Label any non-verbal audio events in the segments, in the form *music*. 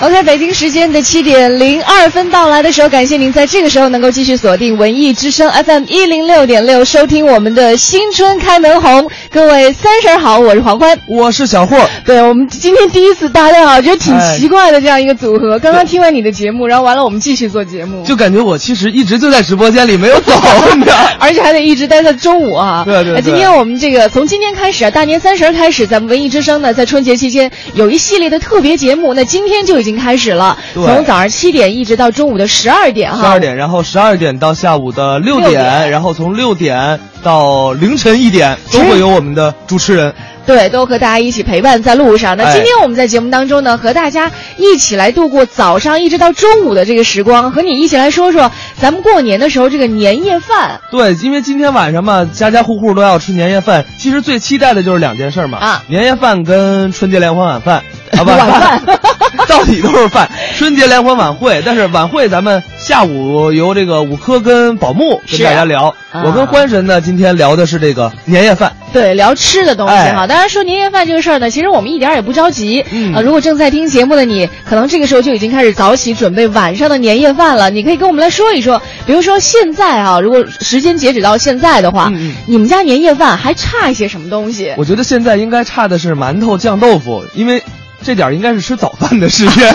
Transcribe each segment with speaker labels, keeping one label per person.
Speaker 1: OK，北京时间的七点零二分到来的时候，感谢您在这个时候能够继续锁定文艺之声 FM 一零六点六，收听我们的新春开门红。各位三十好，我是黄欢。
Speaker 2: 我是小霍，
Speaker 1: 对我们今天第一次搭档啊，我觉得挺
Speaker 2: 哎
Speaker 1: 奇怪的这样一个组合。刚刚听完你的节目，然后完了我们继续做节目，
Speaker 2: 就感觉我其实一直就在直播间里没有走 *laughs* 呢。
Speaker 1: 而且还得一直待到中午啊。
Speaker 2: 对对
Speaker 1: 那今
Speaker 2: 对
Speaker 1: 天我们这个从今天开始啊，大年三十儿开始，咱们文艺之声呢，在春节期间有一系列的特别节目，那今天就已经开始了，
Speaker 2: 对
Speaker 1: 从早上七点一直到中午的十二点
Speaker 2: 十
Speaker 1: 哈。
Speaker 2: 二点，然后十二点到下午的六
Speaker 1: 六点
Speaker 2: 点，然后从六点到凌晨一点，都会有我们的主持人。
Speaker 1: 对，都和大家一起陪伴在路上。那
Speaker 2: 哎
Speaker 1: 今天我们在节目当中呢，和大家一起来度过早上一直到中午的这个时光，和你一起来说说咱们过年的时候这个年夜饭
Speaker 2: 对，因为今天晚上嘛，家家户户都要吃年夜饭，其实最期待的就是两件事嘛，
Speaker 1: 啊
Speaker 2: 年夜饭跟春节联欢晚饭，啊 *laughs* 晚
Speaker 1: 晚饭
Speaker 2: 到底都是饭。春节联欢晚会，但是晚会咱们下午由这个五科跟宝木跟
Speaker 1: 是
Speaker 2: 大家聊，
Speaker 1: 啊
Speaker 2: 我跟欢神呢今天聊的是这个年夜饭。
Speaker 1: 对，聊吃的东西哈。
Speaker 2: 哎
Speaker 1: 当然说年夜饭这个事儿呢，其实我们一点儿也不着急。
Speaker 2: 嗯
Speaker 1: 啊，如果正在听节目的你，可能这个时候就已经开始早起准备晚上的年夜饭了。你可以跟我们来说一说，比如说现在啊，如果时间截止到现在的话，
Speaker 2: 嗯嗯
Speaker 1: 你们家年夜饭还差一些什么东西？ *laughs*
Speaker 2: 我觉得现在应该差的是馒头酱豆腐，因为这点儿应该是吃早饭的时
Speaker 1: *laughs*
Speaker 2: 间。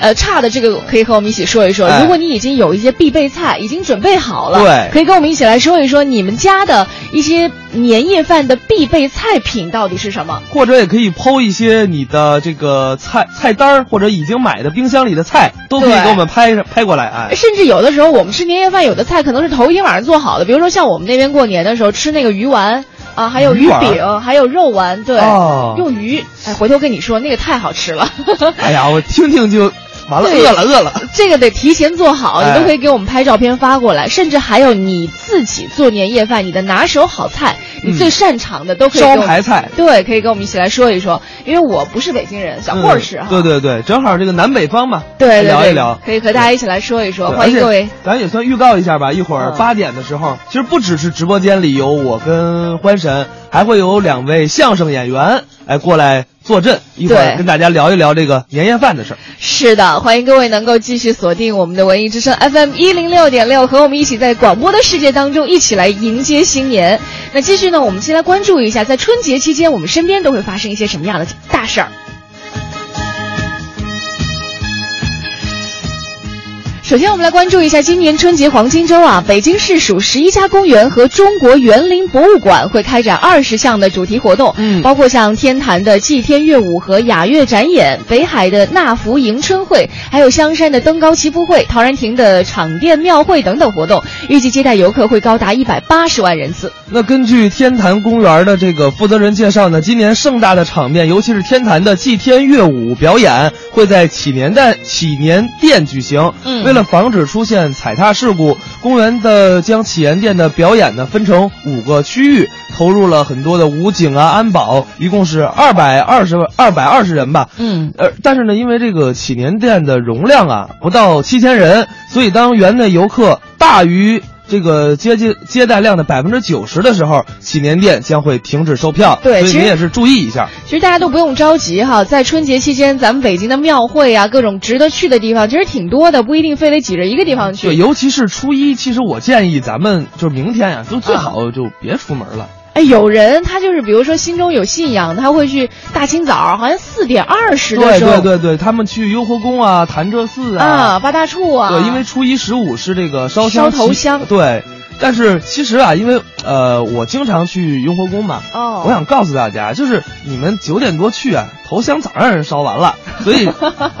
Speaker 1: 呃，差的这个可以和我们一起说一说。
Speaker 2: 哎
Speaker 1: 如果你已经有一些必备菜，已经准备好了，
Speaker 2: 对
Speaker 1: 可以跟我们一起来说一说你们家的一些年夜饭的必备菜品到底是什么？
Speaker 2: 或者也可以剖一些你的这个菜菜单儿，或者已经买的冰箱里的菜，都可以
Speaker 1: 对
Speaker 2: 给我们拍上拍过来。
Speaker 1: *laughs*
Speaker 2: 哎，
Speaker 1: 甚至有的时候我们吃年夜饭，有的菜可能是头一天晚上做好的，比如说像我们那边过年的时候吃那个鱼丸。啊，还有
Speaker 2: 鱼
Speaker 1: 鱼
Speaker 2: 丸
Speaker 1: 饼，还有肉丸，对，
Speaker 2: 哦
Speaker 1: 用鱼。哎，回头跟你说，那个太好吃了。
Speaker 2: 哎呀，我听听就 *laughs* 完了，
Speaker 1: 对
Speaker 2: 饿了饿了。
Speaker 1: 这个得提前做好，你
Speaker 2: 哎
Speaker 1: 都可以给我们拍照片发过来，甚至还有你自己做年夜饭，你的拿手好菜，你
Speaker 2: 嗯
Speaker 1: 最擅长的都可以给我
Speaker 2: 招
Speaker 1: 们
Speaker 2: 牌。菜，
Speaker 1: 对，可以跟我们一起来说一说，因为我不是北京人，小霍儿是哈
Speaker 2: 嗯。对对对，正好这个南北方嘛，
Speaker 1: 对对对
Speaker 2: 聊一聊。
Speaker 1: 可以和大家一起来说一说，
Speaker 2: 对
Speaker 1: 欢迎
Speaker 2: 而且
Speaker 1: 各位。
Speaker 2: 咱也算预告一下吧。一会儿
Speaker 1: 嗯
Speaker 2: 八点的时候，其实不只是直播间里有我跟欢神，还会有两位相声演员哎过来坐镇，一会
Speaker 1: 对
Speaker 2: 儿跟大家聊一聊这个年夜饭的事儿。
Speaker 1: 是的，欢迎各位能够继续锁定我们的文艺之声 FM 一零六点六，和我们一起在广播的世界当中一起来迎接新年。那继续呢，我们先来关注一下，在春节期间我们身边都会发生一些什么样的大事儿。首先，我们来关注一下今年春节黄金周啊，北京市属十一家公园和中国园林博物馆会开展二十项的主题活动，
Speaker 2: 嗯
Speaker 1: 包括像天坛的祭天乐舞和雅乐展演、北海的纳福迎春会，还有香山的登高祈福会、陶然亭的场店庙会等等活动，预计接待游客会高达一百八十万人次。
Speaker 2: 那根据天坛公园的这个负责人介绍呢，今年盛大的场面，尤其是天坛的祭天乐舞表演，会在祈年殿祈年殿举行。
Speaker 1: 嗯
Speaker 2: 为了防止出现踩踏事故，公园的将祈年殿的表演呢分成五个区域，投入了很多的武警啊、安保，一共是二百二十二百二十人吧。
Speaker 1: 嗯，
Speaker 2: 呃，但是呢，因为这个祈年殿的容量啊不到七千人，所以当园内游客大于这个接接接待量的百分之九十的时候，祈年殿将会停止售票。
Speaker 1: 对其
Speaker 2: 所以
Speaker 1: 实
Speaker 2: 您也是注意一下。
Speaker 1: 其实大家都不用着急哈，在春节期间，咱们北京的庙会啊，各种值得去的地方其实挺多的，不一定非得挤着一个地方去
Speaker 2: 对，。尤其是初一，其实我建议咱们就是明天呀、就最好就别出门了。
Speaker 1: 哎，有人他就是，比如说心中有信仰，他会去大清早，好像四点二十的
Speaker 2: 对
Speaker 1: 时候
Speaker 2: 对对对，他们去雍和宫啊、潭柘寺
Speaker 1: 啊，八大处啊，
Speaker 2: 对，因为初一十五是这个烧香
Speaker 1: 烧头
Speaker 2: 祈
Speaker 1: 香
Speaker 2: 对，但是其实啊，因为呃，我经常去雍和宫嘛，
Speaker 1: 哦
Speaker 2: 我想告诉大家，就是你们九点多去啊，头香早让人烧完了，所
Speaker 1: *laughs*
Speaker 2: 以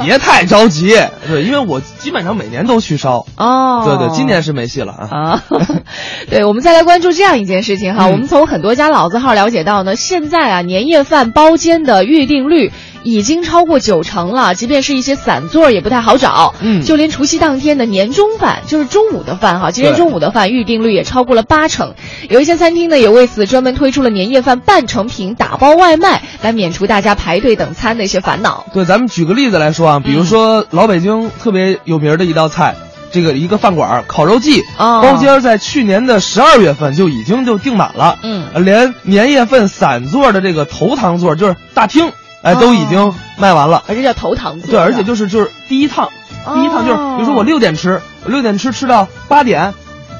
Speaker 2: 别太着急。对，因为我基本上每年都去烧，
Speaker 1: 哦，
Speaker 2: 对对，今年是没戏了啊。
Speaker 1: 啊， *laughs* 对，我们再来关注这样一件事情哈。
Speaker 2: 嗯
Speaker 1: 我们从很多家老字号了解到呢，现在啊，年夜饭包间的预定率已经超过九成了，即便是一些散座儿也不太好找。
Speaker 2: 嗯
Speaker 1: 就连除夕当天的年中饭，就是中午的饭哈，今天
Speaker 2: 对
Speaker 1: 中午的饭预定率也超过了八成。有一些餐厅呢，也为此专门推出了年夜饭半成品打包外卖，来免除大家排队等餐的一些烦恼。
Speaker 2: 对，咱们举个例子来说啊，
Speaker 1: 嗯
Speaker 2: 比如说老北京特别有名的一道菜，这个一个饭馆儿烤肉季，
Speaker 1: 哦
Speaker 2: 包间儿在去年的十二月份就已经就订满了，
Speaker 1: 嗯
Speaker 2: 呃，连年夜份散座的这个头堂座，就是大厅，哎，都已经卖完了。
Speaker 1: 而哦哎这叫头堂座。啊哦
Speaker 2: 对，而且就是就是第一趟，第一趟就是，比如说我六点吃，我六点吃吃到八点，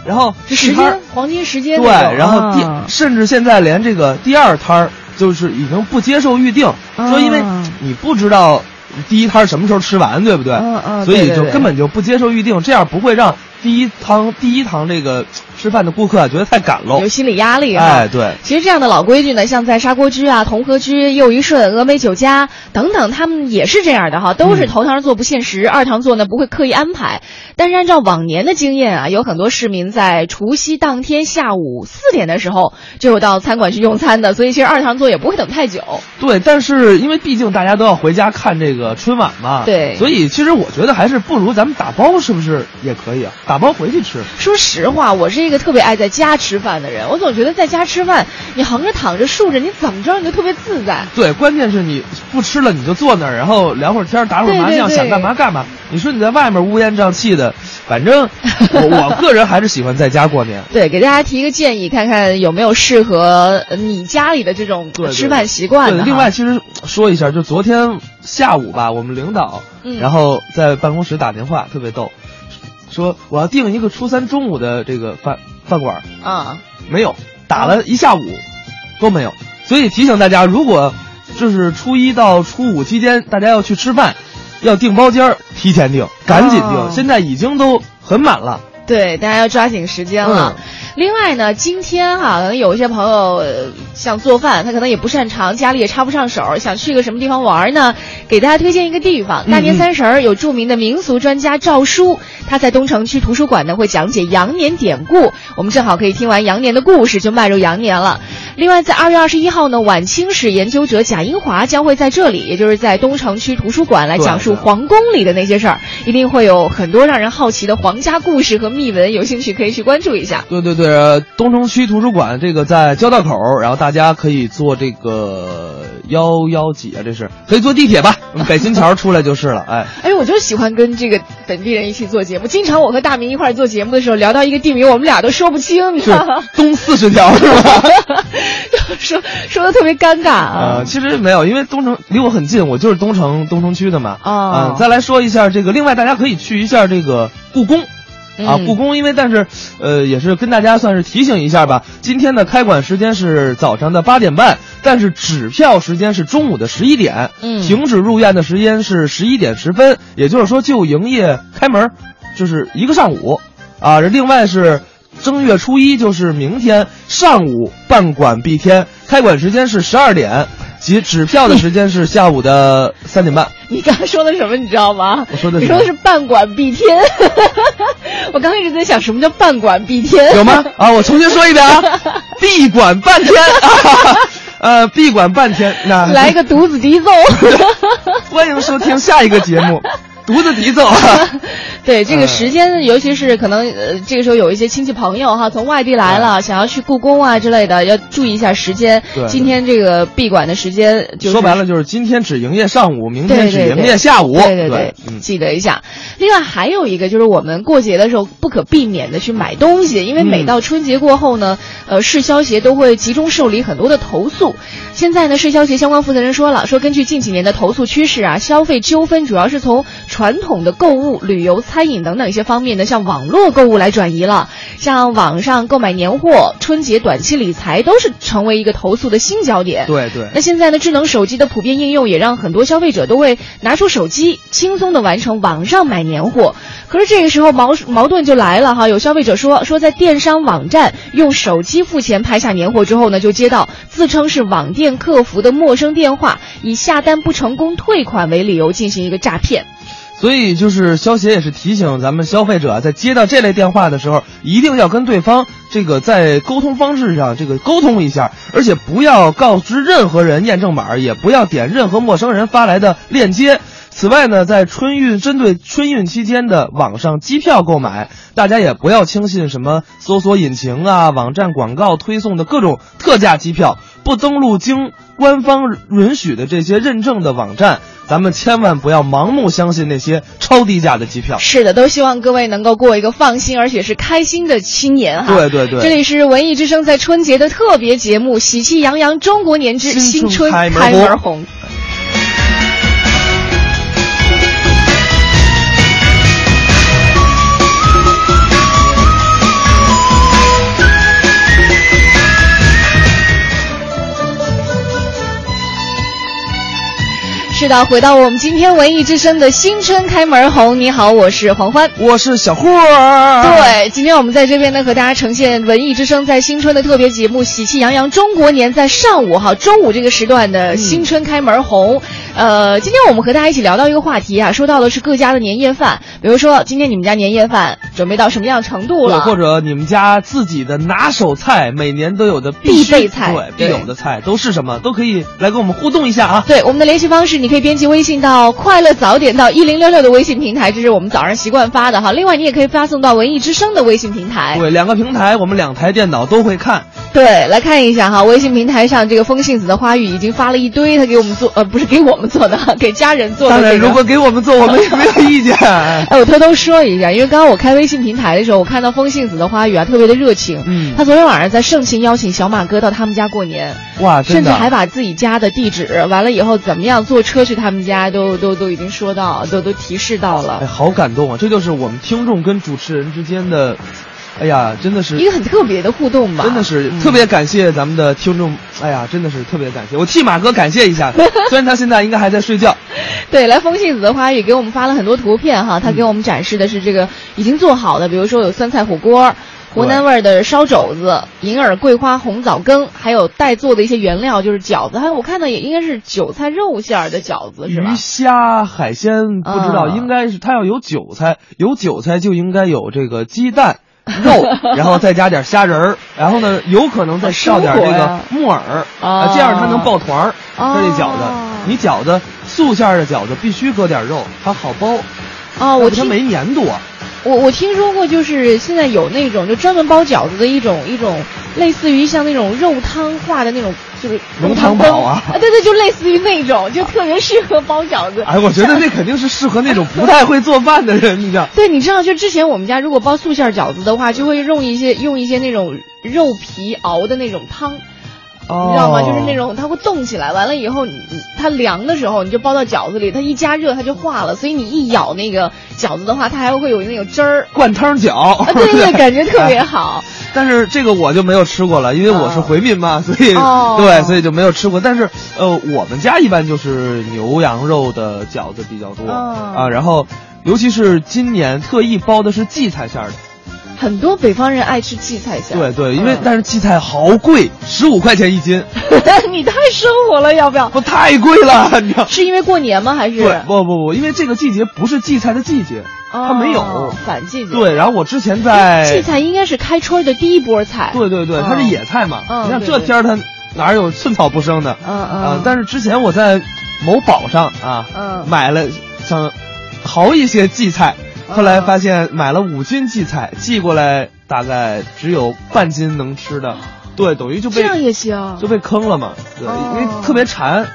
Speaker 2: 然后
Speaker 1: 是
Speaker 2: 一
Speaker 1: 时
Speaker 2: 摊儿
Speaker 1: 间黄金时间
Speaker 2: 对，
Speaker 1: 那种。
Speaker 2: 然后第、
Speaker 1: 啊
Speaker 2: 甚至现在连这个第二摊儿就是已经不接受预定，
Speaker 1: 啊
Speaker 2: 说因为你不知道第一摊儿什么时候吃完，对不对？
Speaker 1: 嗯嗯
Speaker 2: 所
Speaker 1: 对
Speaker 2: 以
Speaker 1: 对
Speaker 2: 就
Speaker 1: 对
Speaker 2: 根本就不接受预定，这样不会让第一堂第一堂这个吃饭的顾客啊觉得太赶喽
Speaker 1: 有。心理压力哈。啊
Speaker 2: 哎，对，
Speaker 1: 其实这样的老规矩呢，像在砂锅居啊、同和居、又一顺、峨眉酒家等等，他们也是这样的哈，都是
Speaker 2: 嗯
Speaker 1: 头堂座不限时，二堂座呢不会刻意安排。但是按照往年的经验啊，有很多市民在除夕当天下午四点的时候就有到餐馆去用餐的，所以其实二堂座也不会等太久。
Speaker 2: 对，但是因为毕竟大家都要回家看这个春晚嘛，
Speaker 1: 对
Speaker 2: 所以其实我觉得还是不如咱们打包，是不是也可以啊？打包回去吃。
Speaker 1: 说实话，我是一个特别爱在家吃饭的人，我总觉得在家吃饭，你横着躺着竖着，你怎么着你就特别自在。
Speaker 2: 对，关键是你不吃了，你就坐那儿，然后聊会儿天儿，打会儿麻将，
Speaker 1: 对对对
Speaker 2: 想干嘛干嘛。你说你在外面乌烟瘴气的，反正我我个人还是喜欢在家过年。
Speaker 1: 对，给大家提一个建议，看看有没有适合呃你家里的这种
Speaker 2: 对对
Speaker 1: 吃饭习惯的
Speaker 2: 对，
Speaker 1: 哈。
Speaker 2: 另外其实说一下，就昨天下午吧，我们领导，
Speaker 1: 嗯
Speaker 2: 然后在办公室打电话，特别逗，说我要订一个初三中午的这个饭饭馆儿，
Speaker 1: 啊，
Speaker 2: 没有，打了一下午都没有。所以提醒大家，如果就是初一到初五期间，大家要去吃饭，要订包间儿，提前订，赶紧订，
Speaker 1: 哦
Speaker 2: 现在已经都很满了。
Speaker 1: 对，大家要抓紧时间了。另外呢，今天哈、可能有一些朋友、呃想做饭，他可能也不擅长，家里也插不上手，想去个什么地方玩儿呢？给大家推荐一个地方，
Speaker 2: 嗯
Speaker 1: 大年三十儿有著名的民俗专家赵叔，他在东城区图书馆呢会讲解羊年典故，我们正好可以听完羊年的故事，就迈入羊年了。另外，在二月二十一号呢，晚清史研究者贾英华将会在这里，也就是在东城区图书馆来
Speaker 2: 对
Speaker 1: 讲述
Speaker 2: 对
Speaker 1: 皇宫里的那些事儿，一定会有很多让人好奇的皇家故事和秘闻，有兴趣可以去关注一下。
Speaker 2: 对对对，呃东城区图书馆这个在交道口，然后大家可以坐这个幺幺几啊，这是可以坐地铁吧，北新桥出来就是了。哎，
Speaker 1: 哎，我就喜欢跟这个本地人一起做节目。经常我和大明一块儿做节目的时候，聊到一个地名，我们俩都说不清，你知
Speaker 2: 是
Speaker 1: 道吗？
Speaker 2: 东四十条是吧？
Speaker 1: *laughs* 说说的特别尴尬
Speaker 2: 呃，
Speaker 1: 啊。
Speaker 2: 其实没有，因为东城离我很近，我就是东城东城区的嘛。
Speaker 1: 哦
Speaker 2: 嗯再来说一下这个，另外大家可以去一下这个故宫。啊，
Speaker 1: 嗯
Speaker 2: 故宫，因为但是，呃，也是跟大家算是提醒一下吧。今天的开馆时间是早上的八点半，但是纸票时间是中午的十一点，
Speaker 1: 嗯
Speaker 2: 停止入院的时间是十一点十分，也就是说就营业开门，就是一个上午，啊，另外是正月初一，就是明天上午办馆闭天，开馆时间是十二点，及纸票的时间是下午的三点半。
Speaker 1: 你刚刚说的什么？你知道吗？
Speaker 2: 我说的
Speaker 1: 你
Speaker 2: 是
Speaker 1: 说的是半管必天。 *laughs* 我刚开始在想，什么叫半管必 *laughs* 天？
Speaker 2: 有吗？啊，我重新说一
Speaker 1: *laughs*
Speaker 2: 遍啊，闭馆半天，呃，闭馆半天，那
Speaker 1: 来个独子 *laughs* 低奏。
Speaker 2: *laughs* 欢迎收听下一个节
Speaker 1: *laughs*
Speaker 2: 目《犊子敌奏》
Speaker 1: 对这个
Speaker 2: 嗯
Speaker 1: 时间，尤其是可能呃，这个时候有一些亲戚朋友哈，从外地来了，想要去故宫啊之类的，要注意一下时间
Speaker 2: 对。
Speaker 1: 今天这个闭馆的时间，就是
Speaker 2: 说白了就是今天只营业上午，明
Speaker 1: 对
Speaker 2: 天只
Speaker 1: 对
Speaker 2: 营
Speaker 1: 对，
Speaker 2: 业下午。
Speaker 1: 对对对，
Speaker 2: 嗯，
Speaker 1: 记得一下。另外还有一个就是我们过节的时候不可避免的去买东西，因为每
Speaker 2: 嗯
Speaker 1: 到春节过后呢，呃，市消协都会集中受理很多的投诉。现在呢，市消协相关负责人说了，说根据近几年的投诉趋势啊，消费纠纷主要是从传统的购物、旅游、餐饮等等一些方面呢，向网络购物来转移了。像网上购买年货、春节短期理财都是成为一个投诉的新焦点。
Speaker 2: 对对。
Speaker 1: 那现在呢，智能手机的普遍应用也让很多消费者都会拿出手机，轻松的完成网上买年货。可是这个时候矛矛盾就来了哈，有消费者说说在电商网站用手机付钱拍下年货之后呢，就接到自称是网店客服的陌生电话，以下单不成功退款为理由进行一个诈骗。
Speaker 2: 所以就是消协也是提醒咱们消费者啊，在接到这类电话的时候，一定要跟对方这个在沟通方式上这个沟通一下，而且不要告知任何人验证码，也不要点任何陌生人发来的链接。此外呢，在春运针对春运期间的网上机票购买，大家也不要轻信什么搜索引擎啊、网站广告推送的各种特价机票，不登录经官方允许的这些认证的网站，咱们千万不要盲目相信那些超低价的机票。
Speaker 1: 是的，都希望各位能够过一个放心而且是开心的新年哈。
Speaker 2: 对对对，
Speaker 1: 这里是文艺之声在春节的特别节目《喜气洋洋中国年之
Speaker 2: 新
Speaker 1: 春
Speaker 2: 春开门
Speaker 1: 开门
Speaker 2: 红
Speaker 1: 红》。是的，回到我们今天文艺之声的新春开门红。你好，我是黄欢。
Speaker 2: 我是小霍儿。。
Speaker 1: 对，今天我们在这边呢，和大家呈现文艺之声在新春的特别节目《喜气洋洋中国年》在上午哈中午这个时段的新春开门红。
Speaker 2: 嗯
Speaker 1: 呃，今天我们和大家一起聊到一个话题啊，说到的是各家的年夜饭，比如说今天你们家年夜饭准备到什么样程度
Speaker 2: 对，
Speaker 1: 了？
Speaker 2: 或者你们家自己的拿手菜，每年都有的必
Speaker 1: 必
Speaker 2: 须
Speaker 1: 备菜
Speaker 2: 对，
Speaker 1: 对
Speaker 2: 必有的菜都是什么？都可以来跟我们互动一下啊。
Speaker 1: 对，我们的联系方式，你可以编辑微信到“快乐早点到一零六六”的微信平台，这是我们早上习惯发的哈。另外，你也可以发送到文艺之声的微信平台。
Speaker 2: 对，两个平台，我们两台电脑都会看。
Speaker 1: 对，来看一下哈，微信平台上这个风信子的花语已经发了一堆，他给我们做呃不是给我们做的， *laughs* 给家人做的、
Speaker 2: 当
Speaker 1: 这个。
Speaker 2: 然，如果给我们做，我们也没有意见。 *laughs* 哎
Speaker 1: 哎，我偷偷说一下，因为刚刚我开微信平台的时候，我看到风信子的花语啊特别的热情，
Speaker 2: 嗯
Speaker 1: 他昨天晚上在盛情邀请小马哥到他们家过年，
Speaker 2: 哇，
Speaker 1: 甚
Speaker 2: 啊真
Speaker 1: 至
Speaker 2: 的，
Speaker 1: 还把自己家的地址，完了以后怎么样坐车去他们家，都都都已经说到，都都提示到
Speaker 2: 哎，
Speaker 1: 了，
Speaker 2: 好感动啊！这就是我们听众跟主持人之间的，哎呀，真的
Speaker 1: 一
Speaker 2: 是。
Speaker 1: 个很特别的互动吧，
Speaker 2: 真的是特别感谢咱们的听众，哎呀，真的是特别感谢，我替马哥感谢
Speaker 1: *laughs*
Speaker 2: 一下，虽然他现在应该还在睡觉，
Speaker 1: 对，来风信子的花语给我们发了很多图片
Speaker 2: 嗯
Speaker 1: 哈，他给我们展示的是这个已经做好的，比如说有酸菜火锅。湖南味儿的烧肘子、银耳桂花红枣羹，还有待做的一些原料，就是饺子。还有我看到也应该是韭菜肉馅儿的饺子，是吧
Speaker 2: 鱼？虾海鲜不知道，
Speaker 1: 嗯
Speaker 2: 应该是它要有韭菜，有韭菜就应该有这个鸡
Speaker 1: *laughs*
Speaker 2: 蛋。肉，然后再加点虾仁儿，然后呢，有可能再上点这
Speaker 1: 水果
Speaker 2: 个
Speaker 1: 呀
Speaker 2: 木耳，啊
Speaker 1: 哦
Speaker 2: 这样它能抱团儿。
Speaker 1: 哦
Speaker 2: 它这饺子，你饺子素馅儿的饺子必须搁点肉，它好包。
Speaker 1: 哦，
Speaker 2: 要
Speaker 1: 我
Speaker 2: 不它
Speaker 1: 听
Speaker 2: 没粘度啊。
Speaker 1: 我我听说过，就是现在有那种就专门包饺子的一种一种，类似于像那种肉汤化的那种，就是
Speaker 2: 浓汤
Speaker 1: 羹
Speaker 2: 宝啊
Speaker 1: 对对，就类似于那种，就特别适合包饺子。
Speaker 2: 哎，我觉得那肯定是适合那种不太会做饭的人，你知道。
Speaker 1: 对，你知道，就之前我们家如果包素馅儿饺子的话，就会用一些用一些那种肉皮熬的那种汤，
Speaker 2: 哦
Speaker 1: 你知道吗？就是那种它会冻起来，完了以后你它凉的时候，你就包到饺子里，它一加热它就化了，所以你一咬那个饺子的话，它还会有那种汁
Speaker 2: *laughs*
Speaker 1: 儿。
Speaker 2: 灌汤饺 *laughs*
Speaker 1: 啊，。对对，感觉特别
Speaker 2: 哎
Speaker 1: 好。
Speaker 2: *laughs* 但是这个我就没有吃过了，因为我是回民嘛，所以、
Speaker 1: 哦
Speaker 2: *laughs* 对，所以就没有吃过。但是呃，我们家一般就是牛羊肉的饺子比较多、
Speaker 1: 哦
Speaker 2: 啊，然后尤其是今年特意包的是荠菜馅儿的，
Speaker 1: 很多北方人爱吃荠菜馅儿。
Speaker 2: 对对，因为、
Speaker 1: 嗯
Speaker 2: 但是荠菜好贵，十五块钱
Speaker 1: *laughs*
Speaker 2: 一斤，
Speaker 1: 你太生活了，要不要？
Speaker 2: 不太贵了，你知道。
Speaker 1: 是因为过年吗？还是哦
Speaker 2: 对，不不不，因为这个季节不是荠菜的季节，它没有。
Speaker 1: 哦反季节？
Speaker 2: 对，然后我之前
Speaker 1: 哎，
Speaker 2: 在
Speaker 1: 荠菜应该是开春儿的第一波菜。
Speaker 2: 对对对，它是
Speaker 1: 嗯
Speaker 2: 野菜嘛。
Speaker 1: 嗯
Speaker 2: 你像
Speaker 1: 对
Speaker 2: 这
Speaker 1: 对
Speaker 2: 天儿它哪有寸草不生的？
Speaker 1: 嗯嗯
Speaker 2: 啊，但是之前我在某宝上啊，
Speaker 1: 嗯
Speaker 2: 买了想淘一些荠菜，后来发现买了五斤荠菜，寄过来大概只有半斤能吃的，对，等于就
Speaker 1: 这
Speaker 2: 被
Speaker 1: 样也行
Speaker 2: 就。被坑了嘛，对，
Speaker 1: 哦
Speaker 2: 因为特别馋，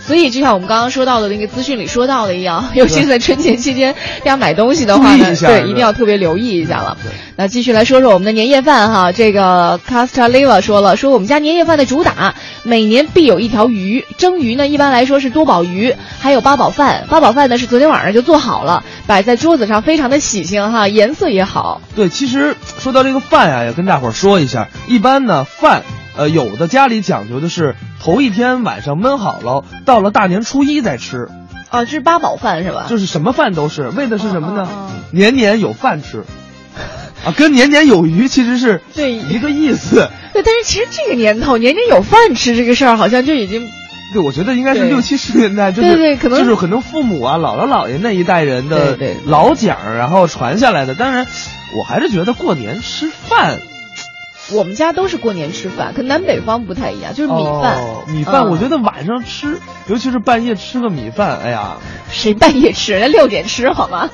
Speaker 1: 所以就像我们刚刚说到的那个资讯里说到的一样，尤其是在春节期间，大家买东西的话
Speaker 2: 注意
Speaker 1: 呢，
Speaker 2: 一下
Speaker 1: 对，
Speaker 2: 对
Speaker 1: 一定要特别留意一下了。
Speaker 2: 对
Speaker 1: 那继续来说说我们的年夜饭哈，这个 Costa Leva 说了，说我们家年夜饭的主打每年必有一条鱼，蒸鱼呢一般来说是多宝鱼，还有八宝饭。八宝饭呢是昨天晚上就做好了，摆在桌子上，非常的喜庆哈，颜色也好。
Speaker 2: 对，其实说到这个饭啊，也跟大伙儿说一下，一般呢饭，呃，有的家里讲究的是头一天晚上焖好了，到了大年初一再吃，
Speaker 1: 哦，这是八宝饭是吧？
Speaker 2: 就是什么饭都是，为的是什么呢？
Speaker 1: 嗯嗯嗯
Speaker 2: 年年有饭吃，啊，跟年年有余其实是
Speaker 1: 对
Speaker 2: 一个意思。
Speaker 1: 对，但是其实这个年头，年年有饭吃这个事儿，好像就已经
Speaker 2: 对，我觉得应该是
Speaker 1: 对
Speaker 2: 六七十年代，就是
Speaker 1: 对对可能
Speaker 2: 就是可能父母啊、姥姥姥爷那一代人的
Speaker 1: 对对
Speaker 2: 老讲儿，然后传下来的。当然，我还是觉得过年吃饭，
Speaker 1: 我们家都是过年吃饭，可南北方不太一样，就是米饭。
Speaker 2: 哦米饭，
Speaker 1: 嗯
Speaker 2: 我觉得晚上吃，尤其是半夜吃个米饭，哎呀，
Speaker 1: 谁半夜吃？人家六点吃好吗？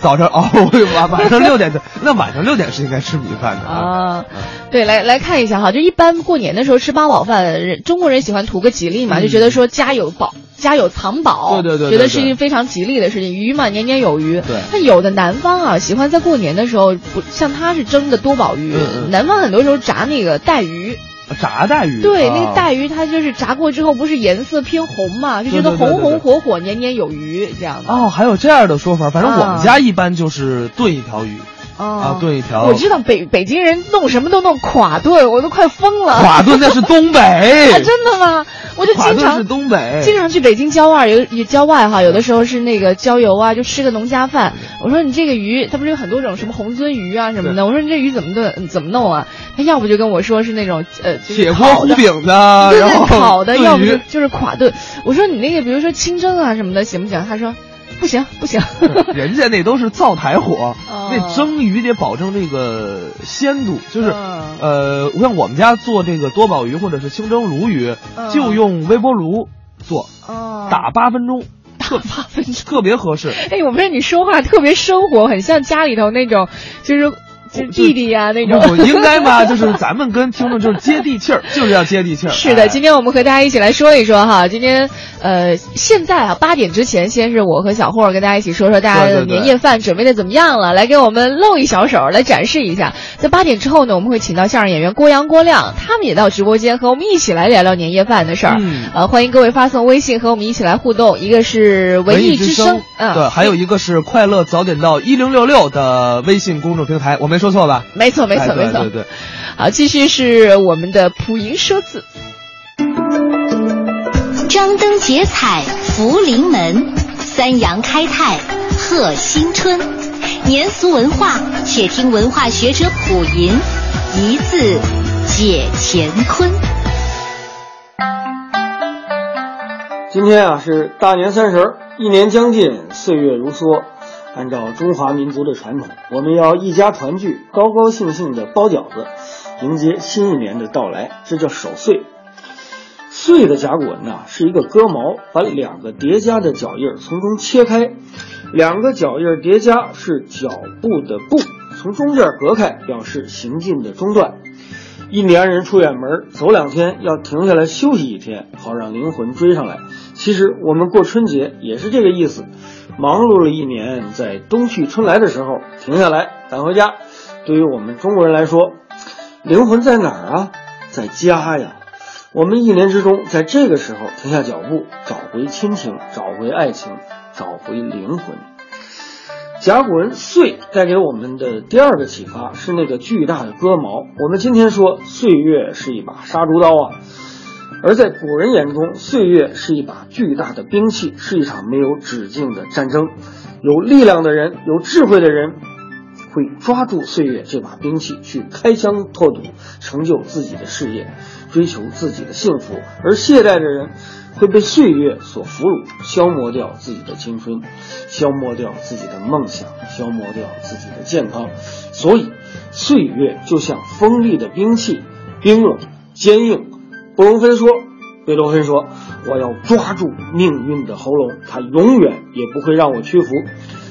Speaker 2: 早上哦，我晚晚上六点的，那晚上六点是应该吃米饭的啊。
Speaker 1: 啊，对，来来看一下哈，就一般过年的时候吃八宝饭，人中国人喜欢图个吉利嘛，
Speaker 2: 嗯
Speaker 1: 就觉得说家有宝，家有藏宝，
Speaker 2: 对对对对
Speaker 1: 觉得
Speaker 2: 对
Speaker 1: 是一件非常吉利的事情，鱼嘛年年有余。
Speaker 2: 对
Speaker 1: 那有的南方啊，喜欢在过年的时候不像他是蒸的多宝鱼，
Speaker 2: 嗯嗯
Speaker 1: 南方很多时候炸那个带鱼，
Speaker 2: 炸带鱼，
Speaker 1: 对，
Speaker 2: 啊
Speaker 1: 那个带鱼它就是炸过之后不是颜色偏红嘛，就觉得
Speaker 2: 对对对
Speaker 1: 红
Speaker 2: 对
Speaker 1: 红
Speaker 2: 对
Speaker 1: 火火，年年有余这样的。
Speaker 2: 哦，还有这样的说法，反正我
Speaker 1: 啊
Speaker 2: 们家一般就是炖一条鱼
Speaker 1: 啊
Speaker 2: 啊，炖一条，
Speaker 1: 我知道北北京人弄什么都弄垮炖，我都快疯了。
Speaker 2: 垮炖那是东
Speaker 1: *laughs*
Speaker 2: 北，
Speaker 1: 啊，真的吗？我就
Speaker 2: 垮
Speaker 1: 经
Speaker 2: 炖是
Speaker 1: 常
Speaker 2: 东北，
Speaker 1: 经常去北京郊外，有有郊外哈，有的时候是那个郊游啊，就吃个农家饭。我说你这个鱼，它不是有很多种什么红鳟鱼啊什么的？我说你这鱼怎么炖怎么弄啊？他要不就跟我说是那种呃，就是
Speaker 2: 铁锅
Speaker 1: 烤
Speaker 2: 糊
Speaker 1: 的。
Speaker 2: 饼的，
Speaker 1: 对
Speaker 2: 啊然
Speaker 1: 对，
Speaker 2: 后
Speaker 1: 烤的，
Speaker 2: 炖
Speaker 1: 要不就
Speaker 2: 鱼
Speaker 1: 就是垮炖。我说你那个，比如说清蒸啊什么的，行不行？他说不行不行。
Speaker 2: *laughs* 人家那都是灶台火，
Speaker 1: 哦
Speaker 2: 那蒸鱼得保证这个鲜度，就是、
Speaker 1: 嗯
Speaker 2: 呃，像我们家做这个多宝鱼或者是清蒸鲈鱼，
Speaker 1: 嗯
Speaker 2: 就用微波炉做，
Speaker 1: 哦，
Speaker 2: 打八分钟，
Speaker 1: *laughs* 打八分钟。
Speaker 2: 特别合适。
Speaker 1: 哎，我发现你说话特别生活，很像家里头那种，就是就是弟弟呀、 *laughs* 那种。
Speaker 2: 我应该吧，就是咱们跟听众就是接地气儿，就是要接地气儿。
Speaker 1: *laughs* 是的，
Speaker 2: 哎
Speaker 1: 今天我们和大家一起来说一说哈，今天呃，现在啊八点之前，先是我和小霍儿跟大家一起说说大家
Speaker 2: 对
Speaker 1: 的
Speaker 2: 对对
Speaker 1: 年夜饭准备的怎么样了，来给我们露一小手，来展示一下。在八点之后呢，我们会请到相声演员郭阳、郭亮，他们也到直播间和我们一起来聊聊年夜饭的事儿。
Speaker 2: 嗯
Speaker 1: 呃，欢迎各位发送微信和我们一起来互动，一个是文艺之声，嗯，
Speaker 2: 对，还有一个是快乐早点到一零六六的微信公众平台，我没说错吧？
Speaker 1: 没错没错
Speaker 2: 哎对
Speaker 1: 没错，
Speaker 2: 对对。
Speaker 1: 好，继续是我们的普银说字。
Speaker 3: 张灯结彩福临门，三阳开泰贺新春。年俗文化，且听文化学者普银一字解乾坤。
Speaker 4: 今天啊是大年三十儿，一年将尽，岁月如梭。按照中华民族的传统，我们要一家团聚，高高兴兴的包饺子，迎接新一年的到来，这叫守岁。穗的甲骨文呐、是一个割毛，把两个叠加的脚印儿从中切开，两个脚印儿叠加是脚步的步，从中间儿隔开表示行进的中断。印第安人出远门走两天要停下来休息一天，好让灵魂追上来。其实我们过春节也是这个意思，忙碌了一年，在冬去春来的时候停下来赶回家。对于我们中国人来说，灵魂在哪儿啊？在家呀。我们一年之中，在这个时候停下脚步，找回亲情，找回爱情，找回灵魂。甲骨文“岁”带给我们的第二个启发是那个巨大的割毛。我们今天说岁月是一把杀猪刀啊，而在古人眼中，岁月是一把巨大的兵器，是一场没有止境的战争。有力量的人，有智慧的人，会抓住岁月这把兵器去开疆拓土，成就自己的事业，追求自己的幸福；而懈怠的人会被岁月所俘虏，消磨掉自己的青春，消磨掉自己的梦想，消磨掉自己的健康。所以，岁月就像锋利的兵器，冰冷、坚硬。布隆芬说。贝多芬说：“我要抓住命运的喉咙，它永远也不会让我屈服。”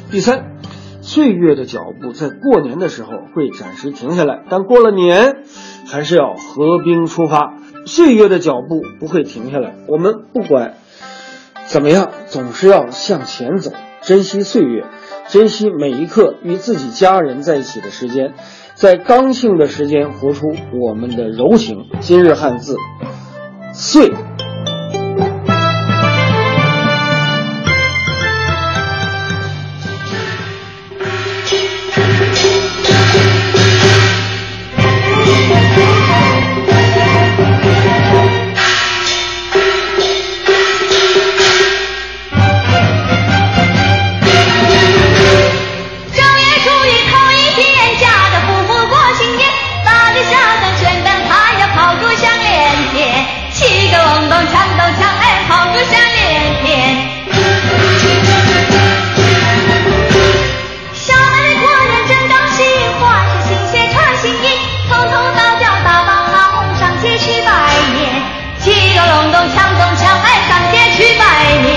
Speaker 4: 第三，岁月的脚步在过年的时候会暂时停下来，但过了年还是要合兵出发。岁月的脚步不会停下来，我们不管怎么样，总是要向前走，珍惜岁月，珍惜每一刻与自己家人在一起的时间，在刚性的时间活出我们的柔情。今日汉字，岁。
Speaker 5: 正月初一头一天，家家户户过新年，打着下三全蛋，盘着炮竹响连天，七个王八哎哎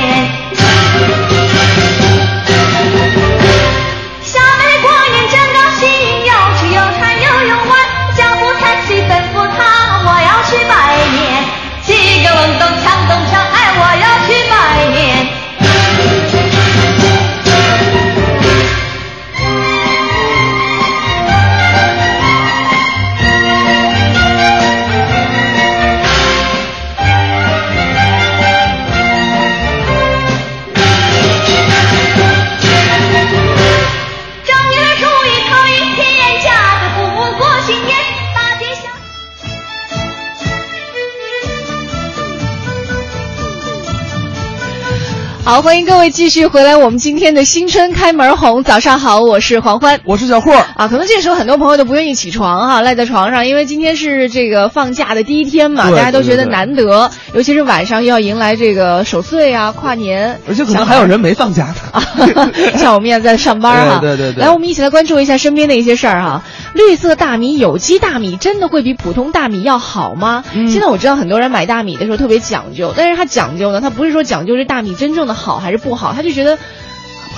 Speaker 1: 好，欢迎各位继续回来，我们今天的新春开门红，早上好，我是黄欢。
Speaker 2: 我是小霍，
Speaker 1: 啊，可能这时候很多朋友都不愿意起床哈、赖在床上，因为今天是这个放假的第一天嘛，
Speaker 2: 对
Speaker 1: 大家都觉得
Speaker 2: 对对对
Speaker 1: 难得，尤其是晚上又要迎来这个守岁啊、跨年，
Speaker 2: 而且可能还有人没放假呢。
Speaker 1: 啊 *laughs* 像我们也在上班哈、
Speaker 2: 对对对对
Speaker 1: 来，我们一起来关注一下身边的一些事儿、哈。绿色大米、有机大米真的会比普通大米要好吗？
Speaker 2: 嗯
Speaker 1: 现在我知道很多人买大米的时候特别讲究，但是他讲究呢，他不是说讲究这大米真正的好还是不好，他就觉得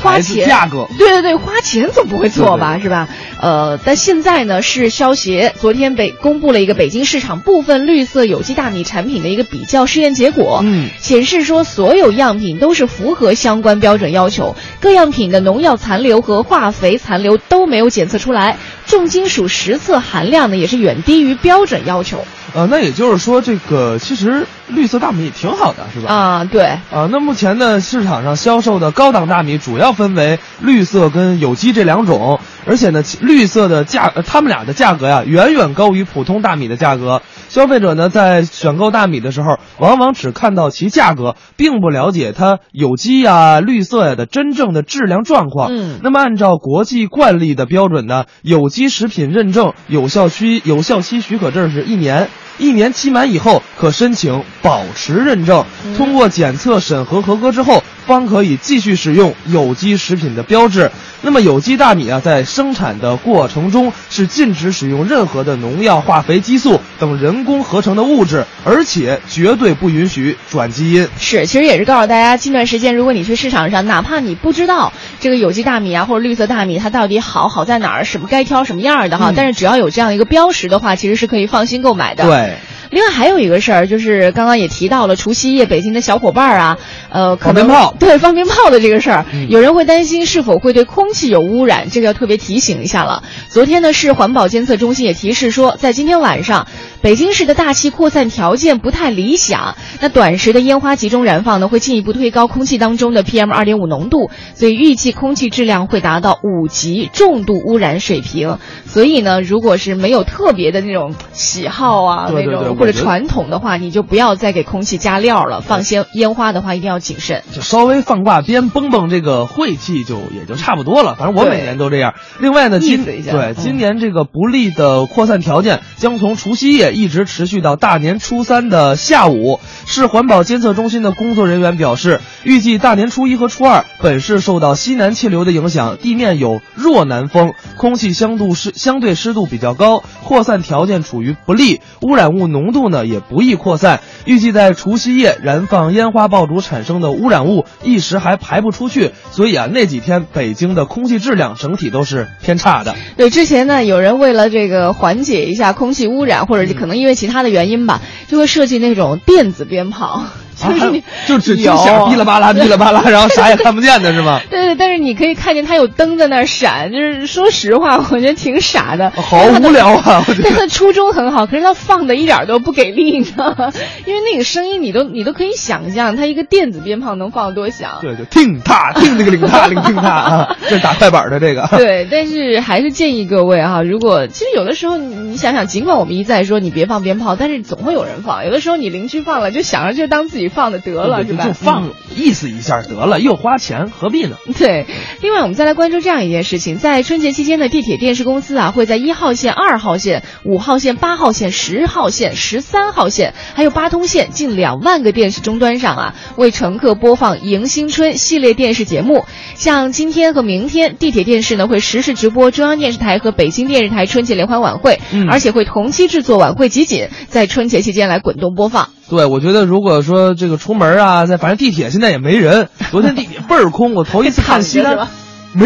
Speaker 1: 花
Speaker 2: 孩子
Speaker 1: 钱
Speaker 2: 价格
Speaker 1: 对对对，花钱总不会错吧，
Speaker 2: 对
Speaker 1: 是吧？呃，但现在呢是消协昨天北公布了一个北京市场部分绿色有机大米产品的一个比较试验结果，
Speaker 2: 嗯
Speaker 1: 显示说所有样品都是符合相关标准要求，各样品的农药残留和化肥残留都没有检测出来，重金属实测含量呢也是远低于标准要求
Speaker 2: 呃，那也就是说，这个其实绿色大米也挺好的，是吧？
Speaker 1: 啊，对。
Speaker 2: 啊、那目前呢，市场上销售的高档大米主要分为绿色跟有机这两种，而且呢，其绿色的价，呃它们俩的价格呀，远远高于普通大米的价格。消费者呢，在选购大米的时候，往往只看到其价格，并不了解它有机呀、绿色呀的真正的质量状况。
Speaker 1: 嗯
Speaker 2: 那么按照国际惯例的标准呢，有机食品认证有效期有效期许可证是一年，一年期满以后可申请保持认证，
Speaker 1: 嗯
Speaker 2: 通过检测审核合格之后，方可以继续使用有机食品的标志。那么有机大米啊，在生产的过程中是禁止使用任何的农药、化肥、激素等人工合成的物质，而且绝对不允许转基因。
Speaker 1: 是，其实也是告诉大家，近段时间如果你去市场上，哪怕你不知道这个有机大米啊或者绿色大米它到底好好在哪儿，什么该挑什么样儿的哈，
Speaker 2: 嗯
Speaker 1: 但是只要有这样一个标识的话，其实是可以放心购买的。。
Speaker 2: 对，
Speaker 1: 另外还有一个事儿，就是刚刚也提到了除夕夜北京的小伙伴儿啊，呃，可
Speaker 2: 放鞭
Speaker 1: 能
Speaker 2: 炮
Speaker 1: 对放鞭炮的这个事儿，
Speaker 2: 嗯
Speaker 1: 有人会担心是否会对空气有污染，这个要特别提醒一下了。昨天呢，市环保监测中心也提示说，在今天晚上，北京市的大气扩散条件不太理想，那短时的烟花集中燃放呢，会进一步推高空气当中的 PM 二点五浓度，所以预计空气质量会达到五级重度污染水平。所以呢，如果是没有特别的那种喜好啊，
Speaker 2: 对对
Speaker 1: 那
Speaker 2: 对
Speaker 1: 种
Speaker 2: 我
Speaker 1: 或者
Speaker 2: 觉得
Speaker 1: 传统的话，你就不要再给空气加料了。放鲜烟花的话，一定要谨慎。
Speaker 2: 就稍微放挂鞭蹦蹦这个晦气就也就差不多了。反正我
Speaker 1: 对
Speaker 2: 每年都这样。另外呢，
Speaker 1: 意
Speaker 2: 今
Speaker 1: 思一下
Speaker 2: 对
Speaker 1: 嗯
Speaker 2: 今年这个不利的扩散条件将从除夕夜一直持续到大年初三的下午。市环保监测中心的工作人员表示，预计大年初一和初二，本市受到西南气流的影响，地面有弱南风，空气相度湿相对湿度比较高，扩散条件处于不利，污染物浓度呢也不易扩散。预计在除夕夜燃放烟花爆竹产生的污染物一时还排不出去，所以啊那几天北京的空气质量整体都是偏差的。
Speaker 1: 对，之前呢，有人为了这个缓解一下空气污染，或者可能因为其他的原因吧，就会设计那种电子鞭炮，就是你、
Speaker 2: 啊 *laughs* 就只听
Speaker 1: 有
Speaker 2: 响噼里啪啦噼里啪啦，然后啥也看不见的是吗？
Speaker 1: 对对，但是你可以看见它有灯在那儿闪，就是说实话，我觉得挺傻的，
Speaker 2: 好无聊啊！我觉
Speaker 1: 但
Speaker 2: 得
Speaker 1: 它初衷很好，可是它放的一点儿都不给力，你知道吗？ *laughs* 因为那个声音你都你都可以想象，它一个电子鞭炮能放多响。
Speaker 2: *laughs* 对对，听踏听这个铃踏铃听踏 *laughs* 啊，这是打快板的这个。
Speaker 1: *laughs* 对，但是还是建议各位哈、如果其实有的时候你你想想，尽管我们一再说你别放鞭炮，但是总会有人放。有的时候你邻居放了，就想着就当自己放的得
Speaker 2: *laughs*
Speaker 1: 了，
Speaker 2: 对
Speaker 1: 是
Speaker 2: 对
Speaker 1: 吧？嗯
Speaker 2: 就放意思一下得了，又花钱，何必呢？
Speaker 1: *laughs* 对，另外我们再来关注这样一件事情，在春节期间呢，地铁电视公司啊会在一号线、二号线、五号线、八号线、十号线、十三号线，还有八通线近两万个电视终端上啊，为乘客播放《迎新春》系列电视节目。像今天和明天，地铁电视呢会实时直播中央电视台和北京电视台春节联欢晚会，
Speaker 2: 嗯
Speaker 1: 而且会同期制作晚会集锦，在春节期间来滚动播放。
Speaker 2: 对，我觉得如果说这个出门啊，在反正地铁现在也没人，昨天地铁倍儿空，我头一
Speaker 1: *laughs*
Speaker 2: 次看西
Speaker 1: 躺着是
Speaker 2: 单
Speaker 1: 吧。
Speaker 2: 没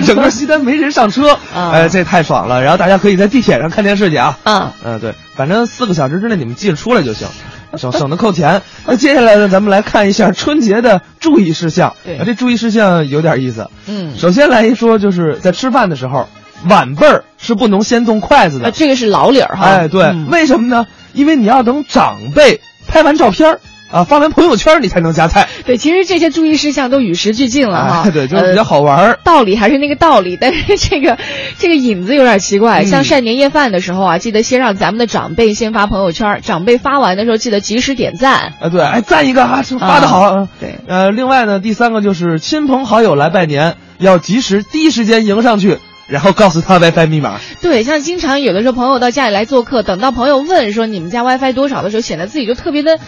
Speaker 1: *laughs*
Speaker 2: 整个西单没人上车，
Speaker 1: 啊
Speaker 2: 哎，这太爽了。然后大家可以在地铁上看电视去啊。
Speaker 1: 啊，
Speaker 2: 嗯，对，反正四个小时之内你们记着出来就行，
Speaker 1: *laughs*
Speaker 2: 省省得扣钱。那接下来呢，咱们来看一下春节的注意事项。
Speaker 1: 对
Speaker 2: 啊这注意事项有点意思。
Speaker 1: 嗯
Speaker 2: 首先来说，就是在吃饭的时候，晚辈儿是不能先动筷子
Speaker 1: 啊，
Speaker 2: 的。
Speaker 1: 这个是老理儿哈。
Speaker 2: 哎，对，
Speaker 1: 嗯
Speaker 2: 为什么呢？因为你要等长辈拍完照片儿，啊，发完朋友圈你才能加菜。
Speaker 1: 对，其实这些注意事项都与时俱进了哈、
Speaker 2: 哎对就是比较好玩儿
Speaker 1: 呃道理还是那个道理，但是这个这个引子有点奇怪。
Speaker 2: 嗯
Speaker 1: 像晒年夜饭的时候啊，记得先让咱们的长辈先发朋友圈，长辈发完的时候记得及时点赞。
Speaker 2: 啊，对，哎，赞一个啊，这发的好。嗯
Speaker 1: 对，
Speaker 2: 呃，另外呢，第三个就是亲朋好友来拜年，要及时第一时间迎上去，然后告诉他 WiFi 密码。
Speaker 1: 对，像经常有的时候朋友到家里来做客，等到朋友问说你们家 WiFi 多少的时候，显得自己就特别的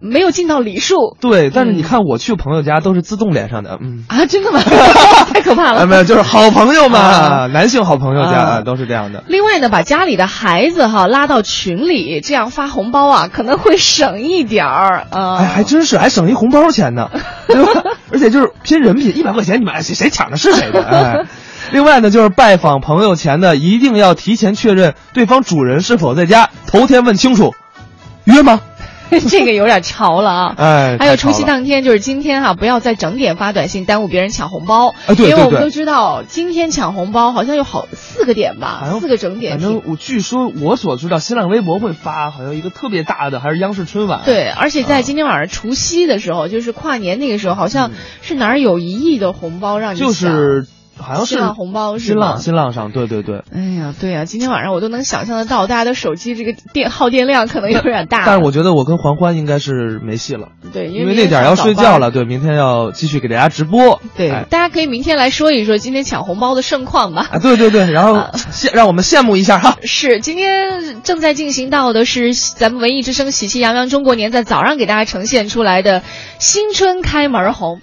Speaker 1: 没有尽到礼数
Speaker 2: 对，但是
Speaker 1: 嗯
Speaker 2: 你看我去朋友家都是自动连上的，嗯。
Speaker 1: 啊！真的吗？ *laughs* 太可怕了。
Speaker 2: 啊，没有，就是好朋友
Speaker 1: 啊
Speaker 2: 嘛，男性好朋友家
Speaker 1: 啊
Speaker 2: 啊都是这样的。
Speaker 1: 另外呢，把家里的孩子哈拉到群里，这样发红包啊，可 *laughs* 能会省一点儿啊。
Speaker 2: 哎，还真是，还省一红包钱呢，对吧？而且就是拼人品，一百块钱你们哎谁谁抢的是谁的。哎，另外呢，就是拜访朋友前呢，一定要提前确认对方主人是否在家，头天问清楚，约吗？
Speaker 1: *laughs* 这个有点潮了啊。
Speaker 2: 哎，
Speaker 1: 还有
Speaker 2: 太潮
Speaker 1: 除
Speaker 2: 了
Speaker 1: 夕当天，就是今天哈、不要再整点发短信，耽误别人抢红包。
Speaker 2: 啊对
Speaker 1: 因为
Speaker 2: 对
Speaker 1: 我们
Speaker 2: 对
Speaker 1: 都知道，今天抢红包好像有好四个点吧
Speaker 2: 好，像
Speaker 1: 四个整点
Speaker 2: 哎反
Speaker 1: 挺。
Speaker 2: 正我据说我所知道，新浪微博会发好像一个特别大的，还是央视春晚。
Speaker 1: 对，而且在今天晚上除夕的时候，就是跨年那个时候，好像
Speaker 2: 嗯
Speaker 1: 是哪儿有一亿的红包让你抢。
Speaker 2: 就是好像是
Speaker 1: 新浪红包是
Speaker 2: 新
Speaker 1: 吗
Speaker 2: 浪新浪上，对对对。
Speaker 1: 哎呀，对呀、今天晚上我都能想象得到，大家的手机这个电耗电量可能有点大。
Speaker 2: 但是我觉得我跟黄欢应该是没戏了，
Speaker 1: 对，
Speaker 2: 因
Speaker 1: 为
Speaker 2: 那点儿要睡觉
Speaker 1: 了。
Speaker 2: 了。对，明天要继续给大家直播。
Speaker 1: 对，
Speaker 2: 哎
Speaker 1: 大家可以明天来说一说今天抢红包的盛况吧。
Speaker 2: 啊，对对对，然后羡让我们羡慕一下
Speaker 1: *laughs*
Speaker 2: 哈。
Speaker 1: 是，今天正在进行到的是咱们文艺之声《喜气洋洋中国年》在早上给大家呈现出来的新春开门红。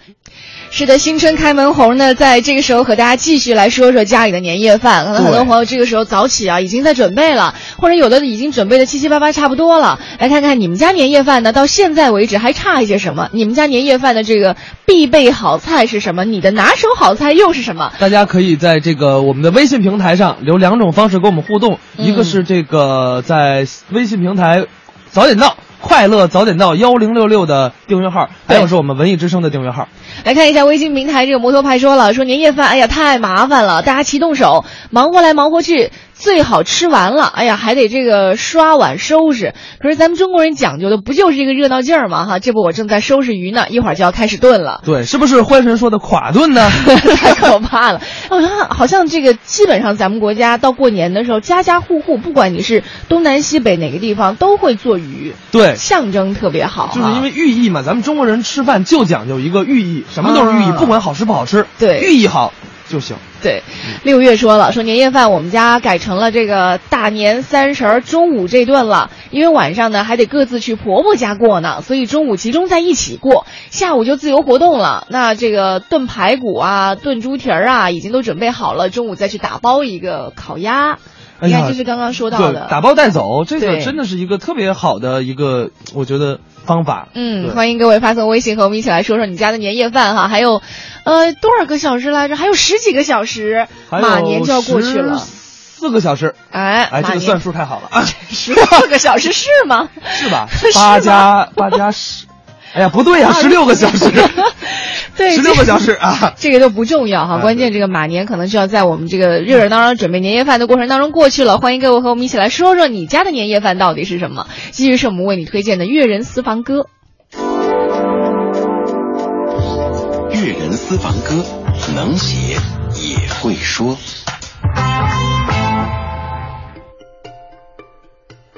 Speaker 1: 是的，新春开门红呢，在这个时候和大家继续来说说家里的年夜饭。可能很多
Speaker 2: 对
Speaker 1: 朋友这个时候早起啊，已经在准备了，或者有的已经准备的七七八八差不多了。来看看你们家年夜饭呢，到现在为止还差一些什么？你们家年夜饭的这个必备好菜是什么？你的拿手好菜又是什么？
Speaker 2: 大家可以在这个我们的微信平台上留两种方式跟我们互动，
Speaker 1: 嗯
Speaker 2: 一个是这个在微信平台早点到快乐早点到幺零六六的订阅号，还有
Speaker 1: 对
Speaker 2: 是我们文艺之声的订阅号。
Speaker 1: 来看一下微信平台，这个摩托派说了，说年夜饭，哎呀太麻烦了，大家齐动手，忙过来忙过去，最好吃完了，哎呀还得这个刷碗收拾。可是咱们中国人讲究的不就是这个热闹劲儿吗？哈，这不我正在收拾鱼呢，一会儿就要开始炖了。 *laughs*
Speaker 2: 对，是不是欢神说的垮顿呢？
Speaker 1: 太可怕了！好像好像这个基本上咱们国家到过年的时候，家家户户不管你是东南西北哪个地方都会做鱼，
Speaker 2: 对，
Speaker 1: 象征特别好哈。啊
Speaker 2: 就是因为寓意嘛，咱们中国人吃饭就讲究一个寓意，什么都是寓意，
Speaker 1: 啊
Speaker 2: 不管好吃不好吃，
Speaker 1: 对
Speaker 2: 寓意好就行。
Speaker 1: 对，
Speaker 2: 嗯
Speaker 1: 六月说了，说年夜饭我们家改成了这个大年三十儿中午这顿了，因为晚上呢还得各自去婆婆家过呢，所以中午集中在一起过，下午就自由活动了。那这个炖排骨啊、炖猪蹄儿啊，已经都准备好了，中午再去打包一个烤鸭。
Speaker 2: 哎
Speaker 1: 你
Speaker 2: 呀
Speaker 1: 看，这是刚刚说到
Speaker 2: 对
Speaker 1: 的，，
Speaker 2: 打包带走，这个
Speaker 1: 对
Speaker 2: 真的是一个特别好的一个，我觉得方法。
Speaker 1: 嗯，
Speaker 2: 对
Speaker 1: 欢迎各位发送微信和我们一起来说说你家的年夜饭哈，还有，呃，多少个小时来着？还有十几个小时，
Speaker 2: 还有
Speaker 1: 马年就要过去了。
Speaker 2: 四个小时，
Speaker 1: 哎，
Speaker 2: 哎，
Speaker 1: 马
Speaker 2: 这个
Speaker 1: 年
Speaker 2: 算数太好了啊，
Speaker 1: 十四个小时是吗？
Speaker 2: 是吧
Speaker 1: 是吗？啊
Speaker 2: *laughs* 八加八加十，哎呀，不对呀，十六个小时，
Speaker 1: *laughs* 对，
Speaker 2: 十六个小时啊。
Speaker 1: *laughs* 这个都不重要哈，
Speaker 2: 啊
Speaker 1: 关键这个马年可能就要在我们这个热热闹闹准备年夜饭的过程当中过去了。欢迎各位和我们一起来说说你家的年夜饭到底是什么。继续是我们为你推荐的《粤人私房歌》。
Speaker 6: 粤人私房歌，能写也会说。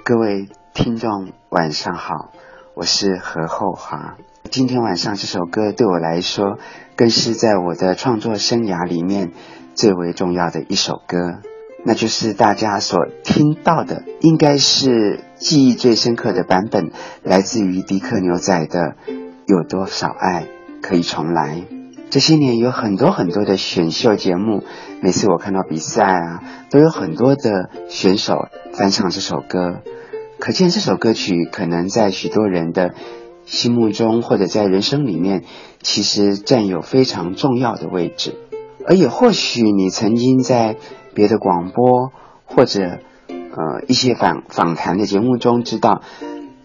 Speaker 7: 各位听众，晚上好，我是何厚华。今天晚上这首歌对我来说，更是在我的创作生涯里面最为重要的一首歌。那就是大家所听到的，应该是记忆最深刻的版本，来自于迪克牛仔的《有多少爱可以重来》。这些年有很多很多的选秀节目，每次我看到比赛啊，都有很多的选手翻唱这首歌。可见这首歌曲可能在许多人的心目中，或者在人生里面，其实占有非常重要的位置。而也或许你曾经在别的广播或者呃一些访访谈的节目中知道，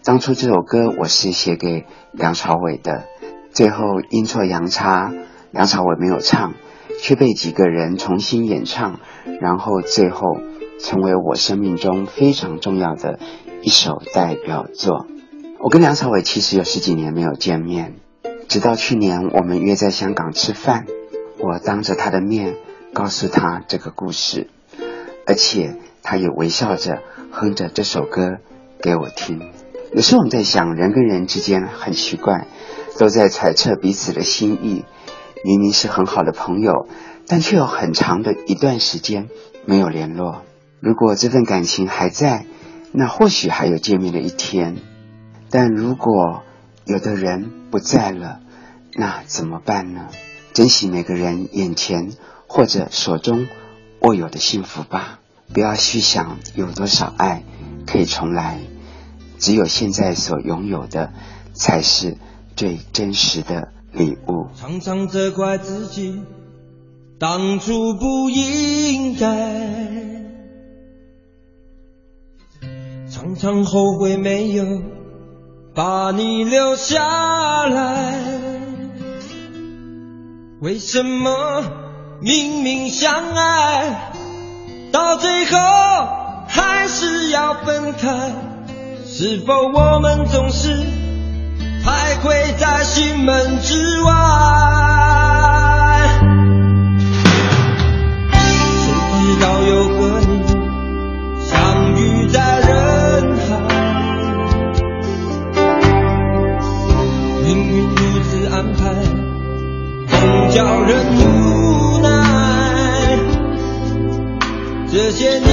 Speaker 7: 当初这首歌我是写给梁朝伟的，最后阴错阳差，梁朝伟没有唱，却被几个人重新演唱，然后最后成为我生命中非常重要的一首代表作。我跟梁朝伟其实有十几年没有见面，直到去年我们约在香港吃饭，我当着他的面告诉他这个故事，而且他也微笑着哼着这首歌给我听。有时候我们在想，人跟人之间很奇怪，都在揣测彼此的心意，明明是很好的朋友，但却有很长的一段时间没有联络。如果这份感情还在，那或许还有见面的一天。但如果有的人不在了，那怎么办呢？珍惜每个人眼前或者手中握有的幸福吧，不要去想有多少爱可以重来，只有现在所拥有的才是最真实的礼物。
Speaker 8: 常常责怪自己，当初不应该，常常后悔没有把你留下来。为什么明明相爱，到最后还是要分开？是否我们总是徘徊在心门之外？谁知道有和你相遇在人海，命运如此安排，总叫人无奈。这些年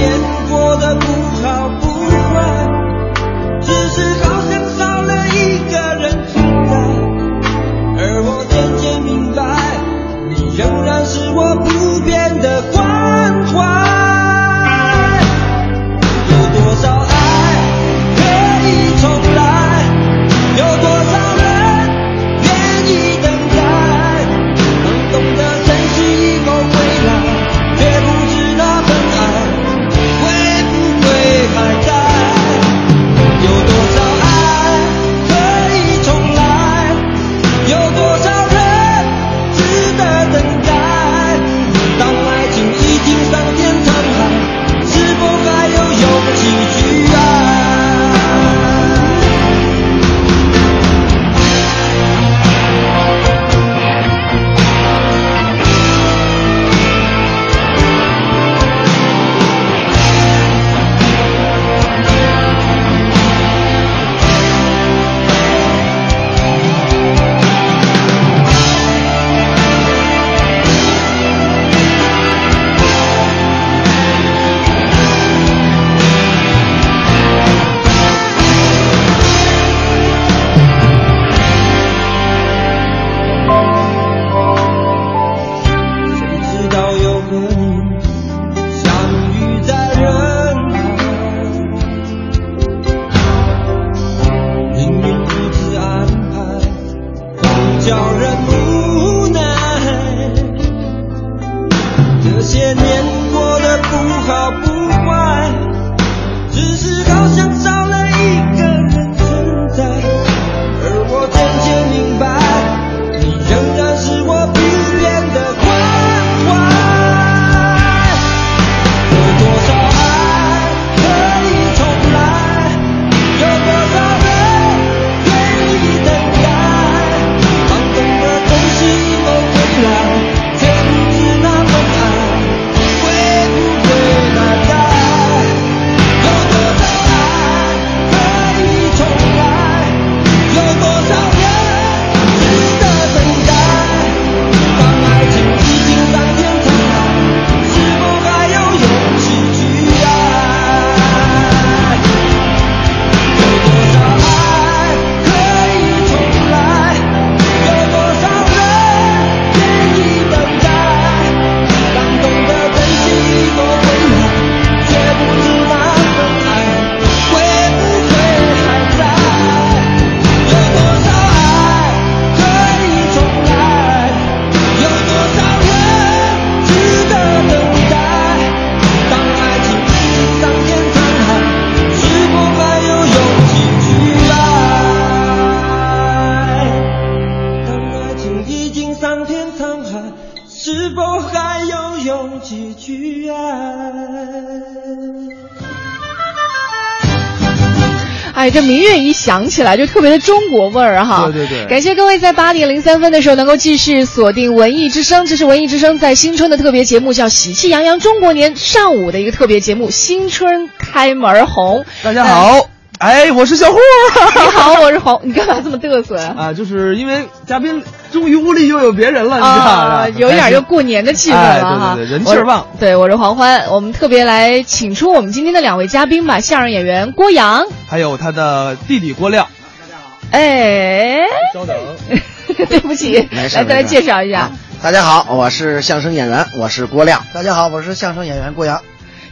Speaker 8: 过得不好不坏。只是好像少了一个人存在，而我渐渐明白，你仍然是我不变的关怀。有多少爱可以重来？有多少人愿意等待？能懂得珍惜以后未来，却不知那份爱会不会还在。有多少爱可以重来？有多少人值得等待？当爱情已经桑田沧海，是否还有勇气去爱？谁知道有和你相遇在人海，命运如此安排，总叫人无奈。这些年过得不好不坏，只是好像少了一个人存在，而我渐渐明白。你仍然是我不变的关怀。有多少爱可以重来？有多少人愿意等待？当懂得珍惜以后回来，却不知那份爱会不会还在？有多少爱可以重来？有多少人值得等待？当爱情已经桑田沧海，是否还有勇气去爱？有多少爱可以重来？有多少人愿意等待？当懂得珍惜以后回来，却不知那份爱会不会还在？有多少爱可以重来？有多少人值得等待？当爱情已经桑田沧海，是否还有勇气去爱？当爱情已经桑田沧海，是否还有勇气去爱？
Speaker 1: 哎，这民乐一响起来就特别的中国味儿哈。
Speaker 2: 对对对
Speaker 1: 感谢各位在八点零三分的时候能够继续锁定文艺之声，这是文艺之声在新春的特别节目，叫《喜气洋洋中国年》上午的一个特别节目《新春开门红》。呃
Speaker 2: 大家好，哎，我是小霍。
Speaker 1: *laughs* 你好，我是红，你干嘛这么嘚瑟
Speaker 9: *laughs*
Speaker 1: 啊？
Speaker 2: *laughs* 啊，就是因为嘉宾终于屋里又有别人了，你知道吧？
Speaker 1: 啊有点儿就过年的气氛了哈，
Speaker 2: 哎对对对人气儿旺
Speaker 1: 我是对，我是黄欢，我们特别来请出我们今天的两位嘉宾吧，相声演员郭阳，
Speaker 2: 还有他的弟弟郭亮，
Speaker 1: 哎， *laughs*
Speaker 2: 稍等，
Speaker 1: 对不起，
Speaker 9: 没
Speaker 1: 来
Speaker 9: 事
Speaker 1: 再来
Speaker 9: 没事
Speaker 1: 介绍一下
Speaker 9: 啊，大家好，我是相声演员，我是郭
Speaker 10: *laughs*
Speaker 9: 亮。大家好，我是相声演员郭阳。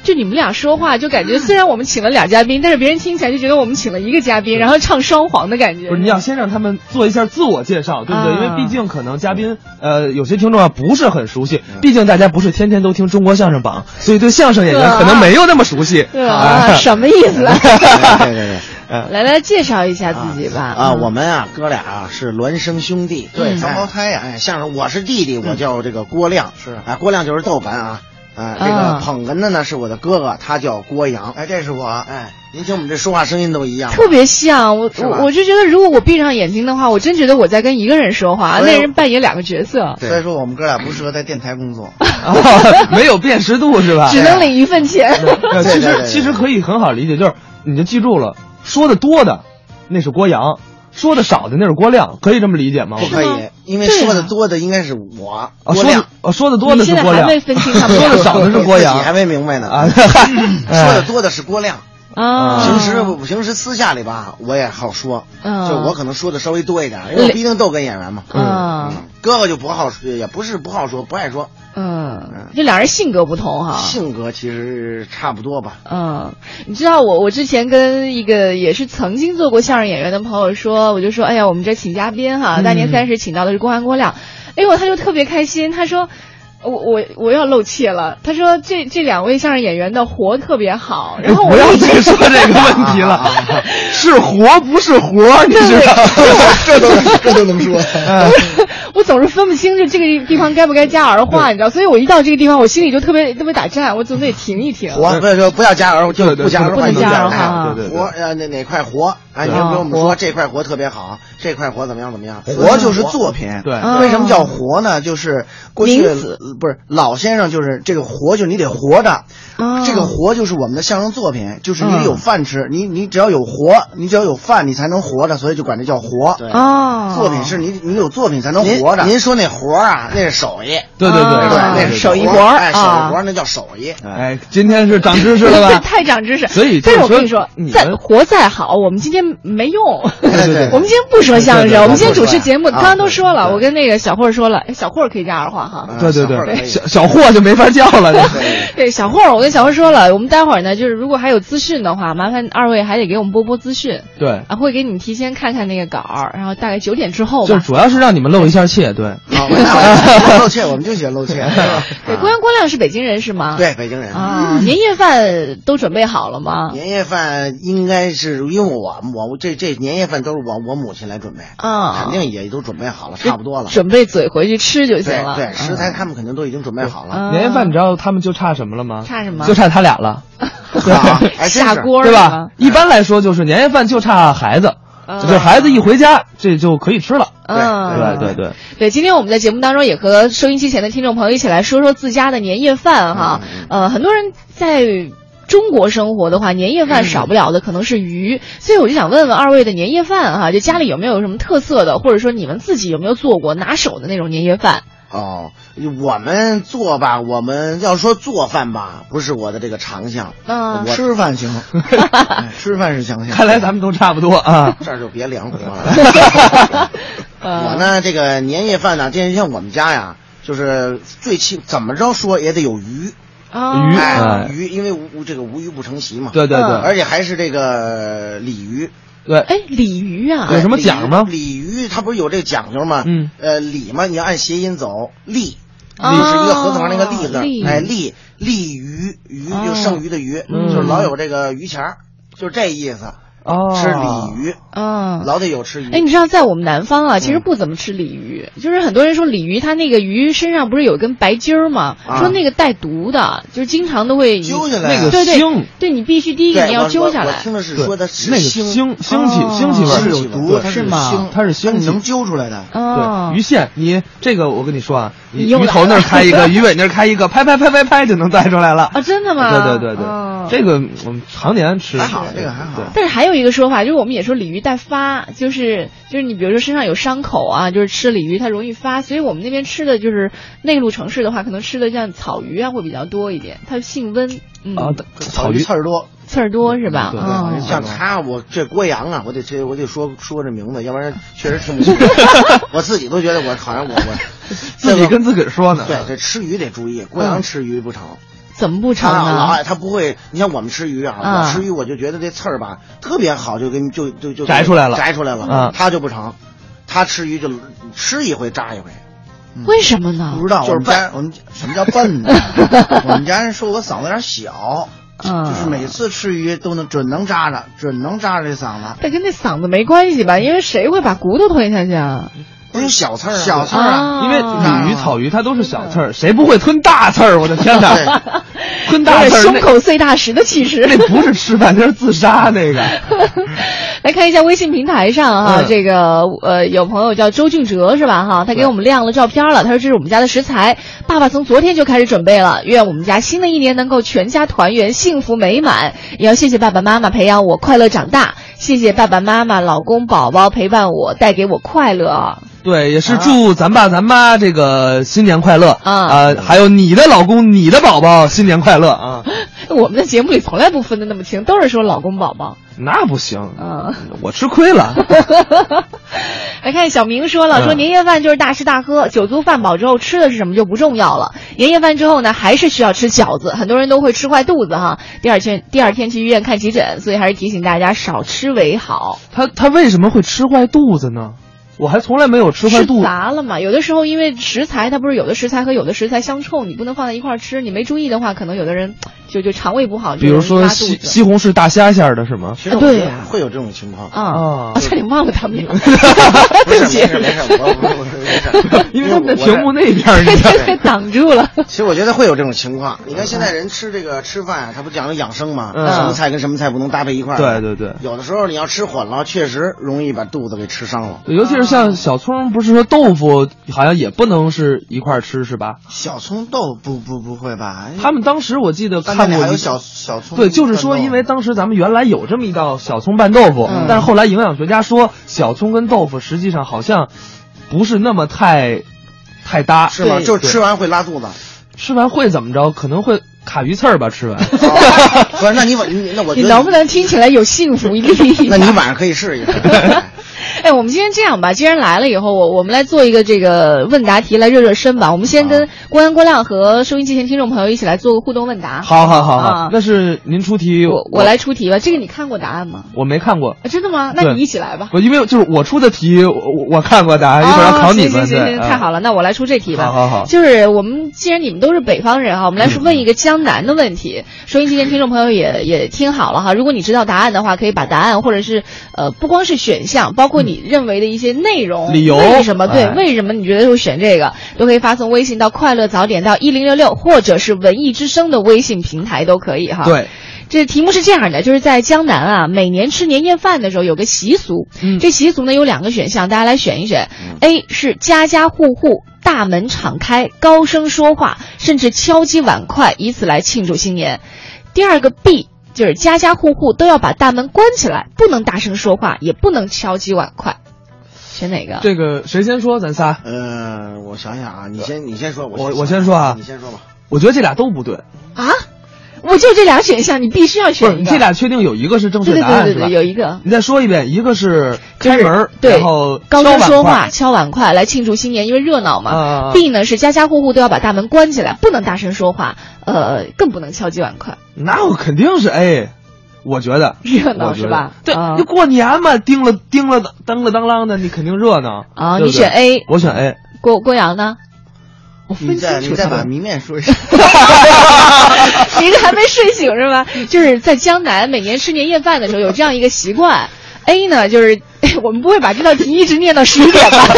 Speaker 1: 就你们俩说话，就感觉虽然我们请了俩嘉
Speaker 9: *laughs*
Speaker 1: 宾，但是别人听起来就觉得我们请了一个嘉宾，然后唱双簧的
Speaker 9: *laughs*
Speaker 1: 感觉。
Speaker 2: 不是你要先让他们做一下自我介绍，对不对？
Speaker 1: 啊
Speaker 2: 因为毕竟可能嘉宾呃有些听众啊不是很熟悉，
Speaker 1: 嗯
Speaker 2: 毕竟大家不是天天都听中国相声榜，所以对相声演员可能没有那么熟悉。
Speaker 1: 啊
Speaker 2: *laughs*
Speaker 1: 对啊，什么意思？
Speaker 9: 哎对对对
Speaker 10: 呃
Speaker 1: 来来介绍一下
Speaker 9: 啊
Speaker 1: 自己吧。
Speaker 9: 啊，我们啊哥俩啊是孪生兄弟，
Speaker 1: 对
Speaker 9: 哎
Speaker 1: 双
Speaker 10: 嗯胞胎呀嗯
Speaker 9: 哎，相声我是弟弟，我叫这个郭亮，是啊，郭亮就是豆瓣啊。啊，这
Speaker 1: 啊
Speaker 9: 个捧哏的呢是我的哥哥，他叫郭阳。哎，这是我。哎，您听我们这说话声音都一样。
Speaker 1: 特别像我，
Speaker 9: 是吧
Speaker 1: 我我就觉得，如果我闭上眼睛的话，我真觉得我在跟一个人说话，
Speaker 10: 所以
Speaker 1: 那人扮演两个角色，
Speaker 10: 所以说我们哥俩不适合在电台工作。
Speaker 2: 啊，没有辨识度是吧？
Speaker 1: 只能领一份钱。 *laughs*
Speaker 2: 呃
Speaker 9: 对
Speaker 2: *laughs* 其
Speaker 9: 对
Speaker 2: 实
Speaker 9: 对
Speaker 2: 其实可以很好理解，就是你就记住了，说的多的那是郭阳，说的少的那是郭亮，可以这么理解吗？
Speaker 9: *laughs* 不可
Speaker 1: 是吗
Speaker 9: 以，因为
Speaker 1: 对啊
Speaker 9: 说的多的应该是我，郭
Speaker 10: 哦
Speaker 2: 啊，说的
Speaker 9: 亮。
Speaker 2: 啊说的多的是郭亮，
Speaker 1: 你现在还没分清他们俩
Speaker 2: *laughs* 说的少的是郭阳
Speaker 9: 你还没明白呢
Speaker 2: 啊 *laughs*
Speaker 9: 说的多的是郭亮。
Speaker 1: 啊，
Speaker 9: 平时我平时私下里吧，我也好说，
Speaker 1: 嗯
Speaker 9: 就我可能说的稍微多一点，因为我毕竟逗哏演员嘛。
Speaker 1: 嗯
Speaker 9: 嗯哥哥就不好说，也不是不好说，不爱说，
Speaker 1: 嗯，这两人性格不同哈。
Speaker 9: 性格其实差不多吧。
Speaker 1: 嗯，你知道我我之前跟一个也是曾经做过相声演员的朋友说，我就说，哎呀，我们这请嘉宾
Speaker 9: 嗯
Speaker 1: 哈，大年三十请到的是郭涵郭亮，哎呦，他就特别开心，他说。我我我要露怯了，他说这这两位相声演员的活特别好，然后我
Speaker 2: 哎不要
Speaker 1: 就
Speaker 2: 再说这个
Speaker 9: *laughs*
Speaker 2: 问题
Speaker 9: 啊
Speaker 2: 了，是活不是活，你知道吗？
Speaker 9: 这都这都能说，嗯
Speaker 1: *laughs* 我总是分不清楚这个地方该不该加儿化，你知道，所以我一到这个地方，我心里就特别特别打颤，我总得停一
Speaker 10: 嗯
Speaker 1: 停。
Speaker 9: 活不是不要加儿，就
Speaker 2: 对对
Speaker 9: 不加儿
Speaker 2: 不
Speaker 9: 化
Speaker 1: 能
Speaker 9: 就
Speaker 1: 加儿
Speaker 9: 加
Speaker 1: 化啊
Speaker 9: 哎
Speaker 2: 对对对
Speaker 9: 活呃哪哪块活哎，你
Speaker 1: 对
Speaker 9: 就跟我们
Speaker 1: 啊
Speaker 9: 说这块活特别好，这块活怎么样怎么样，
Speaker 10: 活就是作品，
Speaker 2: 对
Speaker 1: 嗯
Speaker 10: 为什么叫活呢？就是过去
Speaker 1: 名词
Speaker 10: 呃不是老先生，就是这个活，就是你得活着。
Speaker 9: 哦
Speaker 1: 啊
Speaker 10: 这个活就是我们的相声作品，就是你
Speaker 1: 嗯
Speaker 10: 得有饭吃，你你只要有活，你只要有饭，你才能活着，所以就管这叫活。
Speaker 9: 对哦
Speaker 1: 啊，
Speaker 10: 作品是你你有作品才能
Speaker 9: 您
Speaker 10: 活着。
Speaker 9: 您说那活儿啊，那是手艺，
Speaker 2: 对对
Speaker 1: 啊
Speaker 2: 对
Speaker 9: 对，
Speaker 1: 啊
Speaker 9: 那是
Speaker 1: 手艺
Speaker 9: 艺
Speaker 1: 活儿
Speaker 9: 哎，手
Speaker 1: 啊
Speaker 9: 艺活儿那叫手艺。
Speaker 2: 哎，今天是长知识了吧？
Speaker 1: *laughs* 太长知识。
Speaker 2: 所以
Speaker 1: 但是我
Speaker 2: 就是
Speaker 1: 跟你说
Speaker 2: 说，你
Speaker 1: 再
Speaker 2: 们
Speaker 1: 活再好，我们今天没用。
Speaker 9: 对
Speaker 1: *laughs*
Speaker 9: 对
Speaker 1: 我们今天不说相
Speaker 2: 对对
Speaker 1: 声，
Speaker 2: 对
Speaker 1: 我们今天主
Speaker 9: 不
Speaker 1: 持
Speaker 9: 说啊
Speaker 1: 节目，刚刚都说了，
Speaker 9: 对嗯
Speaker 1: 我跟那个小霍儿说了，哎小霍儿可以加儿化哈。
Speaker 2: 对对
Speaker 9: 啊小伙儿可
Speaker 2: 对，
Speaker 9: 以
Speaker 2: 小小霍就没法叫了。这
Speaker 1: *laughs* 对小霍儿，我跟小霍儿说了，我们待会儿呢，就是如果还有资讯的话，麻烦二位还得给我们播播资讯，
Speaker 2: 对，
Speaker 1: 啊，会给你们提前看看那个稿儿，然后大概九点之后
Speaker 2: 就
Speaker 1: 吧。
Speaker 2: 主要是让你们露一下怯，对。
Speaker 9: 好，
Speaker 10: 露怯，我们就喜欢露
Speaker 2: *laughs*
Speaker 10: 怯。
Speaker 1: 对，
Speaker 2: 嗯
Speaker 1: 郭阳郭亮是北京人是吗？
Speaker 9: 对，北京人。
Speaker 1: 啊，年夜饭都准备好了吗？
Speaker 9: 年夜饭应该是因为我我这这年夜饭都是我我母亲来准备，
Speaker 1: 啊
Speaker 9: 肯定也都准备好了，差不多了。
Speaker 1: 准备嘴回去吃就行
Speaker 9: 对
Speaker 1: 了。嗯
Speaker 9: 对，食材他们肯定都已经准备好了。
Speaker 1: 啊
Speaker 2: 年夜饭你知道他们就差什么了吗？
Speaker 1: 差什么
Speaker 2: 就差他俩
Speaker 9: *laughs*
Speaker 2: 了， *laughs*
Speaker 9: 啊还真
Speaker 1: 下
Speaker 9: 是嗯
Speaker 1: 锅儿
Speaker 2: 对
Speaker 1: 是吗
Speaker 2: 吧？一般来说就是年夜饭就差孩子，
Speaker 1: 啊
Speaker 2: 就是孩子一回家这就可以吃了。
Speaker 1: 嗯，
Speaker 2: 对对对
Speaker 1: 对，今天我们在节目当中也和收音机前的听众朋友一起来说说自家的年夜饭哈。
Speaker 9: 嗯
Speaker 1: 呃，很多人在中国生活的话，年夜饭少不了的可能是鱼，所以我就想问问二位的年夜饭哈，就家里有没有什么特色的，或者说你们自己有没有做过拿手的那种年夜饭？
Speaker 9: 哦，我们做吧，我们要说做饭吧，不是我的这个长项。
Speaker 1: 啊
Speaker 9: 我
Speaker 10: 吃
Speaker 9: *laughs*
Speaker 10: 饭行，哎吃饭是强项。
Speaker 2: 看来咱们都差不
Speaker 1: *laughs*
Speaker 2: 多啊。
Speaker 9: 这儿就别凉活
Speaker 1: 嗯
Speaker 9: 了。
Speaker 2: 嗯
Speaker 9: 我呢，这个年夜饭呢，这像我们家呀，就是最起怎么着说也得有鱼，
Speaker 1: 啊
Speaker 2: 鱼
Speaker 9: 哎
Speaker 2: 哎，
Speaker 9: 鱼，因为无这个无鱼不成席嘛。
Speaker 2: 对对对
Speaker 9: 啊嗯而且还是这个鲤鱼，
Speaker 2: 对，
Speaker 1: 哎，鲤鱼啊，
Speaker 2: 有什么讲吗
Speaker 9: 鲤鱼鲤鱼它不是有这讲究吗？
Speaker 2: 嗯，
Speaker 9: 呃，鲤嘛，你要按谐音走，利，
Speaker 1: 哦
Speaker 9: 利是一个禾字旁那个利字
Speaker 1: 利，
Speaker 9: 哎，利
Speaker 1: 哦
Speaker 9: 利鱼，鱼就剩余的鱼，
Speaker 2: 嗯
Speaker 9: 就是老有这个鱼钱儿，就是这意思。
Speaker 2: 哦
Speaker 9: 吃鲤鱼，
Speaker 1: 嗯，
Speaker 9: 老得有吃鱼。嗯
Speaker 1: 哎，你知道在我们南方啊，其实不怎么吃鲤鱼，就是很多人说鲤鱼它那个鱼身上不是有一根白筋儿吗？
Speaker 9: 啊
Speaker 1: 说那个带毒的，就是经常都会
Speaker 9: 揪下来
Speaker 2: 那个
Speaker 1: 对
Speaker 2: 腥
Speaker 1: 对，对你必须第一个
Speaker 9: 对
Speaker 1: 你
Speaker 9: 我
Speaker 1: 要
Speaker 9: 我
Speaker 1: 揪下
Speaker 9: 我
Speaker 1: 来。
Speaker 9: 听的是
Speaker 2: 对
Speaker 9: 说的是
Speaker 2: 那个
Speaker 9: 腥
Speaker 2: 腥腥气
Speaker 1: 哦
Speaker 2: 腥气味儿
Speaker 9: 是有毒，
Speaker 2: 对
Speaker 9: 它
Speaker 1: 是吗
Speaker 9: 腥，
Speaker 2: 它是腥
Speaker 9: 你
Speaker 2: 气
Speaker 9: 能揪出来的。
Speaker 1: 哦
Speaker 2: 对，鱼线，你这个我跟你说啊，
Speaker 1: 你
Speaker 2: 你
Speaker 1: 又来
Speaker 2: 鱼头那儿
Speaker 1: 了
Speaker 2: 开一
Speaker 9: *laughs*
Speaker 2: 个，鱼尾那儿开一个，拍拍拍拍拍就能带出来了。
Speaker 1: 啊，真的吗？
Speaker 2: 对对对对，
Speaker 1: 哦
Speaker 2: 这个我们常年吃。
Speaker 9: 还好这个还好
Speaker 2: 对
Speaker 1: 但是还有一个说法，就是我们也说鲤鱼带发，就是就是你比如说身上有伤口啊，就是吃鲤鱼它容易发，所以我们那边吃的就是内陆城市的话，可能吃的像草鱼啊会比较多一点，它性温，嗯，
Speaker 2: 啊，草鱼
Speaker 9: 刺儿多，
Speaker 1: 刺儿多是吧？
Speaker 2: 对对
Speaker 1: 嗯，
Speaker 9: 像他，我这郭阳啊，我得这我得说说这名字，要不然确实
Speaker 1: *laughs*
Speaker 9: 听不清。我自己都觉得我好像我我
Speaker 2: *laughs* 自己跟自个儿说呢。
Speaker 9: 对，这吃鱼得注意，郭阳吃鱼不成，
Speaker 1: 怎么不成
Speaker 9: 他老
Speaker 1: 呢？
Speaker 9: 爱他不会。你像我们吃鱼啊，
Speaker 1: 嗯
Speaker 9: 我吃鱼我就觉得这刺儿吧特别好，就跟就就就
Speaker 2: 摘出来了
Speaker 9: 摘出来
Speaker 2: 嗯
Speaker 9: 了。他就不成，他吃鱼就吃一回扎一回。
Speaker 1: 为什么呢
Speaker 10: 不？知道
Speaker 9: 就是
Speaker 10: 我们家我们什么叫笨呢？我们家人说我嗓子有点小，
Speaker 1: 嗯，
Speaker 10: 就是每次吃鱼都能准能扎着，准能扎着这嗓子。
Speaker 1: 但跟那嗓子没关系吧？因为谁会把骨头吞下去啊？
Speaker 9: 不是小刺儿啊，
Speaker 10: 小刺儿
Speaker 1: 哦
Speaker 10: 啊，
Speaker 2: 因为鲤鱼、草鱼它都是小刺儿，谁不会吞大刺儿？我的天
Speaker 1: *laughs*
Speaker 2: 哪！吞
Speaker 1: 有
Speaker 2: 大
Speaker 1: 点
Speaker 2: 刺儿，
Speaker 1: 胸
Speaker 2: 那
Speaker 1: 口碎大石的气势。
Speaker 2: 那不是吃饭，那是自杀。
Speaker 1: *laughs*
Speaker 2: 那个
Speaker 1: 来看一下微信平台上哈，
Speaker 2: 嗯
Speaker 1: 这个呃有朋友叫周俊哲是吧哈，他给我们亮了照片了，他说这是我们家的食材，爸爸从昨天就开始准备了，愿我们家新的一年能够全家团圆，幸福美满，也要谢谢爸爸妈妈培养我快乐长大，谢谢爸爸妈妈、老公、宝宝陪伴我，带给我快乐。啊
Speaker 2: 对，也是祝咱爸咱妈这个新年快乐
Speaker 1: 嗯
Speaker 2: 呃还有你的老公、你的宝宝新年快乐啊！
Speaker 1: *laughs* 我们的节目里从来不分的那么清，都是说老公宝宝。
Speaker 2: 那不行，
Speaker 1: 嗯，
Speaker 2: 我吃亏了。
Speaker 1: *laughs* 来看小明说了，
Speaker 2: 嗯
Speaker 1: 说年夜饭就是大吃大喝，酒足饭饱之后吃的是什么就不重要了。年夜饭之后呢，还是需要吃饺子，很多人都会吃坏肚子哈。第二天第二天去医院看急诊，所以还是提醒大家少吃为好。
Speaker 2: 他他为什么会吃坏肚子呢？我还从来没有吃坏肚
Speaker 1: 吃
Speaker 2: 子。
Speaker 1: 砸了嘛？有的时候因为食材，它不是有的食材和有的食材相冲，你不能放在一块儿吃。你没注意的话，可能有的人就就肠胃不好，就
Speaker 2: 比如
Speaker 1: 容易
Speaker 2: 说
Speaker 1: 拉肚
Speaker 2: 西
Speaker 1: 子啊
Speaker 2: 西红柿大虾馅儿的是吗？
Speaker 9: 其实我
Speaker 1: 对
Speaker 9: 觉得
Speaker 1: 呀
Speaker 9: 会有这种情况。
Speaker 1: 啊
Speaker 2: 啊，
Speaker 1: 我差点忘了他
Speaker 2: *laughs*
Speaker 1: 们了，对不
Speaker 9: 不是没
Speaker 1: 起，
Speaker 9: 事没事，我我我没事，
Speaker 2: 因为他们在
Speaker 9: 我
Speaker 2: 屏幕那边儿，你知道
Speaker 1: 对对，
Speaker 9: 嗯
Speaker 1: 挡住了。
Speaker 9: 其实我觉得会有这种情况。你看现在人吃这个吃饭啊，他不讲究养生吗？
Speaker 2: 嗯
Speaker 9: 什么菜跟什么菜不能搭配一块儿。
Speaker 2: 对对对
Speaker 9: 有的时候你要吃混了，确实容易把肚子给吃伤了。
Speaker 2: 对尤其是像小葱，不是说豆腐好像也不能是一块儿吃是吧？
Speaker 10: 小葱豆不不不会吧？
Speaker 2: 他们当时我记得
Speaker 10: 饭
Speaker 2: 看
Speaker 10: 店里
Speaker 2: 过
Speaker 10: 还有
Speaker 2: 一
Speaker 10: 小小葱
Speaker 2: 对，就是说，
Speaker 10: 拌豆
Speaker 2: 因为当时咱们原来有这么一道小葱拌豆腐，
Speaker 1: 嗯
Speaker 2: 但是后来营养学家说，小葱跟豆腐实际上好像不是那么太太搭，
Speaker 9: 是吗？
Speaker 2: 啊对
Speaker 9: 就是吃完会拉肚子。
Speaker 2: 吃完会怎么着？可能会卡鱼刺儿吧，吃完。 *laughs*
Speaker 9: 不是，那你晚你那
Speaker 1: *laughs*
Speaker 9: 我
Speaker 1: 你
Speaker 9: 觉得
Speaker 1: 能不能听起来有幸福力？
Speaker 9: 那你晚上可以试一
Speaker 2: *laughs*
Speaker 9: 试。
Speaker 1: *laughs* 哎，我们今天这样吧，既然来了以后，我我们来做一个这个问答题来热热身吧。我们先跟郭阳、郭亮和收音机前听众朋友一起来做个互动问答。，
Speaker 2: 好好好好，
Speaker 1: 啊
Speaker 2: 那是您出题，
Speaker 1: 我我来出题吧。这个你看过答案吗？
Speaker 2: 我没看过。
Speaker 1: 啊，真的吗？那
Speaker 2: 对
Speaker 1: 你一起来吧。
Speaker 2: 我因为就是我出的题，我我我看过答案，啊一会儿要考你
Speaker 1: 哦、行
Speaker 2: 们。嗯
Speaker 1: 行行
Speaker 2: 对，
Speaker 1: 行，太好
Speaker 2: 了。
Speaker 1: 了，那我来出这题吧。
Speaker 2: 好好好
Speaker 1: 就是我们既然你们都是北方人哈，我
Speaker 2: *laughs*
Speaker 1: 们来说问一个江南的问题。收音机前听众朋友也也听好了哈，如果你知道答案的话，可以把答案或者是呃，不光是选项，包括你认为的一些内容、
Speaker 2: 嗯理由
Speaker 1: 为什么对、
Speaker 2: 哎
Speaker 1: 为什么你觉得会选这个，都可以发送微信到快乐早点到一零六六，或者是文艺之声的微信平台都可以哈。。
Speaker 2: 对，
Speaker 1: 这题目是这样的，就是在江南啊，每年吃年夜饭的时候有个习俗，
Speaker 2: 嗯
Speaker 1: 这习俗呢有两个选项，大家来选一选。A
Speaker 9: 嗯
Speaker 1: 是家家户户大门敞开，高声说话，甚至敲击碗筷，以此来庆祝新年。第二个 B 就是家家户户都要把大门关起来，不能大声说话，也不能敲击碗筷。选哪个？
Speaker 2: 这个谁先说？咱仨，
Speaker 9: 呃，我想想啊，你先你先说，
Speaker 2: 我
Speaker 9: 我
Speaker 2: 我先说啊
Speaker 9: 你先说吧。
Speaker 2: 我觉得这俩都不对。
Speaker 1: 啊，我就这俩选项，你必须要
Speaker 2: 不是，
Speaker 1: 选一
Speaker 2: 你
Speaker 1: 个。
Speaker 2: 这俩确定有一个是正
Speaker 1: 对对
Speaker 2: 确答案
Speaker 1: 对对对，有
Speaker 2: 是吧？
Speaker 1: 一个。
Speaker 2: 你再说一遍，一个是开门儿，
Speaker 1: 对
Speaker 2: 然后
Speaker 1: 高
Speaker 2: 敲
Speaker 1: 声
Speaker 2: 碗
Speaker 1: 说
Speaker 2: 筷
Speaker 1: 话、敲碗筷来庆祝新年，因为热闹嘛。
Speaker 2: 啊啊啊
Speaker 1: B 呢是家家户户都要把大门关起来，不能大声说话，呃，更不能敲击碗筷，
Speaker 2: 那我肯定是 A，我觉得
Speaker 1: 热
Speaker 2: 我
Speaker 1: 闹
Speaker 2: 觉
Speaker 1: 是
Speaker 2: 得
Speaker 1: 吧？
Speaker 2: 对，
Speaker 1: 啊
Speaker 2: 你过年嘛，叮了叮了当了当啷的，你肯定热闹
Speaker 1: 啊
Speaker 2: 对不
Speaker 1: 你选
Speaker 2: 对
Speaker 1: A
Speaker 2: 我选 A。 *laughs*
Speaker 1: 郭郭阳呢？
Speaker 10: 你再你再把谜面说一下。
Speaker 1: 明一个还没睡醒是吧？就是在江南每年吃年夜饭的时候有这样一个习惯。A 呢，就是 *laughs* 我们不会把这道题一直念到十点吧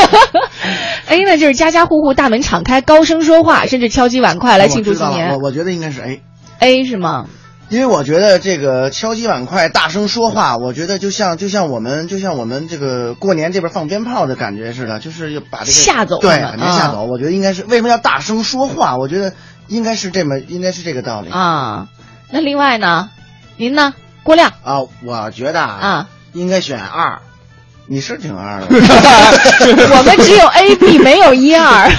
Speaker 1: ？A 呢，就是家家户户大门敞开，高声说话，甚至敲击碗筷来庆祝
Speaker 9: 哎我知
Speaker 1: 新
Speaker 9: 道了
Speaker 1: 年
Speaker 9: 我。我觉得应该是 A。
Speaker 1: A 是吗？
Speaker 9: 因为我觉得这个敲击碗筷、大声说话，我觉得就像就像我们就像我们这个过年这边放鞭炮的感觉似的，就是要把这个
Speaker 1: 吓走
Speaker 9: 对，
Speaker 1: 他们
Speaker 9: 没吓走。
Speaker 1: 啊
Speaker 9: 我觉得应该是为什么要大声说话？我觉得应该是这么，应该是这个道理
Speaker 1: 啊。那另外呢？您呢？郭亮
Speaker 9: 啊，我觉得
Speaker 1: 啊，
Speaker 9: 应该选二。你是挺二的，
Speaker 1: 我们
Speaker 2: *laughs*
Speaker 1: 只有 A、B，没有一二。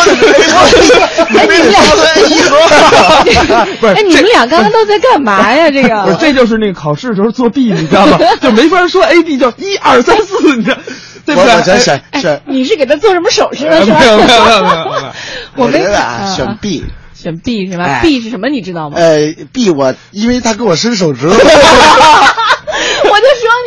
Speaker 1: 哎，你们俩 *laughs* 哎，你们俩刚刚都在干嘛
Speaker 2: *laughs*
Speaker 1: 呀？这
Speaker 2: 不是，
Speaker 1: 个
Speaker 2: 这就是那个考试的时候作弊，你
Speaker 1: *laughs*
Speaker 2: 知道吗？就没法说 A B 就一二三四，你知道，对不对？
Speaker 9: 我我觉得选
Speaker 2: 哎
Speaker 9: 选，
Speaker 1: 你是给他做什么手势
Speaker 2: 哎
Speaker 1: 了？是吧？
Speaker 2: 没有没有没有没有
Speaker 1: *laughs*
Speaker 2: 没有，
Speaker 1: *laughs* 我没
Speaker 9: 觉得啊，
Speaker 1: 啊
Speaker 9: 选 B。
Speaker 1: 选 B 是吧
Speaker 9: 哎
Speaker 1: ？B 是什么？你知道吗？
Speaker 9: 呃，B 我因为他给我伸手指头，
Speaker 1: 我就说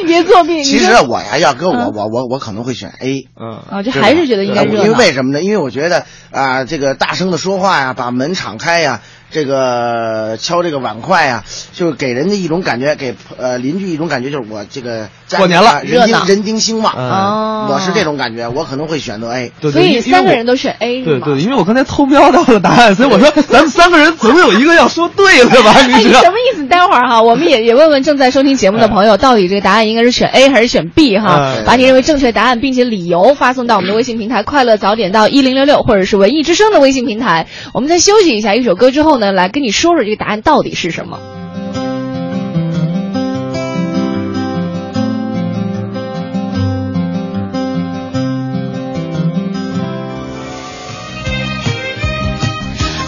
Speaker 1: 你别作弊。你
Speaker 9: *laughs* 其实
Speaker 1: 这
Speaker 9: 我呀，要搁我，我我我可能会选 A。
Speaker 2: 嗯，
Speaker 1: 啊，就还是觉得应该热
Speaker 9: 呃因为
Speaker 1: 闹。
Speaker 9: 为什么呢？因为我觉得啊、这个大声的说话呀，把门敞开呀，这个敲这个碗筷呀，就是给人家一种感觉，给呃邻居一种感觉，就是我这个家
Speaker 2: 过年了
Speaker 9: 啊
Speaker 1: 热
Speaker 9: 人
Speaker 1: 闹
Speaker 9: 丁人丁兴旺。
Speaker 2: 嗯
Speaker 1: 哦
Speaker 9: 我是这种感觉，我可能会选择 A。
Speaker 2: 对
Speaker 1: 所
Speaker 2: 对因
Speaker 1: 以
Speaker 2: 为
Speaker 1: 三个
Speaker 2: 我
Speaker 1: 人都选 A 是
Speaker 2: 哎对
Speaker 1: 吗？
Speaker 2: 对，因为我刚才偷瞄到了答案，所以我说咱们三个人总有一个要说对了吧？
Speaker 1: 哎，
Speaker 2: 你
Speaker 1: 你
Speaker 2: 知道
Speaker 1: 什？么意思？待会儿
Speaker 2: *laughs*
Speaker 1: 哈，我们也也问问正在收听节目的朋友，到底这个答案应该是选 A 还是选 B 哈
Speaker 2: 哎？
Speaker 1: 把你认为正确答案并且理由发送到我们的微信平台“快乐早点到一零六六”或者是“文艺之声”的微信平台。我们再休息一下，一首歌之后呢，来跟你说说这个答案到底是什么。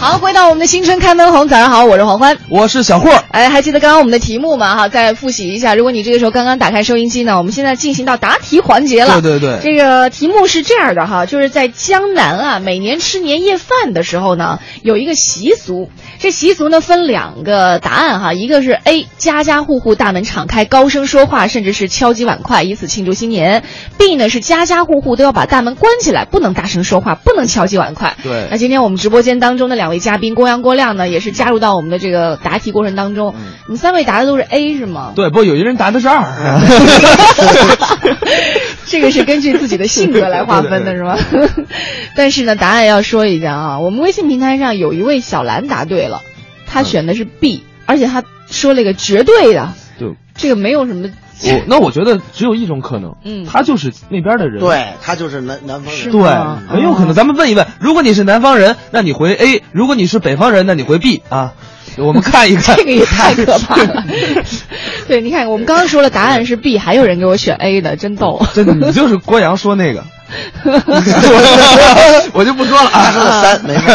Speaker 1: 好，回到我们的新春开门红，早上好，我是黄欢。
Speaker 2: 我是小霍，
Speaker 1: 哎，还记得刚刚我们的题目吗？哈，再复习一下。如果你这个时候刚刚打开收音机呢，我们现在进行到答题环节了。
Speaker 2: 对对对
Speaker 1: 这个题目是这样的哈，就是在江南啊，每年吃年夜饭的时候呢，有一个习俗。这习俗呢分两个答案哈，一个是 A，家家户户大门敞开，高声说话，甚至是敲击碗筷，以此庆祝新年；B 呢是家家户户都要把大门关起来，不能大声说话，不能敲击碗筷。
Speaker 2: 对
Speaker 1: 那今天我们直播间当中的两位嘉宾郭阳、郭亮呢，也是加入到我们的这个答题过程当中。
Speaker 2: 嗯
Speaker 1: 你们三位答的都是 A 是吗？
Speaker 2: 对，不，有一人答的是二，
Speaker 9: *laughs*
Speaker 1: 这个是根据自己的性格来划分的，是吗？ *laughs* 但是呢，答案要说一下啊，我们微信平台上有一位小兰答对了，她选
Speaker 2: 嗯
Speaker 1: 的是 B，、而且她说了一个绝对的，
Speaker 2: 对。
Speaker 1: 这个没有什么。
Speaker 2: 我那我觉得只有一种可能，
Speaker 1: 嗯
Speaker 2: 他就是那边的人，
Speaker 9: 对他就是南南方人。
Speaker 1: 是
Speaker 2: 对
Speaker 1: 吗，哦
Speaker 2: 很有可能。咱们问一问，如果你是南方人，那你回 A；如果你是北方人，那你回 B 啊。我们看一看，
Speaker 1: *laughs* 这个也太可
Speaker 2: *laughs*
Speaker 1: 怕了， *laughs* 对，你看，我们刚刚说了答案是 B，还有人给我选 A 的，真逗。 *laughs*
Speaker 2: 真的，你就是郭阳说
Speaker 9: *laughs*
Speaker 2: 那个，我就不说了啊。
Speaker 9: 他说的三，没事。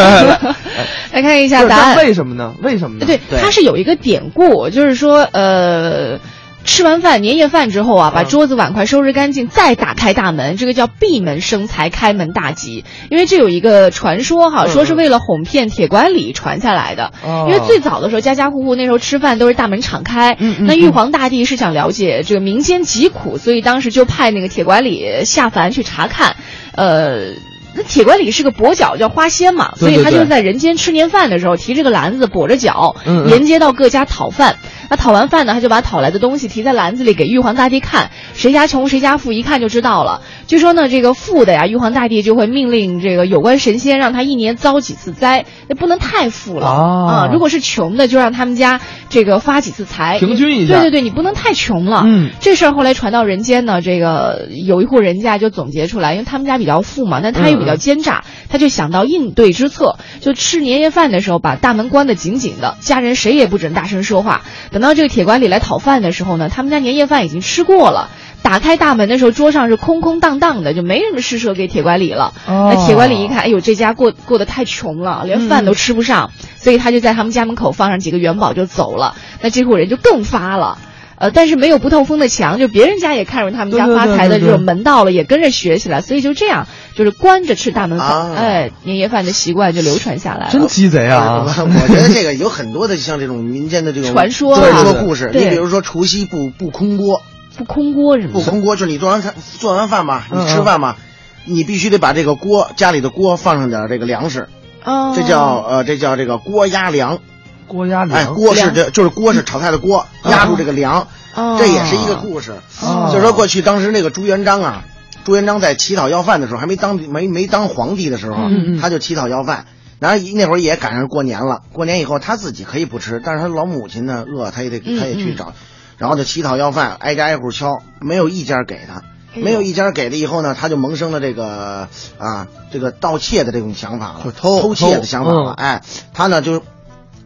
Speaker 1: 来看一
Speaker 2: 不
Speaker 1: 下
Speaker 2: 是
Speaker 1: 答案
Speaker 2: 但。为什么呢？为什么呢？
Speaker 1: 对，它是有一个典故，就是说，呃，吃完饭年夜饭之后
Speaker 2: 嗯
Speaker 1: 啊，把桌子碗筷收拾干净，再打开大门，这个叫闭门生财，开门大吉。因为这有一个传说哈，
Speaker 2: 嗯
Speaker 1: 说是为了哄骗铁拐李传下来的。
Speaker 2: 哦
Speaker 1: 因为最早的时候，家家户户那时候吃饭都是大门敞开。
Speaker 2: 嗯嗯
Speaker 1: 那
Speaker 2: 嗯
Speaker 1: 玉皇大帝是想了解这个民间疾苦，所以当时就派那个铁拐李下凡去查看，呃。那铁拐李是个跛脚，叫花仙嘛，所
Speaker 2: 对
Speaker 1: 以
Speaker 2: 对
Speaker 1: 他就
Speaker 2: 对
Speaker 1: 在人间吃年饭的时候提着个篮子，跛着脚，
Speaker 2: 嗯嗯
Speaker 1: 沿街到各家讨饭。那讨完饭呢，他就把讨来的东西提在篮子里给玉皇大帝看，谁家穷谁家富，一看就知道了。据说呢，这个富的呀，玉皇大帝就会命令这个有关神仙让他一年遭几次灾，那不能太富了
Speaker 2: 啊
Speaker 1: 啊、如果是穷的，就让他们家这个发几次财，
Speaker 2: 平均一下
Speaker 1: 对对对，你不能太穷了。
Speaker 2: 嗯
Speaker 1: 这事儿后来传到人间呢，这个有一户人家就总结出来，因为他们家比较富嘛，但他也比
Speaker 2: 嗯
Speaker 1: 较奸诈，他就想到应对之策，就吃年夜饭的时候把大门关得紧紧的，家人谁也不准大声说话。等到这个铁拐李来讨饭的时候呢，他们家年夜饭已经吃过了。打开大门的时候，桌上是空空荡荡的，就没什么施舍给铁拐李了。
Speaker 2: 哦嗯
Speaker 1: 那铁拐李一看，哎呦，这家过过得太穷了，连饭都吃不上，所以他就在他们家门口放上几个元宝就走了。那这户人就更发了。呃，但是没有不透风的墙，就别人家也看着他们家
Speaker 2: 对对
Speaker 1: 发
Speaker 2: 对
Speaker 1: 财的
Speaker 2: 对
Speaker 1: 这
Speaker 2: 对
Speaker 1: 种门道了，也跟着学起来，所以就这样，就是关着吃大门饭，
Speaker 9: 啊
Speaker 1: 哎，年夜饭的习惯就流传下来了。
Speaker 2: 真 *laughs* 鸡贼啊！
Speaker 9: 我 *laughs* 我觉得这个有很多的像这种民间的这种
Speaker 1: 传说啊
Speaker 9: 传说故事。
Speaker 1: 对
Speaker 9: 你比如说除夕不不空锅，
Speaker 1: 不空锅是吗
Speaker 9: 不？空锅就是你做完饭做完饭吧，
Speaker 2: 嗯
Speaker 9: 你吃饭吧，你必须得把这个锅家里的锅放上点这个粮食，
Speaker 1: 哦
Speaker 9: 这叫呃这叫这个锅压粮。
Speaker 2: 锅压
Speaker 9: 哎，
Speaker 2: 梁，
Speaker 9: 锅是这就是锅是炒菜的锅，
Speaker 1: 嗯
Speaker 9: 压住这个梁，
Speaker 2: 哦
Speaker 9: 这也是一个故事。
Speaker 10: 啊
Speaker 2: 哦
Speaker 9: 就说过去当时那个朱元璋啊，朱元璋在乞讨要饭的时候，还没当没没当皇帝的时候，啊
Speaker 2: 嗯嗯
Speaker 9: 他就乞讨要饭。然后一那会儿也赶上过年了，过年以后他自己可以不吃，但是他老母亲呢饿，他也
Speaker 10: 嗯
Speaker 9: 得他也去找，然后就乞讨要饭，挨家挨户敲，没有一家给他。
Speaker 10: 哎呦
Speaker 9: 没有一家给了以后呢，他就萌生了这个啊，这个盗窃的这种想法了，
Speaker 10: 偷
Speaker 9: 窃的想法了。
Speaker 10: 嗯
Speaker 9: 哎，他呢就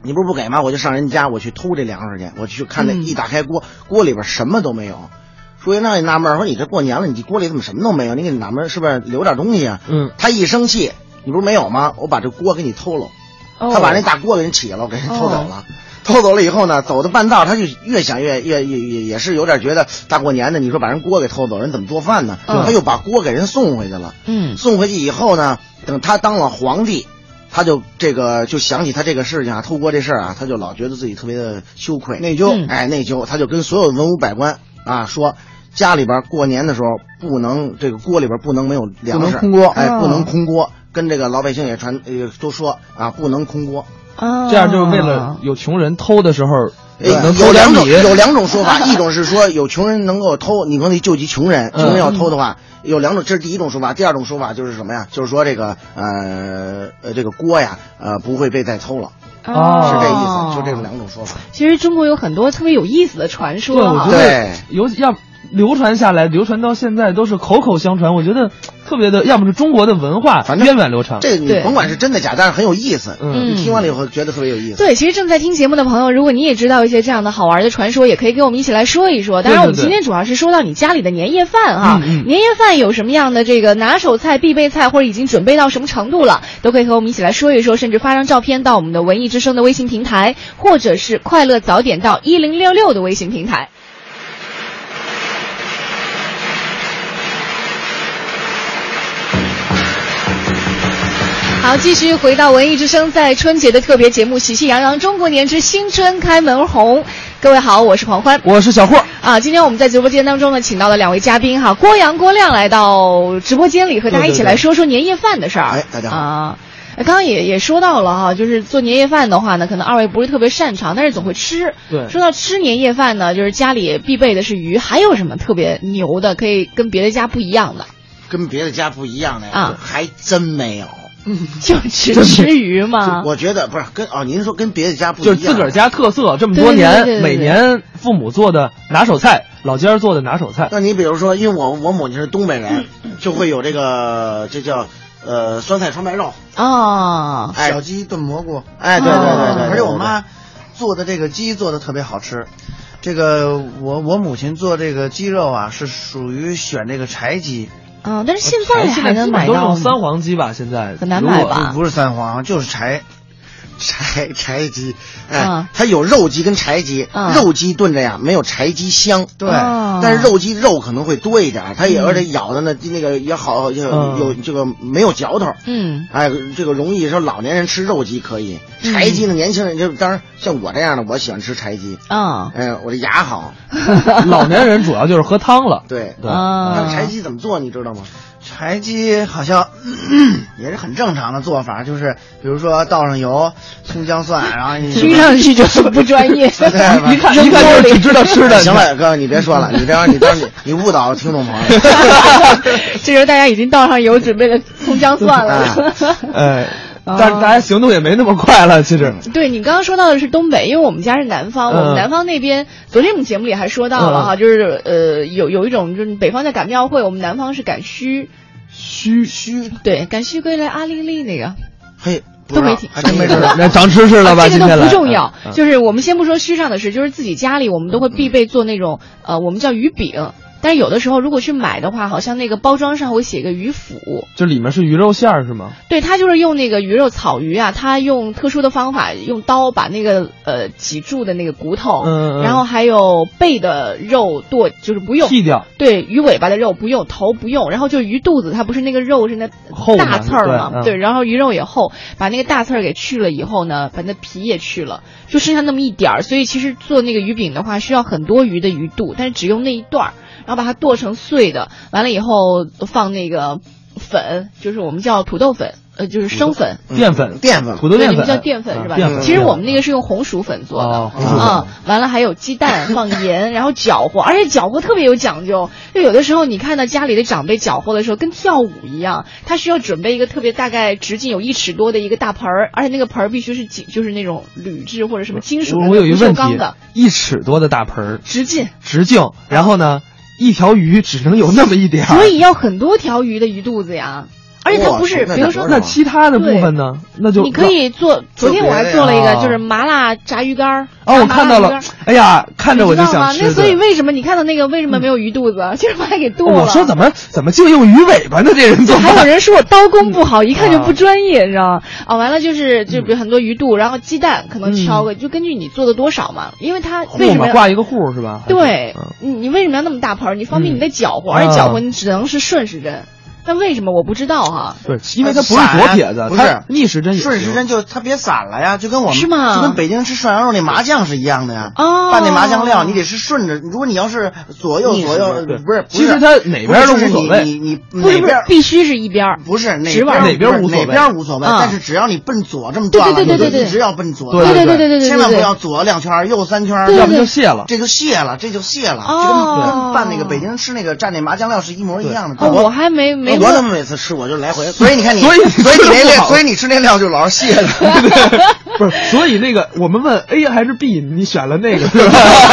Speaker 9: 你不是不给吗？我就上人家，我去偷这粮食去。我去看那
Speaker 10: 嗯
Speaker 9: 一打开锅，锅里边什么都没有。朱元璋也纳闷儿，说你这过年了，你这锅里怎么什么都没有？你给哪门是不是留点东西啊？
Speaker 2: 嗯，
Speaker 9: 他一生气，你不是没有吗？我把这锅给你偷了。
Speaker 2: 哦
Speaker 9: 他把那大锅给人起了，给人偷走了。偷走了以后呢，走到半道儿，他就越想越越也也也是有点觉得大过年的，你说把人锅给偷走，人怎么做饭呢？
Speaker 10: 嗯
Speaker 9: 他又把锅给人送回去了。
Speaker 10: 嗯
Speaker 9: 送回去以后呢，等他当了皇帝，他就这个就想起他这个事情啊，偷锅这事儿啊，他就老觉得自己特别的羞愧内疚，哎内疚，他就跟所有文武百官啊说。家里边过年的时候不能这个锅里边不能没有粮食，
Speaker 10: 不能空锅
Speaker 9: 哎，
Speaker 10: 哦
Speaker 9: 不能空锅，跟这个老百姓也传呃都说啊，不能空锅，哦
Speaker 10: 啊
Speaker 2: 这样就是为了有穷人偷的时候
Speaker 9: 哎
Speaker 2: 能
Speaker 9: 有
Speaker 2: 偷
Speaker 9: 两
Speaker 2: 点
Speaker 9: 种
Speaker 2: 米，
Speaker 9: 有两种 *laughs* 说法，一种是说有穷人能够偷，你可以救济穷人，
Speaker 2: 嗯
Speaker 9: 穷人要偷的话，有两种，这是第一种说法。第二种说法就是什么呀？就是说这个呃呃这个锅呀呃不会被再偷了，
Speaker 1: 哦
Speaker 9: 是这意思，就这种两种说法。
Speaker 1: 其实中国有很多特别有意思的传
Speaker 2: 对，
Speaker 1: 说
Speaker 2: 我
Speaker 1: 啊，
Speaker 2: 觉得尤其要流传下来，流传到现在都是口口相传，我觉得特别的，要么是中国的文化源远流长，
Speaker 9: 这你甭管是真的假，但是很有意思。
Speaker 2: 嗯
Speaker 9: 你听完了以后觉得特别有意思。
Speaker 1: 对，其实正在听节目的朋友，如果你也知道一些这样的好玩的传说，也可以跟我们一起来说一说。当然，
Speaker 9: 对对
Speaker 1: 我们今天主要是说到你家里的年夜饭哈，
Speaker 9: 嗯嗯
Speaker 1: 年夜饭有什么样的这个拿手菜、必备菜，或者已经准备到什么程度了，都可以和我们一起来说一说，甚至发张照片到我们的文艺之声的微信平台，或者是快乐早点到一零六六的微信平台。好，继续回到文艺之声在春节的特别节目《喜气洋洋中国年之新春开门红》。各位好，我是黄欢，
Speaker 2: 我是小霍。
Speaker 1: 啊，今天我们在直播间当中呢，请到了两位嘉宾哈，郭阳、郭亮来到直播间里和大家一起来说说年夜饭的事儿。哎，
Speaker 9: 大家
Speaker 1: 好啊。呃刚刚也也说到了哈，就是做年夜饭的话呢，可能二位不是特别擅长，但是总会吃。
Speaker 2: 对
Speaker 1: 说到吃年夜饭呢，就是家里必备的是鱼，还有什么特别牛的，可以跟别的家不一样的？
Speaker 9: 跟别的家不一样的呀，
Speaker 1: 啊
Speaker 9: 还真没有。
Speaker 2: 嗯
Speaker 1: 就只吃鱼吗？
Speaker 9: 我觉得不是跟哦，您说跟别的家不一
Speaker 2: 就
Speaker 9: 样，
Speaker 2: 是自个儿家特色，这么
Speaker 9: 对
Speaker 2: 多年
Speaker 9: 对对对对
Speaker 2: 每年父母做的拿手菜，老家儿做的拿手菜，
Speaker 9: 那你比如说，因为我我母亲是东北人，就会有这个这叫呃酸菜川白肉，
Speaker 1: 哦，
Speaker 9: 哎
Speaker 10: 小鸡炖蘑菇，哦
Speaker 9: 哎对对对对对对
Speaker 10: 而且我妈做的这个鸡做的特别好吃。这个我我母亲做这个鸡肉啊，是属于选这个柴鸡，
Speaker 1: 嗯，但是现在
Speaker 2: 现
Speaker 1: 还
Speaker 2: 在
Speaker 1: 能
Speaker 2: 基本
Speaker 1: 买
Speaker 2: 都是
Speaker 1: 到
Speaker 2: 用
Speaker 1: 吗
Speaker 2: 三黄鸡吧，现在
Speaker 1: 很难买吧
Speaker 9: 呃
Speaker 10: 不不是三黄，就是柴。
Speaker 9: 柴柴鸡，哎，
Speaker 1: 嗯
Speaker 10: 啊
Speaker 9: 它有肉鸡跟柴鸡，
Speaker 10: 啊
Speaker 9: 肉鸡炖着呀没有柴鸡香，
Speaker 10: 对哦
Speaker 9: 但是肉鸡肉可能会多一点，它也、
Speaker 10: 嗯
Speaker 9: 而且咬的呢那个也好有、
Speaker 10: 嗯
Speaker 9: 有这个没有嚼头，
Speaker 1: 嗯，
Speaker 9: 哎，这个容易说老年人吃肉鸡可以，柴鸡
Speaker 1: 嗯
Speaker 9: 呢年轻人就当然像我这样的我喜欢吃柴鸡，
Speaker 1: 啊、
Speaker 9: 哎，我的
Speaker 1: *laughs*
Speaker 9: 牙好，
Speaker 2: 老年人主要就是喝汤了。
Speaker 9: *laughs* 对
Speaker 2: 对
Speaker 1: 哦
Speaker 9: 那柴鸡怎么做你知道吗？
Speaker 10: 柴鸡好像 *clears throat* 咳也是很正常的做法，就是比如说倒上油、葱姜蒜，然后你
Speaker 1: 听上去就是不专业
Speaker 10: *laughs* 对
Speaker 1: 一看一看就是只知道吃的
Speaker 9: 行了，哥，你别说了，你这样你这样你你误导听众朋友。
Speaker 1: *laughs* 这时候大家已经倒上油，准备了葱姜蒜
Speaker 2: *laughs*
Speaker 1: 了。
Speaker 2: 哎，但是大家行动也没那么快了，其
Speaker 9: 嗯
Speaker 1: *laughs*
Speaker 2: 实。
Speaker 1: 对你刚刚说到的是东北，因为我们家是南方，
Speaker 2: 嗯
Speaker 1: 我们南方那边昨天我们节目里还说到了哈，就是呃有有一种就是北方在赶庙会，我们南方是赶虚，
Speaker 2: 虚
Speaker 9: 虚
Speaker 1: 对，赶虚归来阿丽丽那个。
Speaker 9: 嘿，
Speaker 1: 都没听，
Speaker 9: 还真
Speaker 1: *laughs*
Speaker 9: 没知道
Speaker 2: 那长知识了吧
Speaker 1: 啊这个
Speaker 2: 今天
Speaker 1: 都
Speaker 2: 来
Speaker 1: 不重要
Speaker 2: 嗯，嗯
Speaker 1: 就是我们先不说虚上的事，就是自己家里我们都会必备做那种呃，我们叫鱼饼，但是有的时候如果去买的话，好像那个包装上会写个鱼腐，
Speaker 2: 就里面是鱼肉馅儿是吗？
Speaker 1: 对，他就是用那个鱼肉草鱼啊，他用特殊的方法，用刀把那个呃脊柱的那个骨头，
Speaker 2: 嗯嗯
Speaker 1: 然后还有背的肉剁，就是不用
Speaker 2: 剃掉，
Speaker 1: 对，鱼尾巴的肉不用，头不用，然后就鱼肚子，它不是那个肉是那
Speaker 2: 厚嘛
Speaker 1: 大刺儿嘛，
Speaker 2: 对嗯
Speaker 1: 然后鱼肉也厚，把那个大刺儿给去了以后呢，把那皮也去了，就剩下那么一点儿，所以其实做那个鱼饼的话，需要很多鱼的鱼肚，但是只用那一段儿，然后把它剁成碎的，完了以后放那个粉，就是我们叫土豆粉。呃，就是生粉、
Speaker 2: 淀粉、
Speaker 9: 嗯淀粉嗯
Speaker 2: 土豆
Speaker 1: 对
Speaker 2: 淀
Speaker 1: 你
Speaker 2: 粉嗯
Speaker 1: 们叫淀粉是吧
Speaker 2: 淀粉？哦
Speaker 1: 其实我们那个是用红薯粉做的，
Speaker 2: 红薯粉
Speaker 1: 嗯，完了还有鸡蛋，放盐，然后搅和，而且搅和特别有讲究。就有的时候你看到家里的长辈搅和的时候，跟跳舞一样，他需要准备一个特别大概直径有一尺多的一个大盆儿，而且那个盆儿必须是金，就是那种铝制或者什么金属的
Speaker 2: 我我有一
Speaker 1: 不
Speaker 2: 个
Speaker 1: 锈
Speaker 2: 问
Speaker 1: 钢
Speaker 2: 题
Speaker 1: 的，，
Speaker 2: 一尺多的大盆儿，
Speaker 1: 直径，
Speaker 2: 直径，然后呢，一条鱼只能有那么一点儿，
Speaker 1: 所以要很多条鱼的鱼肚子呀。而且它不是，比如说
Speaker 2: 那其他的部分呢，那就
Speaker 1: 你可以做。昨天我还做了一个，就是麻辣炸鱼干儿。
Speaker 2: 哦，我看
Speaker 1: 麻辣
Speaker 2: 到了
Speaker 1: 鱼干儿，
Speaker 2: 哎呀，看着我就
Speaker 1: 你知道
Speaker 2: 想
Speaker 1: 吗？
Speaker 2: 吃
Speaker 1: 那
Speaker 2: 的。
Speaker 1: 所以为什么你看到那个为什么没有鱼肚子？ *laughs* 就是把它给剁了。
Speaker 2: 哦我说怎么怎么就用鱼尾巴呢？这人嗯怎么
Speaker 1: 还
Speaker 2: 办
Speaker 1: 有人说我刀工不好，一看就不专业，你知道吗？啊，完了就是
Speaker 2: 嗯
Speaker 1: 就比如很多鱼肚，然后鸡蛋可能敲个，就根据你做的多少嘛，因为它为
Speaker 2: 户
Speaker 1: 什
Speaker 2: 嗯嘛
Speaker 1: 么要
Speaker 2: 挂一个户是吧？
Speaker 1: 对，你你为什么要那么大盆儿？你方便你的搅和，
Speaker 2: 嗯
Speaker 1: 而且搅和
Speaker 2: 啊
Speaker 1: 你只能是顺时针。那为什么我不知道哈？
Speaker 2: 对，因为它不是左撇子，
Speaker 9: 不
Speaker 2: 它
Speaker 9: 是
Speaker 2: 逆时针也行
Speaker 9: 顺时针就它别散了呀，就跟我们
Speaker 1: 是吗
Speaker 9: 就跟北京吃涮羊肉那麻酱是一样的呀。
Speaker 1: 哦
Speaker 9: 拌那麻酱料你得是顺着，如果你要是左右
Speaker 2: 逆时
Speaker 9: 左
Speaker 2: 针
Speaker 9: 右，
Speaker 2: 对
Speaker 9: 不是，
Speaker 2: 其实它哪边都
Speaker 9: 无
Speaker 2: 无所谓
Speaker 9: 你你
Speaker 1: 不是不是
Speaker 9: 哪边，
Speaker 1: 必须是一边儿，
Speaker 9: 不是哪
Speaker 1: 直
Speaker 9: 边
Speaker 1: 腕儿
Speaker 9: 哪
Speaker 2: 哪边无所谓嗯
Speaker 9: 哪边无所谓，
Speaker 1: 啊
Speaker 9: 但是只要你奔左这么转了，
Speaker 1: 对对对对对
Speaker 9: 你就
Speaker 1: 对
Speaker 9: 一直要奔左，
Speaker 2: 对对
Speaker 1: 对
Speaker 2: 对
Speaker 1: 对对
Speaker 9: 千万
Speaker 1: 对对
Speaker 9: 不要左两圈儿右三圈儿，
Speaker 1: 对
Speaker 2: 要不就卸了。
Speaker 9: 这就卸了，这就卸了，
Speaker 1: 哦
Speaker 9: 就跟跟拌那个北京人吃那个蘸那麻酱料是一模一样的。
Speaker 1: 哦，我还没没
Speaker 9: 我怎
Speaker 1: 问
Speaker 9: 么每次吃我就来回，所以你看你，
Speaker 2: 所以你
Speaker 9: 所以你那
Speaker 2: 吃不
Speaker 9: 料，
Speaker 2: 好
Speaker 9: 所以你吃那料就老是卸了。 *laughs*
Speaker 2: 不是，所以那个我们问 A 还是 B，你选
Speaker 9: *laughs*
Speaker 2: 了那个，对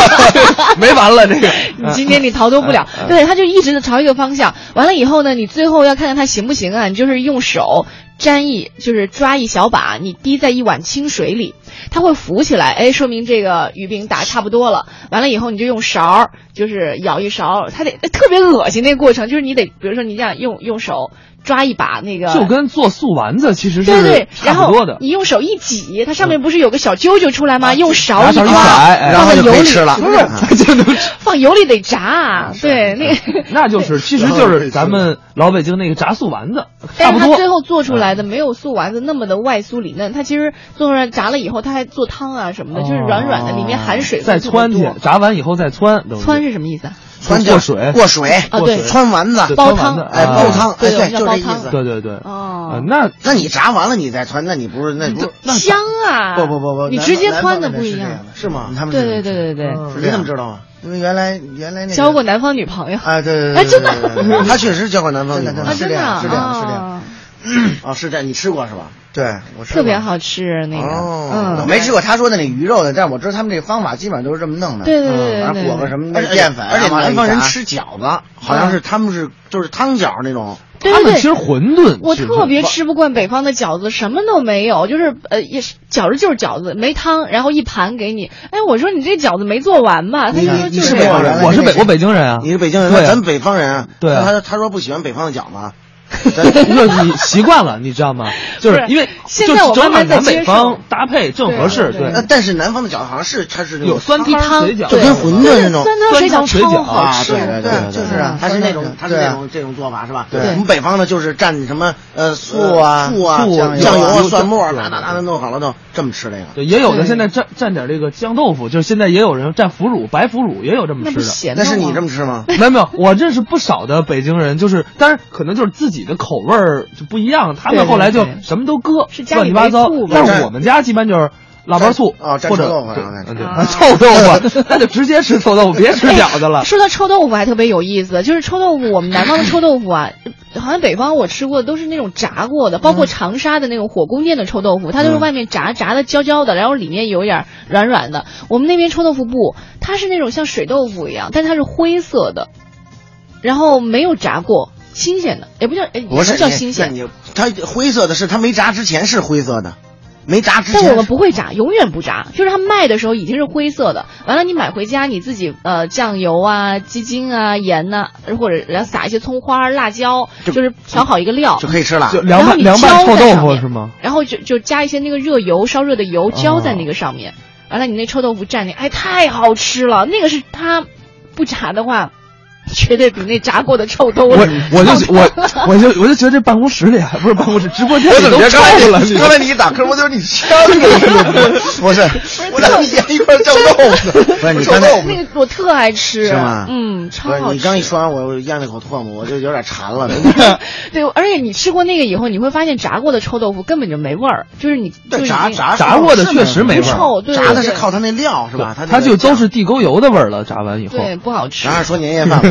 Speaker 2: 吧没完了这个。
Speaker 1: *laughs*
Speaker 2: 嗯
Speaker 1: 你今天你逃脱不
Speaker 2: 啊
Speaker 1: 了，对，他就一直朝一个方向。完了以后呢，你最后要看看他行不行啊？你就是用手沾一，就是抓一小把，你滴在一碗清水里，它会浮起来，哎，说明这个鱼饼打差不多了。完了以后，你就用勺儿，就是舀一勺儿，它得特别恶心那个过程，就是你得，比如说你这样用用手抓一把那个，
Speaker 2: 就跟做素丸子其实
Speaker 1: 对
Speaker 2: 是
Speaker 1: 对，然
Speaker 2: 差不多
Speaker 1: 后
Speaker 2: 的。啊
Speaker 1: 你用手一挤，它上面不是有个小揪揪出来吗？用勺
Speaker 2: 拿
Speaker 1: 一
Speaker 2: 勺
Speaker 1: 抓，
Speaker 2: 一甩哎
Speaker 1: 放
Speaker 9: 然后
Speaker 1: 在
Speaker 9: 就
Speaker 1: 油
Speaker 9: 可以
Speaker 1: 里
Speaker 9: 吃了
Speaker 1: 不是，
Speaker 2: 就能吃
Speaker 1: 放油里得炸啊，对，那 *laughs* 个。
Speaker 2: 那就是，其实就是咱们老北京那个炸素丸子，差
Speaker 1: 但
Speaker 2: 不
Speaker 1: 是它
Speaker 2: 多。
Speaker 1: 最后做出来的没有素丸子那么的外酥里嫩，它其实做出来炸了以后，它还做汤啊什么的，就是软 *laughs* 软的，里面含水
Speaker 2: 哦再
Speaker 1: 分特别
Speaker 2: 汆
Speaker 1: 多
Speaker 2: 去，。炸完以后再汆。等于
Speaker 1: 汆是什么意思啊？
Speaker 9: 穿
Speaker 2: 过水
Speaker 9: 过水
Speaker 1: 啊对
Speaker 9: 穿丸子
Speaker 2: 对
Speaker 1: 煲
Speaker 2: 汆丸
Speaker 1: 汤
Speaker 2: 子
Speaker 9: 哎，
Speaker 2: 啊
Speaker 9: 煲汤，哎，
Speaker 1: 对我们
Speaker 9: 对，
Speaker 1: 叫
Speaker 9: 就这意
Speaker 1: 煲汤
Speaker 9: 思。
Speaker 2: 对对对。
Speaker 1: 哦
Speaker 2: 啊，那
Speaker 9: 那你炸完了你再穿，那你不是那不是
Speaker 1: 香啊！
Speaker 9: 不不不不，
Speaker 1: 你
Speaker 9: 南
Speaker 1: 直接
Speaker 9: 南
Speaker 1: 汆
Speaker 9: 方
Speaker 1: 的
Speaker 9: 那
Speaker 1: 不
Speaker 9: 边
Speaker 1: 一
Speaker 9: 是这
Speaker 1: 样
Speaker 9: 样。的，是吗？他们
Speaker 1: 对对对对对，
Speaker 9: 对你怎么知道啊？
Speaker 10: 因为原来原来那个
Speaker 1: 交过南方女朋友
Speaker 10: 啊，对对
Speaker 1: 哎
Speaker 10: 对
Speaker 1: 真
Speaker 10: 对
Speaker 1: 的
Speaker 10: 对对对，
Speaker 9: 他确实交过南方女
Speaker 10: 真的
Speaker 9: 朋
Speaker 10: 真
Speaker 9: 友，
Speaker 10: 的
Speaker 1: 啊，
Speaker 9: 是
Speaker 1: 真
Speaker 9: 这
Speaker 1: 的
Speaker 9: 样，
Speaker 1: 啊
Speaker 9: 是这样，是这样。
Speaker 1: 哦
Speaker 9: 哦，是这样，你吃过是吧？
Speaker 10: 对，我吃
Speaker 1: 特别
Speaker 10: 过。
Speaker 1: 好吃那
Speaker 9: 哦，
Speaker 1: 个，
Speaker 9: 我
Speaker 1: 嗯，
Speaker 9: 没吃过他说的那鱼肉的，但我知道他们这个方法基本上都是这么弄的。
Speaker 1: 对对对对
Speaker 9: 然后
Speaker 1: 对
Speaker 9: 裹个什么
Speaker 10: 而且
Speaker 9: 淀粉啊，
Speaker 10: 而且
Speaker 9: 往
Speaker 10: 南
Speaker 9: 里
Speaker 10: 方人
Speaker 9: 炸
Speaker 10: 吃饺子，
Speaker 9: 好像是他们是就是汤饺那种，
Speaker 1: 嗯对
Speaker 2: 他
Speaker 1: 对
Speaker 2: 们
Speaker 1: 对
Speaker 2: 其。实馄饨，
Speaker 1: 我特别吃不惯北方的饺子，什么都没有，就是呃，也是饺子就是饺子，没汤，然后一盘给你。哎，我说你这饺子没做完吧？他就说
Speaker 9: 你
Speaker 1: 啊就是是
Speaker 9: 北
Speaker 1: 这样
Speaker 9: 方人
Speaker 2: 我是北我北京人啊，
Speaker 9: 你是北京人，
Speaker 2: 对啊
Speaker 9: 那咱北方人，
Speaker 2: 对啊
Speaker 9: 那他他说不喜欢北方的饺子，
Speaker 2: *laughs* 那
Speaker 9: *laughs*
Speaker 2: 你习惯了，你知道吗？就
Speaker 1: 不
Speaker 2: 是
Speaker 1: 是
Speaker 2: 因为
Speaker 1: 现
Speaker 2: 就
Speaker 1: 在我
Speaker 2: 正
Speaker 1: 慢
Speaker 2: 好
Speaker 1: 慢在
Speaker 2: 南北
Speaker 1: 接
Speaker 2: 方
Speaker 1: 受
Speaker 2: 搭配正合适，
Speaker 1: 对对
Speaker 9: 那
Speaker 2: 对，
Speaker 9: 但是南方的饺子好像是它是那种
Speaker 2: 有酸
Speaker 1: 一汤
Speaker 2: 汤水饺，
Speaker 9: 就跟馄饨那种
Speaker 1: 酸汤水饺超好
Speaker 9: 啊，
Speaker 1: 吃，
Speaker 9: 对对对，就是啊
Speaker 1: 嗯，
Speaker 9: 它是那种它是那
Speaker 10: 对啊
Speaker 9: 种这种做法是吧？
Speaker 10: 对
Speaker 9: 我们北方呢就是蘸什么呃
Speaker 10: 醋啊
Speaker 9: 醋啊
Speaker 2: 醋
Speaker 9: 酱油
Speaker 2: 酱油
Speaker 9: 啊
Speaker 2: 啊
Speaker 9: 蒜末啊，
Speaker 2: 对
Speaker 9: 哒哒哒的弄好了都这么吃这个。
Speaker 2: 对，也有的现在蘸蘸点这个酱豆腐，就是现在也有人蘸腐乳、白腐乳，也有这么
Speaker 1: 那
Speaker 2: 吃
Speaker 1: 不
Speaker 2: 的。
Speaker 1: 咸的
Speaker 9: 那
Speaker 1: 吗？
Speaker 9: 是你这么吃吗？
Speaker 2: 没有没有，我认识不少的北京人，就是当然可能就是自己的口味儿就不一样，他
Speaker 1: 对
Speaker 2: 们
Speaker 1: 对
Speaker 2: 后来就
Speaker 1: 对
Speaker 2: 什么都搁，
Speaker 1: 是家
Speaker 2: 乱
Speaker 1: 里
Speaker 2: 七八
Speaker 1: 没
Speaker 2: 糟
Speaker 1: 醋吧。
Speaker 2: 但是我们家一般就是腊八啊醋
Speaker 9: 蘸哦蘸
Speaker 2: 或者
Speaker 9: 臭豆腐
Speaker 2: 对
Speaker 9: 然后再吃
Speaker 2: 嗯对
Speaker 1: 啊
Speaker 2: 臭
Speaker 9: *laughs*
Speaker 2: 豆腐，那就直接吃臭豆腐，别
Speaker 9: 哎
Speaker 2: 吃饺子了。
Speaker 1: 说到臭豆腐还特别有意思，就是臭豆腐，我们南方的臭豆腐啊，好像北方我吃过的都是那种炸过的，包
Speaker 9: 嗯
Speaker 1: 括长沙的那种火宫殿的臭豆腐，它都是外面炸炸的焦焦的，然后里面有一点软软的。我们那边臭豆腐不，它是那种像水豆腐一样，但它是灰色的，然后没有炸过，新鲜的，也不叫哎，
Speaker 9: 不
Speaker 1: 什
Speaker 9: 是
Speaker 1: 么叫新鲜？
Speaker 9: 你它灰色的是它没炸之前是灰色的，没炸之前
Speaker 1: 但
Speaker 9: 是。
Speaker 1: 我们不会炸，永远不炸。就是它卖的时候已经是灰色的，完了你买回家你自己呃酱油啊、鸡精啊、盐呐、或者然后撒一些葱花、辣椒，就是调好一个料
Speaker 9: 就，可以吃了。
Speaker 2: 就
Speaker 1: 然
Speaker 2: 凉
Speaker 1: 后
Speaker 2: 拌
Speaker 1: 你
Speaker 2: 凉拌
Speaker 1: 浇
Speaker 2: 臭
Speaker 1: 在
Speaker 2: 豆
Speaker 1: 上
Speaker 2: 腐
Speaker 1: 面
Speaker 2: 是吗？？
Speaker 1: 然后就就加一些那个热油，烧热的
Speaker 9: 哦
Speaker 1: 油浇在那个上面，完了你那臭豆腐蘸那，哎，太好吃了。那个是它不炸的话， *laughs* 绝对比那炸过的臭多
Speaker 2: 我
Speaker 1: 了。
Speaker 2: 我就我我就我就觉得这办公室里啊不是办公室，直播间
Speaker 9: 我
Speaker 2: 里
Speaker 9: 怎
Speaker 2: 都
Speaker 9: 么觉得
Speaker 2: 臭
Speaker 9: 刚才
Speaker 2: 了。
Speaker 9: 刚才你一打嗝，我就是你呛
Speaker 1: *laughs*
Speaker 2: *laughs*
Speaker 9: 着我，不是，我俩眼一块长肉呢，*laughs*
Speaker 10: 不是你
Speaker 9: 臭
Speaker 10: 刚才
Speaker 9: 豆腐
Speaker 1: 那个我特爱吃，
Speaker 9: 是吗？
Speaker 1: 嗯，超
Speaker 9: 不是
Speaker 1: 好
Speaker 9: 你
Speaker 1: 吃
Speaker 9: 刚。一说完，我我咽了口唾沫，我就有点馋 *laughs* 了。
Speaker 1: 对，而且你吃过那个以后，你会发现炸过的臭豆腐根本就没味儿，就是你就
Speaker 9: 对，
Speaker 1: 已
Speaker 9: 炸
Speaker 1: 经
Speaker 9: 炸
Speaker 2: 炸过的确实没味
Speaker 9: 不
Speaker 2: 儿
Speaker 1: 臭对
Speaker 9: 炸的是
Speaker 1: 对
Speaker 9: 靠它那料 *laughs* 是吧？它
Speaker 2: 它
Speaker 9: 它
Speaker 2: 就都是地沟油的味儿了，炸完以后。
Speaker 1: 对不好吃。
Speaker 9: 然后说年夜饭，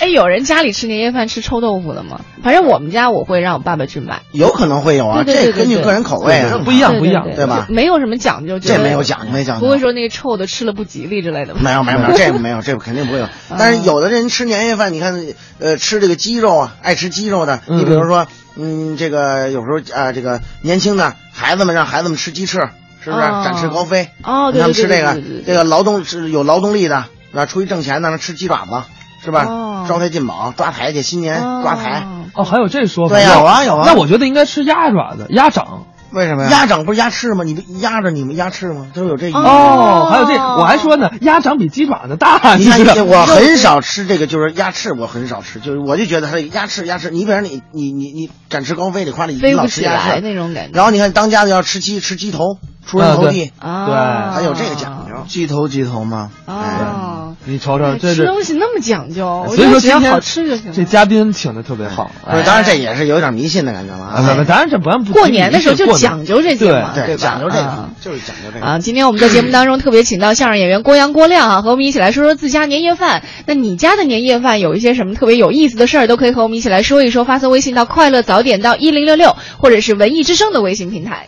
Speaker 1: 哎，有人家里吃年夜饭吃臭豆腐的吗？反正我们家我会让我爸爸去买，
Speaker 9: 有可能会有啊，
Speaker 1: 对对对
Speaker 9: 这根据
Speaker 1: 对
Speaker 9: 个人口味啊
Speaker 2: 对不一样
Speaker 1: 对
Speaker 2: 不一样
Speaker 1: 对
Speaker 9: 对吧
Speaker 1: 就没有什么讲究，觉
Speaker 9: 这
Speaker 1: 得
Speaker 9: 没有讲究，没讲究，
Speaker 1: 不会说那个臭的吃了不吉利之类的吧？
Speaker 9: 没有没有没有，
Speaker 1: *laughs*
Speaker 9: 这个没有，这个肯定不会有。
Speaker 1: 嗯
Speaker 9: 但是有的人吃年夜饭，你看，呃，吃这个鸡肉啊，爱吃鸡肉的，
Speaker 2: 嗯
Speaker 9: 你比如说，嗯，这个有时候啊、这个年轻的孩子们让孩子们吃鸡翅，是不是
Speaker 1: 哦
Speaker 9: 展翅高飞？
Speaker 1: 哦对
Speaker 9: 让他们
Speaker 1: 对
Speaker 9: 吃
Speaker 1: 对
Speaker 9: 这
Speaker 1: 对
Speaker 9: 个
Speaker 1: 对对
Speaker 9: 这个劳动是有劳动力的，啊，出去挣钱的让他吃鸡爪子，是吧？
Speaker 1: 哦
Speaker 9: 招财进宝，抓财去，新年抓财，
Speaker 1: 哦
Speaker 2: 哦，还有这说法？
Speaker 9: 对呀有啊有啊
Speaker 2: 那我觉得应该吃鸭爪子、鸭掌。
Speaker 10: 为什么
Speaker 9: 鸭掌不是鸭翅吗？你不压着你们鸭翅吗？都有这一。
Speaker 2: 哦，还有这，我还说呢，鸭掌比鸡爪子大，
Speaker 9: 你
Speaker 2: 知道
Speaker 9: 看，我很少吃这个，就是鸭翅，我很少吃，就是我就觉得它这个鸭翅，鸭翅，你比方你你你你展翅高飞，你夸你
Speaker 1: 飞
Speaker 9: 老
Speaker 1: 不
Speaker 9: 吃
Speaker 1: 起
Speaker 9: 鸭
Speaker 1: 来
Speaker 9: 翅，
Speaker 1: 那种感觉
Speaker 9: 然后你看当家的要吃鸡，吃鸡头，出人头地，
Speaker 1: 啊，
Speaker 9: 还有这个讲究。
Speaker 10: 鸡头鸡头吗？
Speaker 1: 哦。
Speaker 2: 哎你瞅瞅，这
Speaker 1: 吃
Speaker 2: 是
Speaker 1: 东西那么讲究，哦我
Speaker 2: 所
Speaker 1: 觉
Speaker 2: 以
Speaker 1: 得只
Speaker 2: 说今
Speaker 1: 要
Speaker 2: 天
Speaker 1: 好吃就行了。
Speaker 2: 这嘉宾请的特别好，
Speaker 9: 不是，
Speaker 2: 哎，
Speaker 9: 当然这也是有点迷信的感觉了
Speaker 2: 啊，
Speaker 9: 啊。
Speaker 2: 咱咱这不按不
Speaker 1: 过年的时候就
Speaker 2: 过年
Speaker 1: 讲究这些嘛，
Speaker 2: 对
Speaker 9: 对，
Speaker 1: 吧
Speaker 9: 讲究这个
Speaker 1: 啊，
Speaker 9: 就是讲究这个。
Speaker 1: 啊，今天我们在节目当中特别请到相声演员郭阳、郭亮啊，和我们一起来说说自家年夜饭。那你家的年夜饭有一些什么特别有意思的事儿，都可以和我们一起来说一说。发送微信到快乐早点到一零六六，或者是文艺之声的微信平台。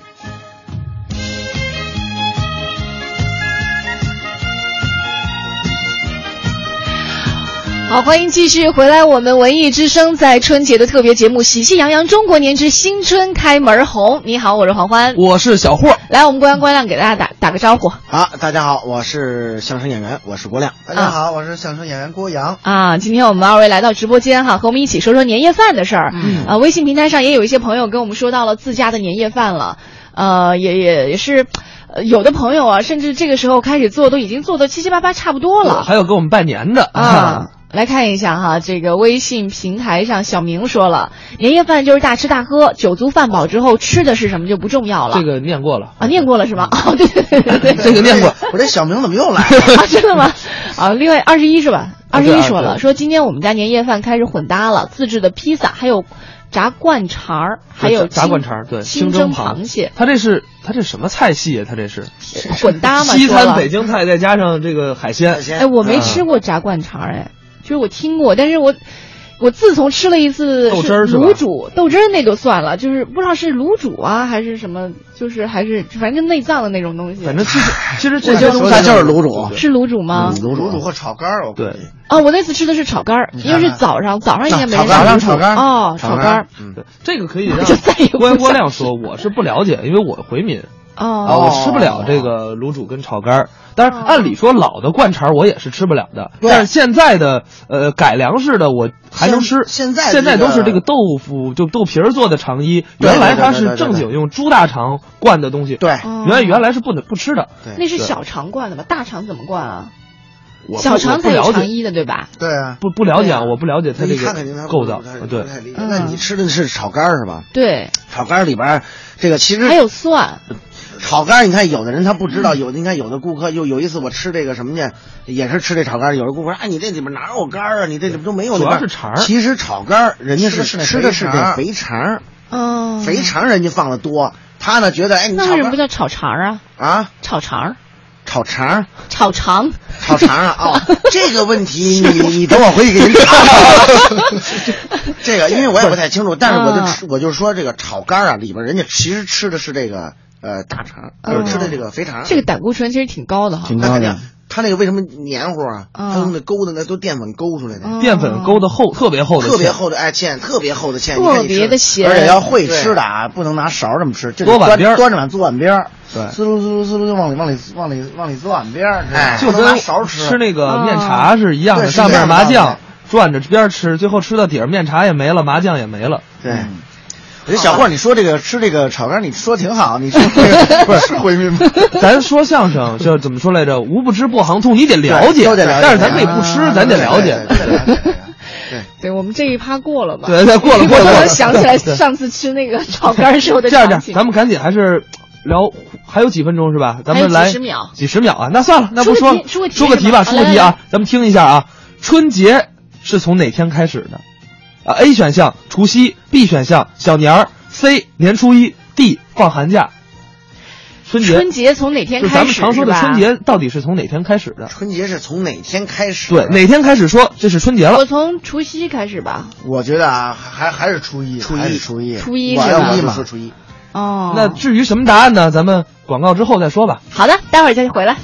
Speaker 1: 好，欢迎继续回来。我们文艺之声在春节的特别节目《喜气洋洋中国年之新春开门红》。你好，我是黄欢。
Speaker 2: 我是小霍，
Speaker 1: 来，我们郭阳、郭亮给大家打打个招呼。
Speaker 9: 好，大家好，我是相声演员，我是郭亮。
Speaker 10: 大家好，我是相声演员郭阳。
Speaker 1: 啊，今天我们二位来到直播间哈，和我们一起说说年夜饭的事儿。嗯，啊，微信平台上也有一些朋友跟我们说到了自家的年夜饭了，呃，也也也是，呃有的朋友啊，甚至这个时候开始做，都已经做的七七八八差不多了
Speaker 2: 还有给我们拜年的 *laughs*
Speaker 1: 啊。来看一下哈，这个微信平台上小明说了，年夜饭就是大吃大喝，酒足饭饱之后吃的是什么就不重要了。
Speaker 2: 这个念过了
Speaker 1: 啊，念过了
Speaker 2: *laughs*
Speaker 1: 是吗？哦，对对对对对，
Speaker 2: 这个念过，
Speaker 9: 我这小明怎么又来了？
Speaker 1: 啊， *laughs* 真的吗？啊，另外二十一是吧？
Speaker 2: 啊
Speaker 1: 二十
Speaker 2: 对
Speaker 1: 一说
Speaker 2: 21
Speaker 1: 了，说今天我们家年夜饭开始混搭了，自制的披萨，还有炸灌肠儿，还有
Speaker 2: 炸炸
Speaker 1: 清
Speaker 2: 灌肠儿对
Speaker 1: 清蒸
Speaker 2: 蒸螃
Speaker 1: 螃蟹，
Speaker 2: 他这是他这什么菜系啊？他
Speaker 1: *laughs*
Speaker 2: 这是
Speaker 1: 混搭嘛。
Speaker 2: 西
Speaker 1: 说了
Speaker 2: 餐北京菜，再加上这个海鲜，啊
Speaker 1: 哎，我
Speaker 2: 嗯
Speaker 1: 没吃过炸灌肠儿，哎，就是我听过，但是我。我自从吃了一次
Speaker 2: 豆汁儿是吧
Speaker 1: 卤煮豆汁儿那就算了，就是不知道是卤煮啊还是什么，就是还是反正就内脏的那种东西。
Speaker 2: 反正其实其实这
Speaker 9: 我
Speaker 2: 些
Speaker 9: 就
Speaker 2: 东
Speaker 9: 说
Speaker 2: 西嗯
Speaker 9: 它就是卤煮，
Speaker 1: 是卤煮吗？
Speaker 9: 卤
Speaker 2: 啊
Speaker 10: 卤煮
Speaker 9: 煮。
Speaker 10: 或炒肝儿，我估
Speaker 2: 对
Speaker 10: 计。
Speaker 1: 啊，我那次吃的是炒肝儿，因为是早上，早上应该没人
Speaker 9: 早上
Speaker 1: 吃
Speaker 9: 炒肝儿
Speaker 1: 哦，
Speaker 9: 炒
Speaker 1: 炒
Speaker 9: 肝
Speaker 1: 肝
Speaker 9: 儿
Speaker 1: 儿
Speaker 2: 对，这嗯个可以让
Speaker 1: 就再也不
Speaker 2: 郭
Speaker 1: 想
Speaker 2: 郭亮说，我是不了解，因为我回民啊，
Speaker 1: 哦，
Speaker 2: 我吃不了这个卤煮跟炒肝儿。但是按理说老的灌肠儿我也是吃不了的，
Speaker 9: 哦对
Speaker 2: 但是现在的呃改良式的我还能吃。
Speaker 9: 现现在
Speaker 2: 现在
Speaker 9: 这个
Speaker 2: 都是这个豆腐就豆皮儿做的肠衣，
Speaker 9: 对
Speaker 2: 原来
Speaker 9: 对对
Speaker 2: 它
Speaker 9: 对
Speaker 2: 是
Speaker 9: 对
Speaker 2: 正
Speaker 9: 对
Speaker 2: 经用猪大肠灌的东西，
Speaker 9: 对，
Speaker 1: 哦
Speaker 2: 原来原来是不能不吃的。
Speaker 1: 那是小肠灌的吧？大肠怎么灌啊？
Speaker 2: 我不
Speaker 1: 小肠
Speaker 2: 我不
Speaker 1: 才有
Speaker 2: 了
Speaker 1: 肠
Speaker 2: 解，
Speaker 1: 衣的对吧？
Speaker 10: 对啊，
Speaker 2: 不不了解啊，
Speaker 1: 对啊
Speaker 2: 我不了解它
Speaker 9: 那
Speaker 2: 这
Speaker 9: 一看肯定
Speaker 2: 个
Speaker 9: 他
Speaker 2: 构造
Speaker 9: 不太
Speaker 2: 啊，
Speaker 9: 不
Speaker 2: 对，
Speaker 9: 太理解
Speaker 1: 嗯
Speaker 9: 那你吃的是炒肝儿是吧？
Speaker 1: 对，
Speaker 9: 炒肝儿里边儿，这个其实
Speaker 1: 还有蒜，
Speaker 9: 炒肝儿，你看有的人他不知道，有的你看有的顾客有有一次我吃这个什么去，也是吃这炒肝儿，有的顾客说哎你这里边哪有肝儿啊？你这里边都没有那
Speaker 2: 主
Speaker 9: 肝
Speaker 2: 要
Speaker 9: 儿。
Speaker 2: 是肠儿
Speaker 9: 其实炒肝儿人家是
Speaker 10: 吃的
Speaker 9: 吃
Speaker 10: 是那
Speaker 9: 的是
Speaker 10: 肥肠
Speaker 9: 这
Speaker 10: 儿
Speaker 9: 肥肠儿，
Speaker 1: 嗯，
Speaker 9: 肥。肠儿人家放的多，他呢觉得哎你
Speaker 1: 那
Speaker 9: 炒
Speaker 1: 为什么
Speaker 9: 肝
Speaker 1: 不
Speaker 9: 儿
Speaker 1: 叫炒肠啊？
Speaker 9: 啊
Speaker 1: 炒肠，
Speaker 9: 炒肠儿
Speaker 1: 炒肠，
Speaker 9: 炒肠儿啊啊、
Speaker 1: *laughs*
Speaker 9: 哦这个问题你你等我回去给您查。
Speaker 1: *laughs*
Speaker 9: 这个因为我也不太清楚，但是我
Speaker 1: 嗯
Speaker 9: 就吃，我就说这个炒肝儿啊，里边人家其实吃的是这个呃大肠，就是吃的这个肥肠。
Speaker 1: 嗯这个胆固醇其实挺高的哈。
Speaker 9: 他肯定，他那个为什么黏糊啊？
Speaker 1: 嗯
Speaker 9: 他用那勾的那都淀粉勾出来的，
Speaker 1: 嗯
Speaker 2: 淀粉勾的厚，特别厚的，
Speaker 9: 特别，厚的哎芡，特别厚的芡，
Speaker 1: 特别的咸
Speaker 9: 而
Speaker 10: 而
Speaker 9: 且
Speaker 10: 且
Speaker 9: 要
Speaker 10: 要
Speaker 9: 会
Speaker 10: 会
Speaker 9: 吃
Speaker 10: 吃
Speaker 9: 的
Speaker 10: 的
Speaker 9: 啊。
Speaker 10: 啊，不能拿勺这么吃，这
Speaker 2: 多
Speaker 10: 个
Speaker 2: 碗边儿
Speaker 10: 端端着碗做碗边儿，
Speaker 2: 对
Speaker 10: 滋噜滋噜滋噜就往里往里往里往里做碗边儿，知道吗
Speaker 9: 哎
Speaker 2: 就
Speaker 10: 不能拿
Speaker 2: 跟
Speaker 10: 勺
Speaker 2: 吃
Speaker 10: 吃。
Speaker 2: 那个
Speaker 9: 啊
Speaker 2: 面茶是一样的，
Speaker 10: 对是
Speaker 2: 上
Speaker 10: 这
Speaker 2: 面
Speaker 10: 样的
Speaker 2: 麻
Speaker 10: 道理
Speaker 2: 酱转着边儿吃，最后吃到底儿，面茶也没了，麻酱也没了。
Speaker 9: 对，人小霍，你说这个吃这个炒肝，你说挺好，你是不是是回民吗？
Speaker 2: 咱说相声就怎么说来着？无不知不行通，你得了
Speaker 9: 对
Speaker 2: 解，
Speaker 9: 都得了解
Speaker 2: 但是咱可以不吃，
Speaker 9: 啊
Speaker 2: 咱得了解。
Speaker 9: 对对对对对
Speaker 1: *laughs* 对我们这一趴过了吧？
Speaker 2: 对对过了过
Speaker 1: *laughs* 我
Speaker 2: 了过
Speaker 1: 能
Speaker 2: 了
Speaker 1: 想起来
Speaker 2: 对
Speaker 1: 上次吃那
Speaker 2: *laughs*
Speaker 1: 个炒肝时候的
Speaker 2: 这样这
Speaker 1: 场
Speaker 2: 样，
Speaker 1: 景。
Speaker 2: 咱们赶紧还是聊，还有几分钟是吧？咱们
Speaker 1: 还有
Speaker 2: 来
Speaker 1: 几十秒
Speaker 2: 几十秒啊？那算了，那不
Speaker 1: 出
Speaker 2: 说
Speaker 1: 个题出个题
Speaker 2: 出个题吧，
Speaker 1: 是吧
Speaker 2: 出个
Speaker 1: 好
Speaker 2: 题
Speaker 1: 来来
Speaker 2: 啊
Speaker 1: 来，
Speaker 2: 咱们听一下啊。春节是从哪天开始的？啊，A 选项除夕，B 选项小年儿，C 年初一，D 放寒假。春节
Speaker 1: 春节从哪天
Speaker 2: 就咱
Speaker 1: 开
Speaker 2: 们
Speaker 1: 始？
Speaker 2: 常说的
Speaker 1: 是吧
Speaker 2: 春节到底是从哪天开始的？
Speaker 9: 春节是从哪天开始？
Speaker 2: 对，哪天开始说这是春节了
Speaker 1: 我？从除夕开始吧。
Speaker 9: 我觉得啊，还还是初一，初一，初一，
Speaker 1: 初一
Speaker 9: 我
Speaker 1: 是
Speaker 9: 要
Speaker 1: 吧
Speaker 9: 不就说初一。
Speaker 1: 哦，
Speaker 2: 那至于什么答案呢？咱们广告之后再说吧。
Speaker 1: 好的，待会儿再回来。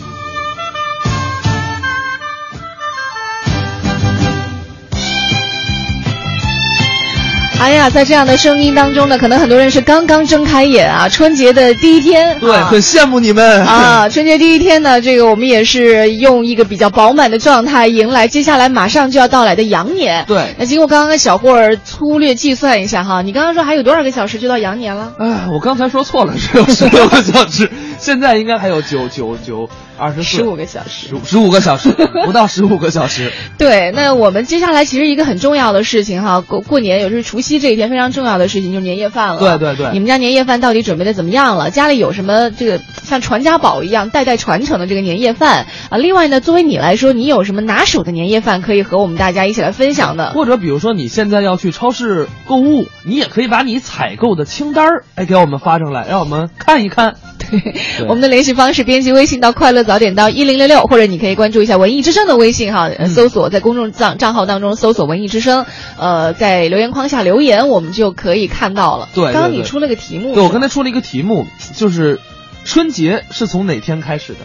Speaker 1: 哎呀，在这样的声音当中呢，可能很多人是刚刚睁开眼啊，春节的第一天，
Speaker 2: 对，
Speaker 1: 啊
Speaker 2: 很羡慕你们。
Speaker 1: 啊，春节第一天呢，这个我们也是用一个比较饱满的状态迎来接下来马上就要到来的羊年。
Speaker 2: 对
Speaker 1: 那经过刚刚小霍儿粗略计算一下哈，你刚刚说还有多少个小时就到羊年了？
Speaker 2: 哎， *laughs* 我刚才说错了，只有十六个小时，现在应该还有九九九二十四
Speaker 1: 十五个小时。
Speaker 2: 十十五个小 *laughs* 时，不到十五个小时。
Speaker 1: 对，那我们接下来其实一个很重要的事情哈，过过年，也就是除夕这一天非常重要的事情就是年夜饭了。
Speaker 2: 对对对
Speaker 1: 你们家年夜饭到底准备的怎么样了？家里有什么这个像传家宝一样代代传承的这个年夜饭啊？另外呢，作为你来说，你有什么拿手的年夜饭可以和我们大家一起来分享的？
Speaker 2: 或者比如说你现在要去超市购物，你也可以把你采购的清单儿哎给我们发上来，让我们看
Speaker 1: *laughs*
Speaker 2: 一看。对
Speaker 1: 我们的联系方式，编辑微信到快乐早点到一零六六，或者你可以关注一下文艺之声的微信哈，呃
Speaker 2: 嗯
Speaker 1: 搜索在公众账账号当中搜索文艺之声，呃，在留言框下留言，我们就可以看到了。
Speaker 2: 对对
Speaker 1: 刚刚你
Speaker 2: 对
Speaker 1: 出了个题目，
Speaker 2: 对我刚才出了一个题目，就是春节是从哪天开始的？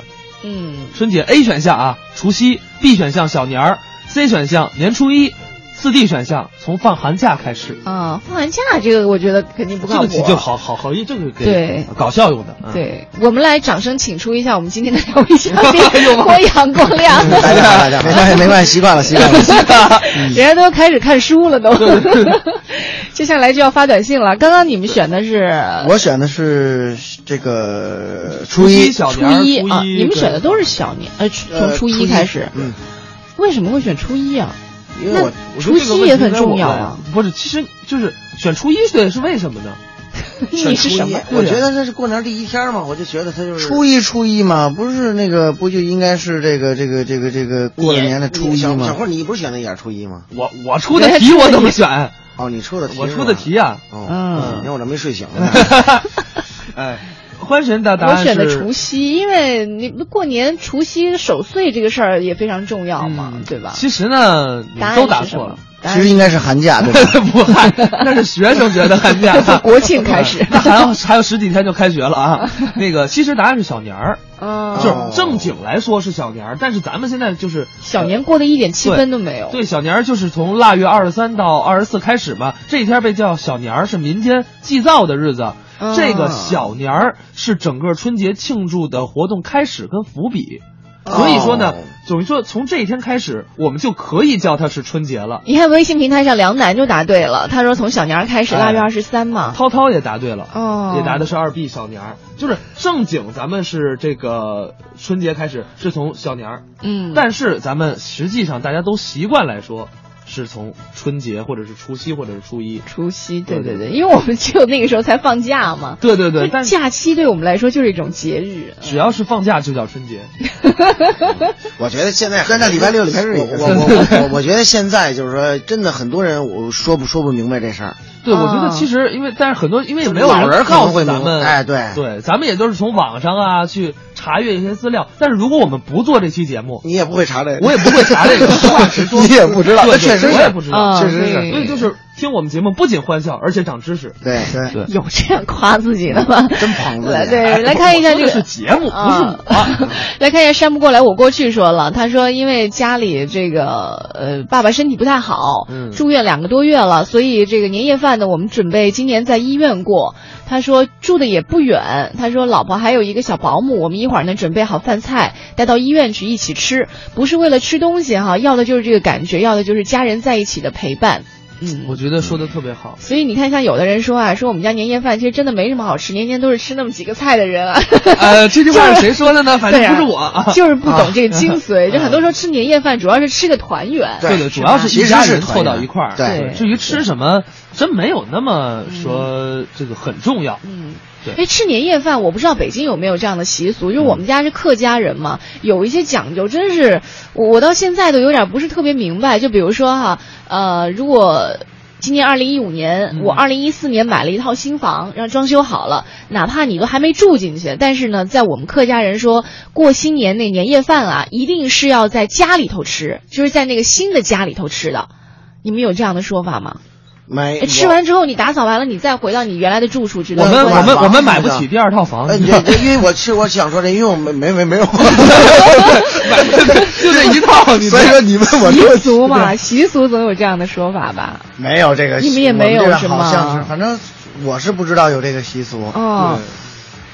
Speaker 1: 嗯，
Speaker 2: 春节 A 选项啊，除夕；B 选项小年儿；C 选项年初一；四 D 选项从放寒假开始。
Speaker 1: 啊，放寒假这个我觉得肯定不
Speaker 2: 这
Speaker 1: 靠
Speaker 2: 个
Speaker 1: 谱。
Speaker 2: 题就好好好，因为这个给
Speaker 1: 对
Speaker 2: 搞笑用的。嗯，
Speaker 1: 对我们来掌声请出一下我们今天的两位嘉
Speaker 2: *laughs* 哎
Speaker 1: 宾，郭阳、郭亮，
Speaker 9: 大家好，大 *laughs* 家好，没关系，没关系，习惯了，习惯
Speaker 2: *laughs*
Speaker 9: 了。
Speaker 1: 人家都开始看书了都
Speaker 2: 嗯对对对，
Speaker 1: *laughs* 接下来就要发短信了。刚刚你们选的是
Speaker 9: 我选的是这个
Speaker 2: 除
Speaker 9: 初
Speaker 2: 夕
Speaker 9: 一，
Speaker 2: 小
Speaker 1: 初
Speaker 2: 年儿，
Speaker 1: 一
Speaker 2: 初
Speaker 1: 啊，你们
Speaker 2: 对
Speaker 1: 选的都是小年，呃，初
Speaker 9: 呃
Speaker 1: 从初一开始。
Speaker 9: 嗯，
Speaker 1: 为什么会选初一啊？
Speaker 9: 因为我
Speaker 2: 我觉
Speaker 1: 除
Speaker 2: 得这个
Speaker 1: 夕
Speaker 2: 问
Speaker 1: 也
Speaker 2: 题
Speaker 1: 很
Speaker 2: 该
Speaker 1: 重
Speaker 2: 我
Speaker 1: 要
Speaker 2: 来
Speaker 1: 啊。
Speaker 2: 不是，其实就是选初一对是为什么呢？
Speaker 1: *laughs* 意义是
Speaker 9: 初
Speaker 1: 什
Speaker 9: 一
Speaker 1: 么？啊
Speaker 9: 我觉得这是过年第一天嘛，我就觉得他就是
Speaker 10: 初一初一嘛，不是那个不就应该是这个这个这个这个过了年的初一
Speaker 9: 小
Speaker 10: 吗？
Speaker 9: 霍，你不是选的也是初一吗？
Speaker 2: 我我出的题我怎么选？
Speaker 9: 哦，你出的题，
Speaker 2: 我出的题。呀、
Speaker 1: 嗯
Speaker 9: 哦，你看我这没睡 *laughs* 醒呢。
Speaker 2: 啊。哎，欢神的答
Speaker 1: 我
Speaker 2: 案
Speaker 1: 选的
Speaker 2: 是
Speaker 1: 除夕，因为你过年除夕守岁这个事儿也非常重要嘛，
Speaker 2: 嗯
Speaker 1: 对吧？
Speaker 2: 其实呢，你
Speaker 1: 答
Speaker 2: 们
Speaker 1: 案
Speaker 2: 都答
Speaker 1: 是什
Speaker 2: 错
Speaker 1: 么
Speaker 2: 了。？
Speaker 1: 答
Speaker 9: 其
Speaker 1: 案
Speaker 9: 实应该是寒假，对吧？
Speaker 2: *laughs* 不嗨，那是学生觉得寒
Speaker 1: *laughs*
Speaker 2: 假，
Speaker 1: 从国庆开始
Speaker 2: *laughs* 那还有还有十几天就开学了啊。那个其实答案是小年儿，
Speaker 1: 嗯，
Speaker 2: 就是正经来说是小年儿，但是咱们现在就是
Speaker 1: 小年过得一点气
Speaker 2: 对
Speaker 1: 氛都没有。
Speaker 2: 对，小年儿就是从腊月二十三到二十四开始嘛，这一天被叫小年儿，是民间祭灶的日子。
Speaker 1: 嗯
Speaker 2: 这个小年儿是整个春节庆祝的活动开始跟伏笔，所以说呢
Speaker 9: 哦，
Speaker 2: 等于说从这一天开始，我们就可以叫它是春节了。
Speaker 1: 你看微信平台上梁楠就答对了，他说从小年儿开始，
Speaker 2: 哎
Speaker 1: 腊月二十三嘛。
Speaker 2: 涛涛也答对了，
Speaker 1: 哦
Speaker 2: 也答的是二 B 小年儿，就是正经咱们是这个春节开始是从小年儿，
Speaker 1: 嗯，
Speaker 2: 但是咱们实际上大家都习惯来说是从春节或者是除夕或者是初一，
Speaker 1: 除夕，对
Speaker 2: 对
Speaker 1: 对
Speaker 2: 对
Speaker 1: 对，因为我们只有那个时候才放假嘛。
Speaker 2: 对对对，
Speaker 1: 就
Speaker 2: 但是
Speaker 1: 假期对我们来说就是一种节日。
Speaker 2: 只要是放假就
Speaker 1: *laughs*
Speaker 2: 叫春节，
Speaker 9: 我觉得现在真的礼拜六、礼拜日也是。我我我我觉得现在就是说，真的很多人我说不说不明白这事儿。
Speaker 2: 对，我
Speaker 1: 啊
Speaker 2: 觉得其实因为但是很多因为也没有
Speaker 9: 老人可能
Speaker 2: 告诉
Speaker 9: 会
Speaker 2: 咱们，
Speaker 9: 明白哎对
Speaker 2: 对，咱们也都是从网上啊去查阅一些资料，但是如果我们不做这期节目，
Speaker 9: 你也不会查这个，
Speaker 2: 我也不会查这个，实话实
Speaker 9: *laughs*
Speaker 2: 说，
Speaker 9: 你也不知道，
Speaker 2: 对，对
Speaker 9: 确实
Speaker 2: 我也不知道，
Speaker 1: 啊
Speaker 9: 确实
Speaker 1: 对
Speaker 9: 是。
Speaker 2: 所以就是听我们节目不仅欢笑，而且长知识。
Speaker 9: 对对，
Speaker 2: 对
Speaker 1: 有这样夸自己的吗？
Speaker 9: 真捧自己
Speaker 1: 来对，
Speaker 2: 哎
Speaker 1: 来看一下
Speaker 2: 我
Speaker 1: 这
Speaker 2: 说的
Speaker 1: 个
Speaker 2: 是节目，不是
Speaker 1: 啊
Speaker 2: 我。
Speaker 1: *laughs* 来看一下山不过来，我过去说了，他说因为家里这个呃爸爸身体不太好，
Speaker 2: 嗯
Speaker 1: 住院两个多月了，所以这个年夜饭呢，我们准备今年在医院过。他说住的也不远，他说老婆还有一个小保姆，我们一会儿呢准备好饭菜带到医院去一起吃，不是为了吃东西哈，要的就是这个感觉，要的就是家人在一起的陪伴。嗯，
Speaker 2: 我觉得说的特别好。
Speaker 1: 所以你看，像有的人说啊，说我们家年夜饭其实真的没什么好吃，年年都是吃那么几个菜的人啊。 *laughs*
Speaker 2: 呃，这句话是谁说的呢？反正不是我啊
Speaker 1: 对啊， *laughs* 就是不懂这个精
Speaker 2: *laughs*
Speaker 1: 髓。就很多时候吃年夜饭主要是吃个团圆，
Speaker 2: 对
Speaker 9: 嗯
Speaker 2: 的，主要是一
Speaker 1: 吧
Speaker 2: 家人凑到一块儿。
Speaker 1: 对，
Speaker 2: 至于吃什么，真没有那么说
Speaker 9: 嗯
Speaker 2: 这个很重要。
Speaker 1: 嗯，
Speaker 2: 对。
Speaker 1: 哎，吃年夜饭，我不知道北京有没有这样的习俗，因为我们家是客家人嘛，有一些讲究，真是我我到现在都有点不是特别明白。就比如说哈，呃，如果今年二零一五
Speaker 9: 嗯
Speaker 1: 年，我二零一四年买了一套新房，让装修好了，哪怕你都还没住进去，但是呢，在我们客家人说过新年那年夜饭啊，一定是要在家里头吃，就是在那个新的家里头吃的。你们有这样的说法吗？
Speaker 9: 没
Speaker 1: 哎吃完之后，你打扫完了，你再回到你原来的住处之类的。
Speaker 9: 我们我们买不
Speaker 2: 起第二套房。
Speaker 9: 哎，你这因为我其实我想说这，因为我没没没没有，
Speaker 1: *laughs*
Speaker 2: 就这一套，
Speaker 9: 所以说你问我
Speaker 1: 习
Speaker 9: 这
Speaker 1: 俗嘛，习俗总有这样的说法吧？
Speaker 10: 没有这个习，
Speaker 1: 你们也没有
Speaker 10: 我这
Speaker 1: 是
Speaker 10: 边
Speaker 1: 吗
Speaker 10: 好像是，反正我是不知道有这个习俗。
Speaker 1: 哦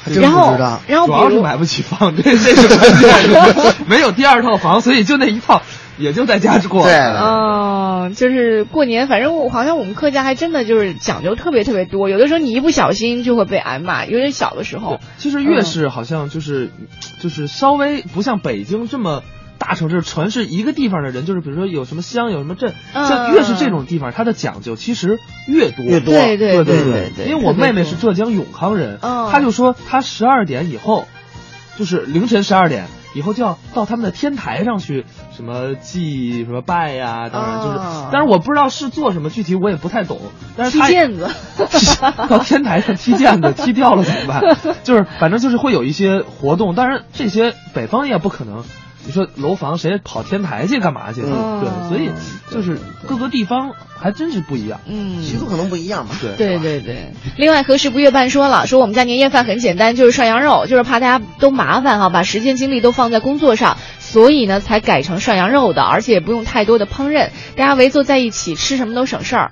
Speaker 10: 对，还真
Speaker 1: 然
Speaker 10: 不
Speaker 1: 后
Speaker 10: 知道。
Speaker 1: 然后
Speaker 2: 主
Speaker 1: 比
Speaker 2: 要是
Speaker 1: 如
Speaker 2: 买不起房，这这是关键，没有第二套房，所以就那一套，也就在家
Speaker 9: 啊
Speaker 2: 过。
Speaker 1: 哦，就是过年，反正我好像我们客家还真的就是讲究特别特别多，有的时候你一不小心就会被挨骂，尤其小的时候。
Speaker 2: 其实越是好像就是，就是稍微不像北京这么大城市，全是一个地方的人，就是比如说有什么乡，有什么镇，
Speaker 1: 嗯
Speaker 2: 像越是这种地方，它的讲究其实越多
Speaker 1: 越多对对对
Speaker 2: 对
Speaker 1: 对
Speaker 2: 对
Speaker 1: 对
Speaker 2: 因为我
Speaker 1: 特别
Speaker 2: 妹妹
Speaker 1: 多
Speaker 2: 是浙江永康人，
Speaker 1: 嗯
Speaker 2: 她就说她十二点以后，就是凌晨十二点。以后就要到他们的天台上去，什么祭什么拜呀、当然就是，
Speaker 1: 哦
Speaker 2: 但是我不知道是做什么，具体我也不太懂。但是
Speaker 1: 踢
Speaker 2: 她
Speaker 1: 毽子，
Speaker 2: *laughs* 到天台上踢毽子，踢掉了怎么办？ *laughs* 就是反正就是会有一些活动，当然这些北方也不可能。你说楼房谁跑天台去干嘛去？
Speaker 1: 嗯
Speaker 2: 对，所以就是各个地方还真是不一样，
Speaker 1: 嗯，
Speaker 2: 习
Speaker 9: 俗可能不一样吧？
Speaker 2: 对
Speaker 1: 对对对。另外，何时不夜半说了，说我们家年夜饭很简单，就是涮羊肉，就是怕大家都麻烦哈、把时间精力都放在工作上，所以呢才改成涮羊肉的，而且也不用太多的烹饪，大家围坐在一起吃什么都省事儿。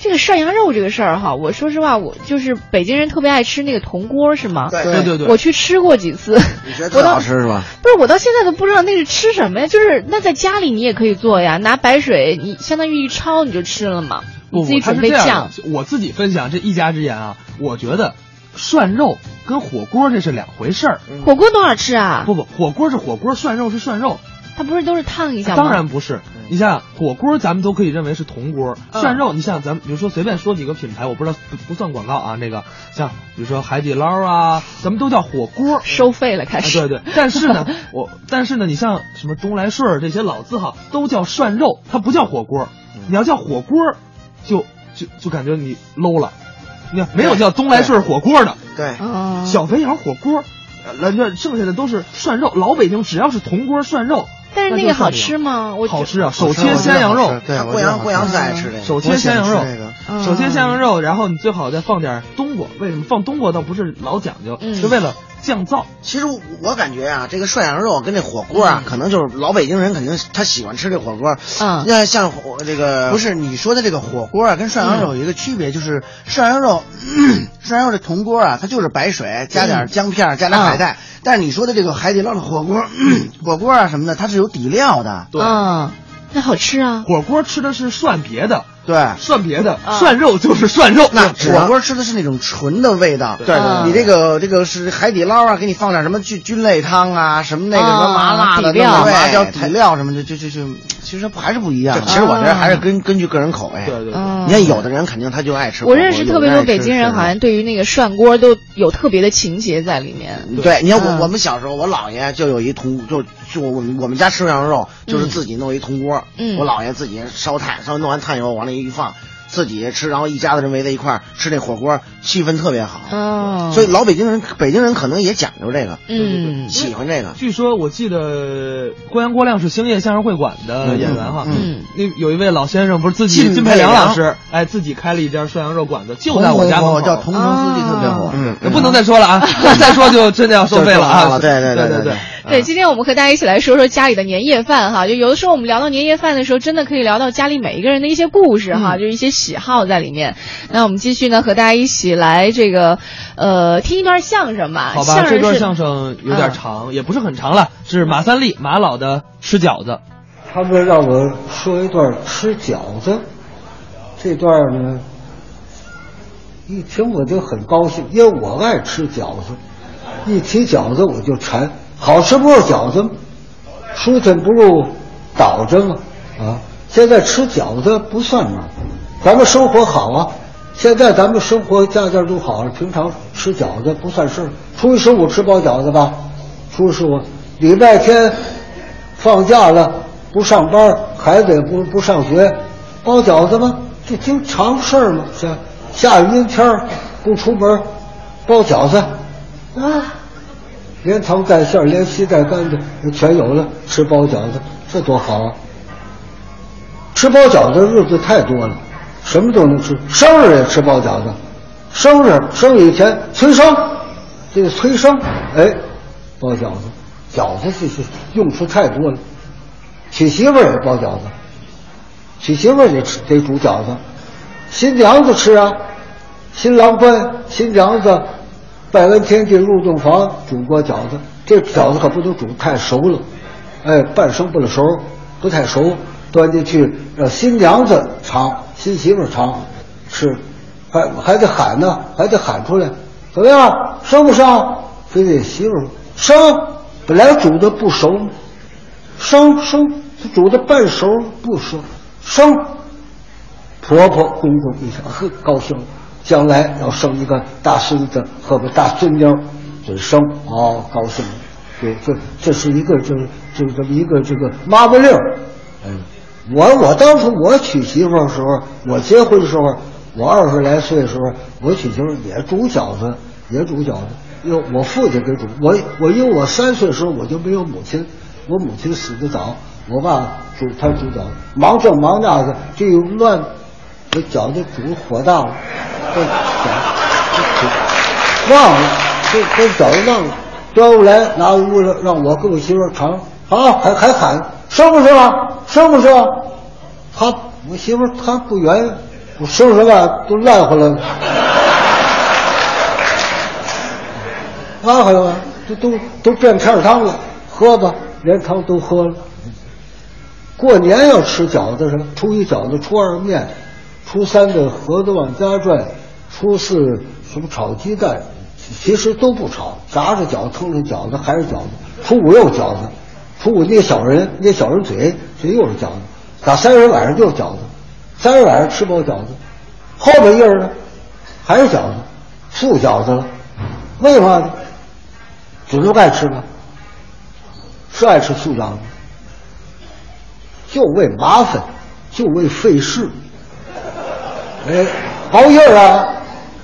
Speaker 1: 这个涮羊肉这个事儿哈，我说实话，我就是北京人特别爱吃那个铜锅是吗？
Speaker 9: 对对对对
Speaker 1: 我去吃过几次， *laughs*
Speaker 9: 你觉得
Speaker 1: 我
Speaker 9: 特
Speaker 1: 到
Speaker 9: 好吃是吧？
Speaker 1: 不是，我到现在都不知道那是吃什么呀。就是那在家里你也可以做呀，拿白水你相当于一焯你就吃了嘛，
Speaker 2: 不
Speaker 1: 你自己
Speaker 2: 它
Speaker 1: 准
Speaker 2: 是这
Speaker 1: 备
Speaker 2: 样
Speaker 1: 酱
Speaker 2: 的。我自己分享这一家之言啊，我觉得涮肉跟火锅这是两回事儿。
Speaker 1: 火锅多少吃啊？
Speaker 2: 不不，火锅是火锅，涮肉是涮肉。
Speaker 1: 它不是都是烫一下吗？
Speaker 2: 当然不是，你想想火锅，咱们都可以认为是铜锅。
Speaker 1: 嗯
Speaker 2: 涮肉，你想咱们比如说随便说几个品牌，我不知道不不算广告啊，那个像比如说海底捞啊，咱们都叫火锅。
Speaker 1: 收费了开始。
Speaker 2: 啊对
Speaker 1: *laughs*
Speaker 2: 对，但是呢，我但是呢，你像什么东来顺儿这些老字号都叫涮肉，它不叫火锅。
Speaker 1: 嗯
Speaker 2: 你要叫火锅，就就就感觉你 low 了。你看没有叫东来顺儿火锅的，
Speaker 9: 对，
Speaker 1: 哦
Speaker 2: 小肥羊火锅，呃，那剩下的都是涮肉。老北京只要是铜锅涮肉，
Speaker 1: 但是
Speaker 2: 那
Speaker 1: 那
Speaker 2: 就
Speaker 1: 个
Speaker 2: 涮
Speaker 1: 好
Speaker 2: 羊
Speaker 1: 吃吗？我
Speaker 2: 好
Speaker 1: 觉
Speaker 2: 吃啊，
Speaker 1: 得
Speaker 2: 手切鲜羊肉，
Speaker 9: 贵阳贵阳是爱吃这个，
Speaker 2: 手切鲜羊肉
Speaker 9: 我喜欢吃这个，
Speaker 1: 嗯
Speaker 2: 手切鲜羊肉，然后你最好再放点冬瓜。为什么放冬瓜倒不是老讲究，
Speaker 1: 嗯
Speaker 2: 是为了降燥。
Speaker 9: 其实我感觉啊，这个涮羊肉跟这火锅
Speaker 10: 嗯
Speaker 9: 啊，可能就是老北京人肯定他喜欢吃这火锅。
Speaker 1: 嗯，
Speaker 9: 那像火这个嗯
Speaker 10: 不是你说的这个火锅啊，跟涮羊肉有一个区别，就是涮羊肉， *clears throat* 涮羊肉这铜锅啊，它就是白水加点姜片儿，加点海
Speaker 9: 嗯
Speaker 10: 带。但是你说的这个海底捞的火锅， *clears throat* 火锅啊什么的，它是有底料的。
Speaker 2: 对
Speaker 1: 嗯，那好吃啊。嗯
Speaker 2: 火锅吃的是涮别的，
Speaker 10: 对，
Speaker 2: 涮别的
Speaker 10: 啊，
Speaker 2: 涮肉就是涮肉。
Speaker 10: 那
Speaker 2: 对
Speaker 10: 火锅吃的是那种纯的味道，
Speaker 2: 对对对
Speaker 1: 嗯
Speaker 10: 你这个这个是海底捞啊，给你放点什么菌菌类汤啊，什么那个什么麻辣的
Speaker 1: 啊底料
Speaker 10: 那种麻椒
Speaker 9: 对
Speaker 10: 底料什么的，就就就其实还是不一样的。
Speaker 9: 啊其实我这还是根根据个人口味。
Speaker 2: 对对
Speaker 1: 对
Speaker 9: 你看有的人肯定他就爱吃火
Speaker 1: 我
Speaker 9: 锅，
Speaker 1: 认识特别
Speaker 9: 有
Speaker 1: 多
Speaker 9: 爱吃
Speaker 1: 北京人，好像对于那个涮锅都有特别的情节在里面。
Speaker 9: 对，你看
Speaker 1: 嗯
Speaker 9: 我我们小时候，我姥爷就有一铜，就就我们我们家吃羊肉，就是自己弄一铜锅，
Speaker 1: 嗯
Speaker 9: 我姥爷自己烧炭，烧弄完炭以后往那一放，自己吃，然后一家子人围在一块儿吃那火锅，气氛特别好。
Speaker 1: 哦，
Speaker 9: 所以老北京人，北京人可能也讲究这个，
Speaker 1: 嗯
Speaker 9: 喜欢这个。
Speaker 2: 据说我记得郭阳郭亮是星夜相声会馆的演员哈，
Speaker 9: 嗯，
Speaker 2: 那有一位老先生不是自己
Speaker 10: 靳
Speaker 2: 金佩
Speaker 10: 佩良
Speaker 2: 老师，哎，自己开了一家涮羊肉馆子，就在我家门口，啊
Speaker 10: 我叫同城司机特别火，嗯，
Speaker 2: 不能再说了啊，再说就真的要收费
Speaker 10: 就收
Speaker 2: 了
Speaker 10: 费
Speaker 2: 啊！
Speaker 10: 了对对
Speaker 2: 对
Speaker 10: 对
Speaker 2: 对
Speaker 10: 对对
Speaker 1: 对，今天我们和大家一起来说说家里的年夜饭哈。就有的时候我们聊到年夜饭的时候，真的可以聊到家里每一个人的一些故事哈，就是一些喜好在里面。那我们继续呢，和大家一起来这个呃听一段相声吧。
Speaker 2: 好
Speaker 1: 相
Speaker 2: 吧，
Speaker 1: 声
Speaker 2: 这段
Speaker 1: 是
Speaker 2: 相声有点长，也不是很长了，是马三立马老的吃饺子。
Speaker 4: 他们让我说一段吃饺子，
Speaker 11: 这段呢，一听我就很高兴，因为我爱吃饺子，一提饺子我就馋，好吃不如饺子吗，舒坦不如倒着嘛，啊，现在吃饺子不算嘛，咱们生活好啊。现在咱们生活家家都好了，啊平常吃饺子不算事儿。初一十五吃包饺子吧，初一十五，礼拜天放假了不上班，孩子也不不上学，包饺子吗？这经常事儿嘛。下下雨阴天儿不出门，包饺子，啊，连汤带馅儿连稀带干的全有了，吃包饺子这多好啊！吃包饺子日子太多了，什么都能吃，生日也吃包饺子，生日生以前催生，这个催生，哎，包饺子，饺子这是用处太多了，娶媳妇儿也包饺子，娶媳妇儿也吃得煮饺子，新娘子吃啊，新郎官新娘子拜完天地入洞房煮过饺子，这饺子可不能煮太熟了，哎，半生不了熟，不太熟，端进去让新娘子尝，新媳妇儿尝，吃，还还得喊呢，还得喊出来，怎么样，生不生？非得媳妇儿生，本来煮的不熟，生生煮的半熟不熟，生，婆婆公公一想，呵，高兴了，将来要生一个大孙子和个大孙女儿，准生哦，高兴了。对，这这是一个这这这么一个这个妈妈令儿，嗯，我我当初我娶媳妇儿的时候，我结婚的时候，我二十来岁的时候，我娶媳妇儿也煮饺子，也煮饺子，因为我父亲给煮，我我因为我三岁的时候我就没有母亲，我母亲死的早，我爸煮他煮饺子，忙这忙那的，这一乱，这饺子煮得火大了，这饺子这煮忘了，这这饺子忘了，端过来拿屋了，让我跟我媳妇儿尝，好还还喊生不生啊？生不生啊？他我媳妇儿她不愿意，我生什么都烂回来了。拉回来了，都都都变片儿汤了，喝吧，连汤都喝了。过年要吃饺子是吧？初一饺子，初二面，初三的盒子往家转，初四什么炒鸡蛋，其实都不炒，炸着饺子，腾着饺子，还是饺子。初五又饺子，初五捏小人，捏小人嘴，这又是饺子。打三十晚上就是饺子，三十晚上吃包饺子，后半夜呢还是饺子，素饺子了。为嘛呢？祖宗爱吃吗？是爱吃素饺子，就为麻烦，就为费事。哎，熬夜啊，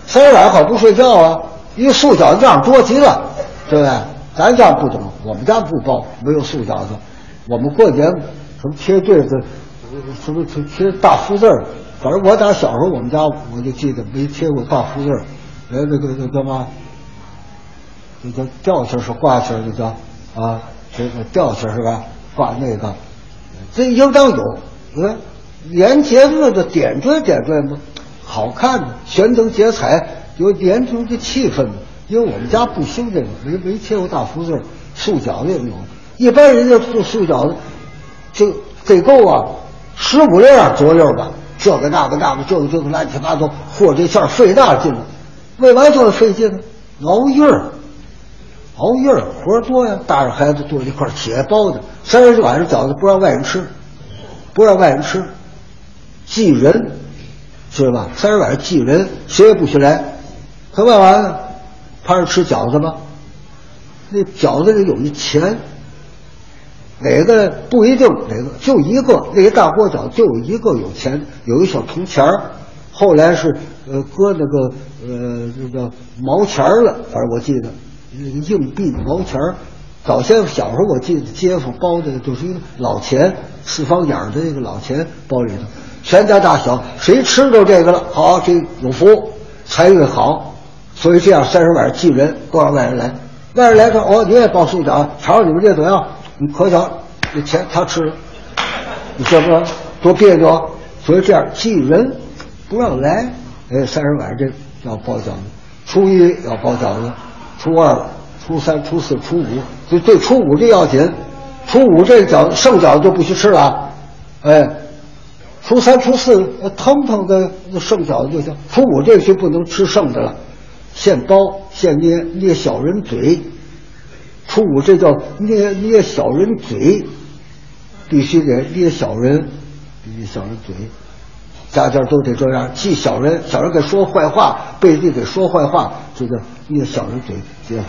Speaker 11: 三十晚上好不睡觉啊，因为素饺子样多极了，对不对？咱家不懂，我们家不包，没有素饺子。我们过年什么贴对子，什么贴贴大福字儿，反正我打小时候我们家我就记得没贴过大福字儿，哎，那个那叫嘛，那叫吊旗儿是挂旗儿，那叫啊，这个吊旗儿是吧？挂那个，这应当有。你看，连节日的点缀点缀嘛，好看嘛，悬灯结彩，有年俗的气氛嘛。因为我们家不兴这个，没没贴过大福字儿，素饺子也没有。一般人家做素饺子，就得够啊，十五六样佐料吧，这个那个那个这个这个乱七八糟，和这馅儿费那劲了，为嘛就是费劲呢？熬夜儿。熬夜儿活儿多呀，大人孩子坐一块儿起来包的。三十晚上饺子不让外人吃，不让外人吃，忌人，知道吧？三十晚上忌人，谁也不许来。他干嘛呢？怕是吃饺子吗？那饺子里有一钱，哪个不一定，哪个就一个，那一大锅饺子就有一个有钱，有一小铜钱儿。后来是呃搁那个呃那个毛钱儿了，反正我记得硬币毛钱儿。早先小时候我记得街坊包的就是一个老钱，四方眼儿的那个老钱包里头，全家大小谁吃着这个了，好这有福，财运好。所以这样三十晚上聚人，都让外人来，外人来说哦，你也包素饺，尝尝你们这怎么样？你可想，这钱他吃了，你想不想？多别扭啊！所以这样忌人，不让来。哎，三十晚上这要包饺子，初一要包饺子，初二、初三、初四、初五，所以对初五这要紧。初五这饺子剩饺子就不许吃了啊，哎，初三、初四呃腾腾的剩饺子就行，初五这就不能吃剩的了，现包现捏捏小人嘴，初五这叫捏捏小人嘴，必须得捏小人，捏小人嘴。家家都得这样，记小人，小人给说坏话，背地给说坏话，就叫捏小人嘴结合。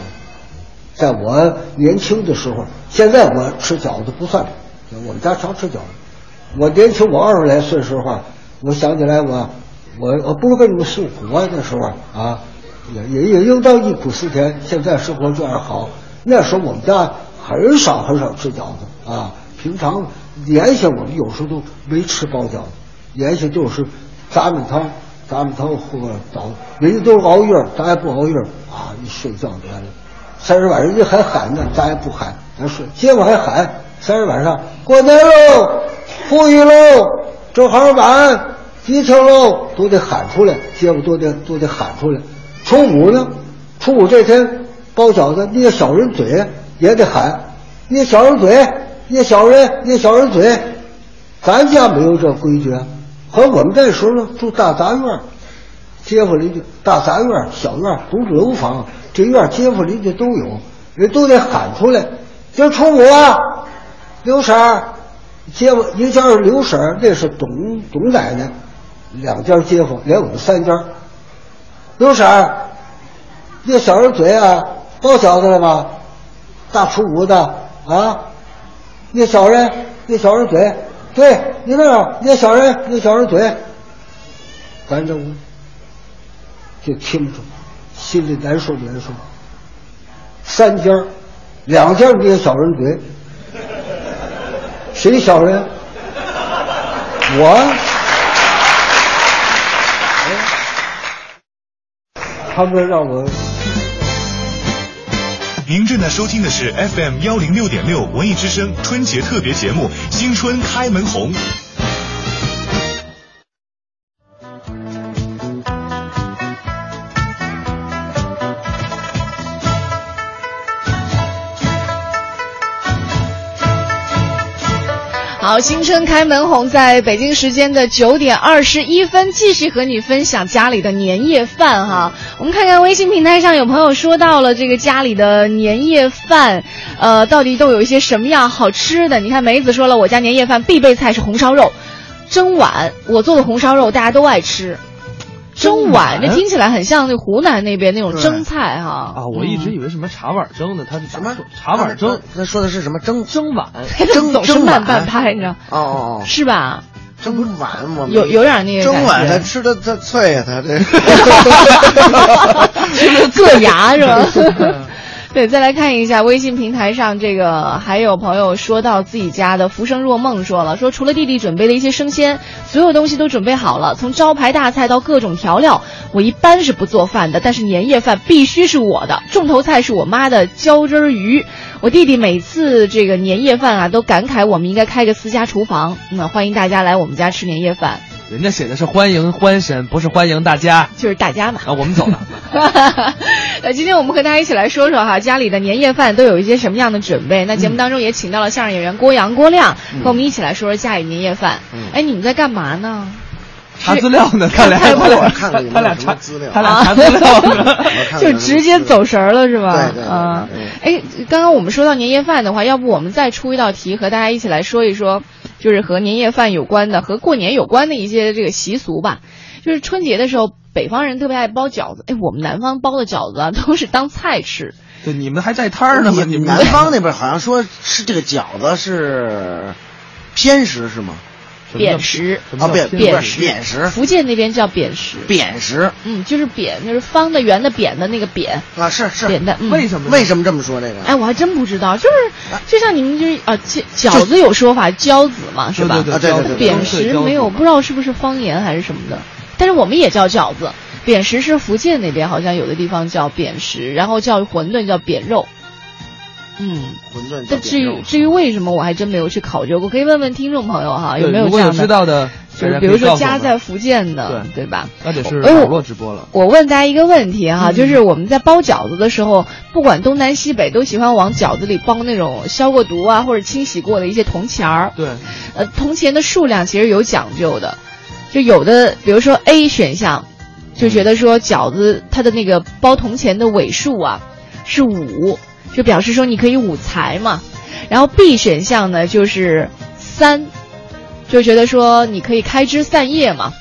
Speaker 11: 在我年轻的时候，现在我吃饺子不算，我们家常吃饺子。我年轻，我二十来岁的时候啊，我想起来我，我我不是为你们诉苦啊，那时候啊，也也也应当忆苦思甜。现在生活这样好，那时候我们家很少很少吃饺子啊，平常联系我们有时候都没吃包饺子。也许就是杂米汤，杂米汤喝早，人家都是熬夜，咱也不熬夜啊！一睡觉完了，三十晚人家还喊呢，咱也不喊，咱睡。结果还喊，三十晚上过年喽，富裕喽，正好晚，吉庆喽，都得喊出来，结果都得都得喊出来。初五呢，初五这天包饺子，捏小人嘴也得喊，捏小人嘴，捏小人，捏小人嘴。咱家没有这规矩啊，和我们那时候呢住大杂院儿，街坊邻居大杂院儿、小院儿、独楼房，这院儿街坊邻居都有，人都得喊出来。今儿初五啊，刘婶儿，街坊一家是刘婶儿，那是董董奶奶，两家街坊连我们三家。刘婶儿，那小人嘴啊，包饺子了吧？大初五的啊，那小人，那小人嘴。对你那儿那小人那小人嘴，咱这屋就听着，心里难受难受。三家儿两家儿捏小人嘴，谁小人？我。他们让我
Speaker 12: 您正在收听的是 FM 幺零六点六文艺之声春节特别节目《新春开门红》。
Speaker 1: 好，新春开门红，在北京时间的九点二十一分，继续和你分享家里的年夜饭哈。我们看看微信平台上有朋友说到了这个家里的年夜饭，呃，到底都有一些什么样好吃的？你看梅子说了，我家年夜饭必备菜是红烧肉，蒸碗，我做的红烧肉大家都爱吃。蒸碗，这听起来很像那湖南那边那
Speaker 9: 哎
Speaker 1: 种蒸菜哈。嗯
Speaker 2: 啊，我一直以为什么茶碗蒸呢，他是什么茶碗蒸？
Speaker 9: 他说的是什么蒸
Speaker 2: 蒸碗？
Speaker 9: 蒸
Speaker 1: 总是
Speaker 9: 蒸碗
Speaker 1: 慢半拍，你知道？
Speaker 9: 哦哦哦，
Speaker 1: 是吧？嗯
Speaker 9: 蒸碗我们
Speaker 1: 有有点那个
Speaker 9: 蒸碗，
Speaker 1: 感觉
Speaker 9: 它吃的它脆呀，它这
Speaker 1: *laughs* 硌牙是
Speaker 9: *laughs*
Speaker 1: 吧？ *laughs* 对，再来看一下微信平台上这个，还有朋友说到自己家的浮生若梦，说了说除了弟弟准备的一些生鲜，所有东西都准备好了，从招牌大菜到各种调料，我一般是不做饭的，但是年夜饭必须是我的，重头菜是我妈的浇汁儿鱼。我弟弟每次这个年夜饭啊，都感慨我们应该开个私家厨房，那、欢迎大家来我们家吃年夜饭，
Speaker 2: 人家写的是欢迎欢神，不是欢迎大家。
Speaker 1: 就是大家嘛。
Speaker 2: 啊，我们
Speaker 1: *laughs*
Speaker 2: 走了。
Speaker 1: 那今天我们和大家一起来说说哈，家里的年夜饭都有一些什么样的准备？那节
Speaker 9: 嗯
Speaker 1: 目当中也请到了相声演员郭阳、郭亮，和我们一起来说说家里年夜饭。
Speaker 9: 嗯
Speaker 1: 哎，你们在干嘛呢？
Speaker 2: 查资料呢，他俩
Speaker 1: 看啊
Speaker 2: 他俩
Speaker 9: 看看有没有
Speaker 2: 他俩
Speaker 9: 什
Speaker 2: 查
Speaker 9: 么资料
Speaker 2: 他俩查资料
Speaker 9: *laughs*
Speaker 2: 呢。
Speaker 1: 就直接走神儿了是吧？
Speaker 9: 对对对
Speaker 1: 啊，哎，刚刚我们说到年夜饭的话，要不我们再出一道题，和大家一起来说一说，就是和年夜饭有关的、和过年有关的一些这个习俗吧。就是春节的时候，北方人特别爱包饺子，哎，我们南方包的饺子啊，都是当菜吃。
Speaker 2: 对， *laughs* 你们还带摊儿呢吗？你们
Speaker 9: 南方那边好像说是这个饺子是偏食是吗？
Speaker 1: 扁食
Speaker 9: 啊，扁
Speaker 1: 扁
Speaker 9: 食扁食
Speaker 1: 福建那边叫扁食，
Speaker 9: 扁食
Speaker 1: 嗯，就是扁，就是方的、圆的、扁的那个扁。
Speaker 9: 啊，是是
Speaker 1: 扁担嗯
Speaker 2: 为什么呢
Speaker 9: 为什么这么说这个？
Speaker 1: 哎，我还真不知道，就是就像你们就是啊，饺饺子有说法饺子嘛，是吧？
Speaker 2: 对对对
Speaker 9: 啊对对对
Speaker 1: 扁食没有，不知道是不是方言还是什么的，但是我们也叫饺子。扁食是福建那边，好像有的地方叫扁食，然后叫馄饨叫扁肉。嗯，
Speaker 9: 馄饨叫
Speaker 1: 但至
Speaker 9: 扁肉
Speaker 1: 于至于为什么，我还真没有去考究过，可以问问听众朋友哈，有
Speaker 2: 对
Speaker 1: 没有
Speaker 2: 如
Speaker 1: 这
Speaker 2: 果有
Speaker 1: 样的？
Speaker 2: 知道的，
Speaker 1: 就是比如说家在福建的，对
Speaker 2: 对
Speaker 1: 吧？
Speaker 2: 那得是
Speaker 1: 哎我
Speaker 2: 网络直播了。嗯
Speaker 1: 我问大家一个问题哈、就是我们在包饺子的时候，不管东南西北，都喜欢往饺子里包那种消过毒啊或者清洗过的一些铜钱儿。
Speaker 2: 对，
Speaker 1: 呃，铜钱的数量其实有讲究的，就有的，比如说 A 选项，就觉得说饺子它的那个包铜钱的尾数啊是五，就表示说你可以五财嘛。然后 B 选项呢就是三，就觉得说你可以开枝散叶嘛。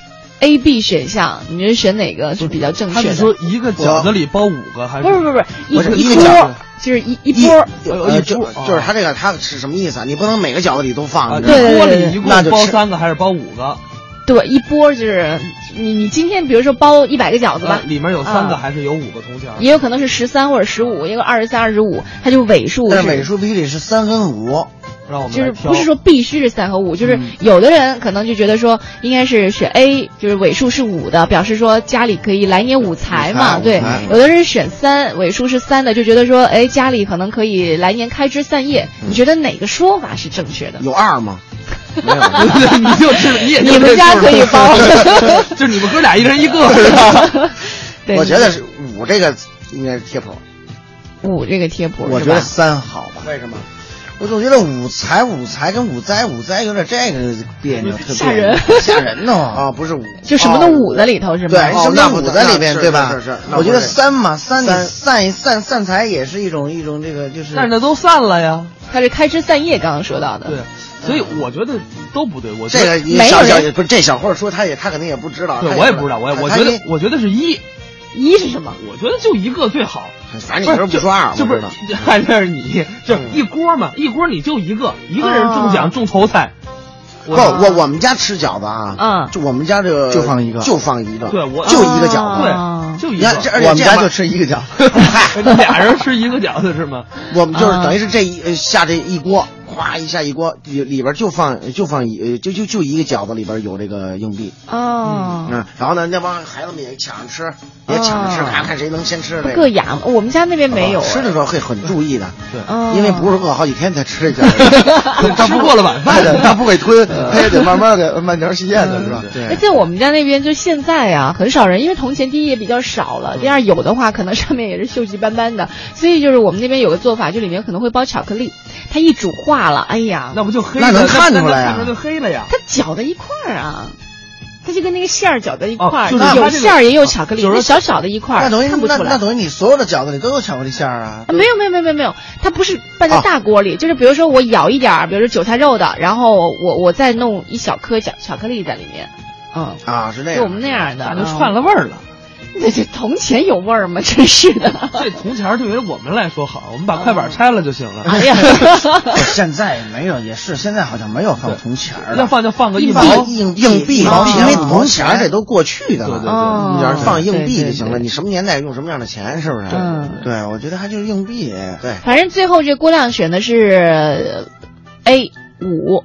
Speaker 1: A、B 选项，你觉得选哪个是比较正
Speaker 2: 他
Speaker 1: 确
Speaker 2: 们
Speaker 1: 的？
Speaker 2: 说一个饺子里包五个，还
Speaker 1: 不是不是不
Speaker 9: 不
Speaker 1: 是
Speaker 9: 是
Speaker 1: 一
Speaker 9: 一
Speaker 1: 一
Speaker 9: 个饺
Speaker 1: 波
Speaker 9: 子，
Speaker 2: 啊
Speaker 1: 就是一一波。
Speaker 2: 哦
Speaker 9: 呃就就是他这个他是什么意思啊？你不能每个饺子里都放，
Speaker 2: 啊
Speaker 9: 你知道吗
Speaker 1: 对对对对对
Speaker 9: 那就
Speaker 2: 包
Speaker 9: 吃 *laughs*
Speaker 2: 三个还是包五个？
Speaker 1: 对，一波就是你你今天比如说包一百个饺子吧
Speaker 2: 呃，里面有三个
Speaker 1: 啊
Speaker 2: 还是有五个铜钱儿？
Speaker 1: 也有可能是十三或者十五，也有二十三、二十五，它就尾数
Speaker 9: 但
Speaker 1: 是
Speaker 9: 是尾数必须得是三跟五，
Speaker 2: 让我
Speaker 1: 就是不是说必须是三和五，就是
Speaker 9: 嗯
Speaker 1: 有的人可能就觉得说应该是选 A，就是尾数是五的，表示说家里可以来年五财嘛，
Speaker 9: 五财
Speaker 1: 对
Speaker 9: 五财。
Speaker 1: 有的人选三，尾数是三的，就觉得说哎家里可能可以来年开枝散叶。你觉得哪个说法是正确的？
Speaker 9: 嗯有二吗？没有，
Speaker 2: *laughs* 你就吃，你也就
Speaker 1: 你们
Speaker 2: 这
Speaker 1: 家
Speaker 2: 数
Speaker 1: 可以包
Speaker 2: *laughs* 就是你们哥俩一人一个是吧？
Speaker 1: 对
Speaker 9: 我觉得是五这个应该是贴谱，
Speaker 1: *laughs* 五这个贴谱，
Speaker 9: 我
Speaker 1: 是
Speaker 9: 觉
Speaker 1: 吧
Speaker 9: 得三好吧？为什么？我总觉得五财五财跟五灾五灾有点这个别扭，特别
Speaker 1: 吓人
Speaker 9: 吓人 *laughs* 呢啊！不是五，
Speaker 1: 就什么都捂在里头是吗？哦
Speaker 9: 对，什么
Speaker 1: 都
Speaker 9: 都五在里面对吧？我觉得三嘛，三你
Speaker 1: 三
Speaker 9: 散一散散财也是一种一种这个就是。
Speaker 2: 但是那都散了呀。
Speaker 1: 它是开枝散叶，刚刚说到的。
Speaker 2: 对，所以我觉得都不对。我
Speaker 9: 嗯
Speaker 2: 觉
Speaker 9: 这
Speaker 2: 得
Speaker 9: 个你小小不是这小伙说他也他肯定也不知道，
Speaker 2: 对
Speaker 9: 他
Speaker 2: 我也不知道，我也
Speaker 9: 他
Speaker 2: 我
Speaker 9: 他
Speaker 2: 觉得
Speaker 9: 也
Speaker 2: 我觉得是一，
Speaker 1: 一是什么？
Speaker 2: 我觉得就一个最好。
Speaker 9: 哎反正你是不说二，
Speaker 2: 这不
Speaker 9: 我
Speaker 2: 是
Speaker 9: 知道
Speaker 2: 还是你，这一锅嘛，
Speaker 1: 嗯
Speaker 2: 一锅你就一个，一个人中奖中头彩。
Speaker 1: 哦
Speaker 9: 不，我我们家吃饺子啊，嗯，就我们家这个
Speaker 10: 就放一个
Speaker 9: 就放一个，
Speaker 2: 对我
Speaker 9: 就一个饺子，
Speaker 1: 啊
Speaker 2: 对，就一
Speaker 9: 你看这，而
Speaker 2: 个。
Speaker 9: 且
Speaker 10: 我们
Speaker 9: 这
Speaker 10: 家
Speaker 9: 样吧
Speaker 10: 就吃一个饺子。
Speaker 9: *laughs*
Speaker 2: *laughs* 你俩人吃一个饺子是吗？
Speaker 9: 我们就是
Speaker 2: 啊
Speaker 9: 等于是这一呃下这一锅，咵一下一锅，里里边就放就放一呃就就就一个饺子里边有这个硬币，
Speaker 1: 哦，
Speaker 9: 嗯，然后呢那帮孩子们也抢着吃，也抢着吃，
Speaker 1: 哦
Speaker 9: 看看谁能先吃这
Speaker 1: 硌
Speaker 9: 个。
Speaker 1: 牙吗？我们家那边
Speaker 2: 哦
Speaker 1: 没有。啊
Speaker 9: 吃的时候会很注意的，
Speaker 1: 哦
Speaker 9: 因为不是饿好几天才吃这饺
Speaker 1: *laughs*
Speaker 9: 子，他不过了晚饭的，他不会吞，
Speaker 2: 嗯
Speaker 9: 他也得慢慢的慢条细咽的是吧？
Speaker 2: 哎
Speaker 1: 而且我们家那边就现在呀、很少人，因为铜钱第一也比较少
Speaker 2: 嗯
Speaker 1: 了，第二有的话可能上面也是锈迹斑斑的，所以就是我们那边有个做法，就里面可能会包巧克力，它一煮化了，哎呀，
Speaker 2: 那不就黑
Speaker 9: 那
Speaker 2: 了？
Speaker 9: 能看
Speaker 2: 那
Speaker 9: 出来啊
Speaker 2: 那就黑了呀。
Speaker 1: 它搅在一块儿啊，它就跟那个馅儿搅在一块儿，
Speaker 2: 哦就是
Speaker 1: 有
Speaker 2: 它这个
Speaker 1: 馅儿也有巧克力，
Speaker 2: 有时
Speaker 1: 那
Speaker 2: 候
Speaker 1: 小小的一块儿，
Speaker 9: 那等于
Speaker 1: 看不
Speaker 9: 那
Speaker 1: 出来
Speaker 9: 那。等于你所有的饺子里都有巧克力馅儿啊
Speaker 1: 啊，没有没有没有没有没有，它不是拌在大锅里，就是比如说我舀一点儿，比如说韭菜肉的，然后我我再弄一小颗巧巧克力在里面，嗯，
Speaker 9: 啊是那
Speaker 1: 就
Speaker 9: 样，
Speaker 1: 我们那样的，啊
Speaker 2: 那就串了味儿了。
Speaker 1: 那这铜钱有味儿吗？真是的。
Speaker 2: 这铜钱儿对于我们来说好，我们把快板拆了就行了。
Speaker 9: *laughs*
Speaker 1: 哎呀，
Speaker 10: 现在没有，也是现在好像没有放铜钱儿
Speaker 2: 要
Speaker 10: 了。
Speaker 2: 放就放个
Speaker 9: 硬
Speaker 2: 一
Speaker 9: 币
Speaker 2: 毛，哦
Speaker 9: 硬硬币，
Speaker 10: 毛
Speaker 9: 因为
Speaker 10: 钱
Speaker 9: 铜钱儿这都过去的了，
Speaker 2: 对对对
Speaker 9: 你要是放硬币
Speaker 1: 对对
Speaker 9: 就行了，你什么年代用什么样的钱，是不是？
Speaker 1: 嗯
Speaker 9: 对，我觉得它就是硬币，对
Speaker 1: 反正最后这郭亮选的是 A 五，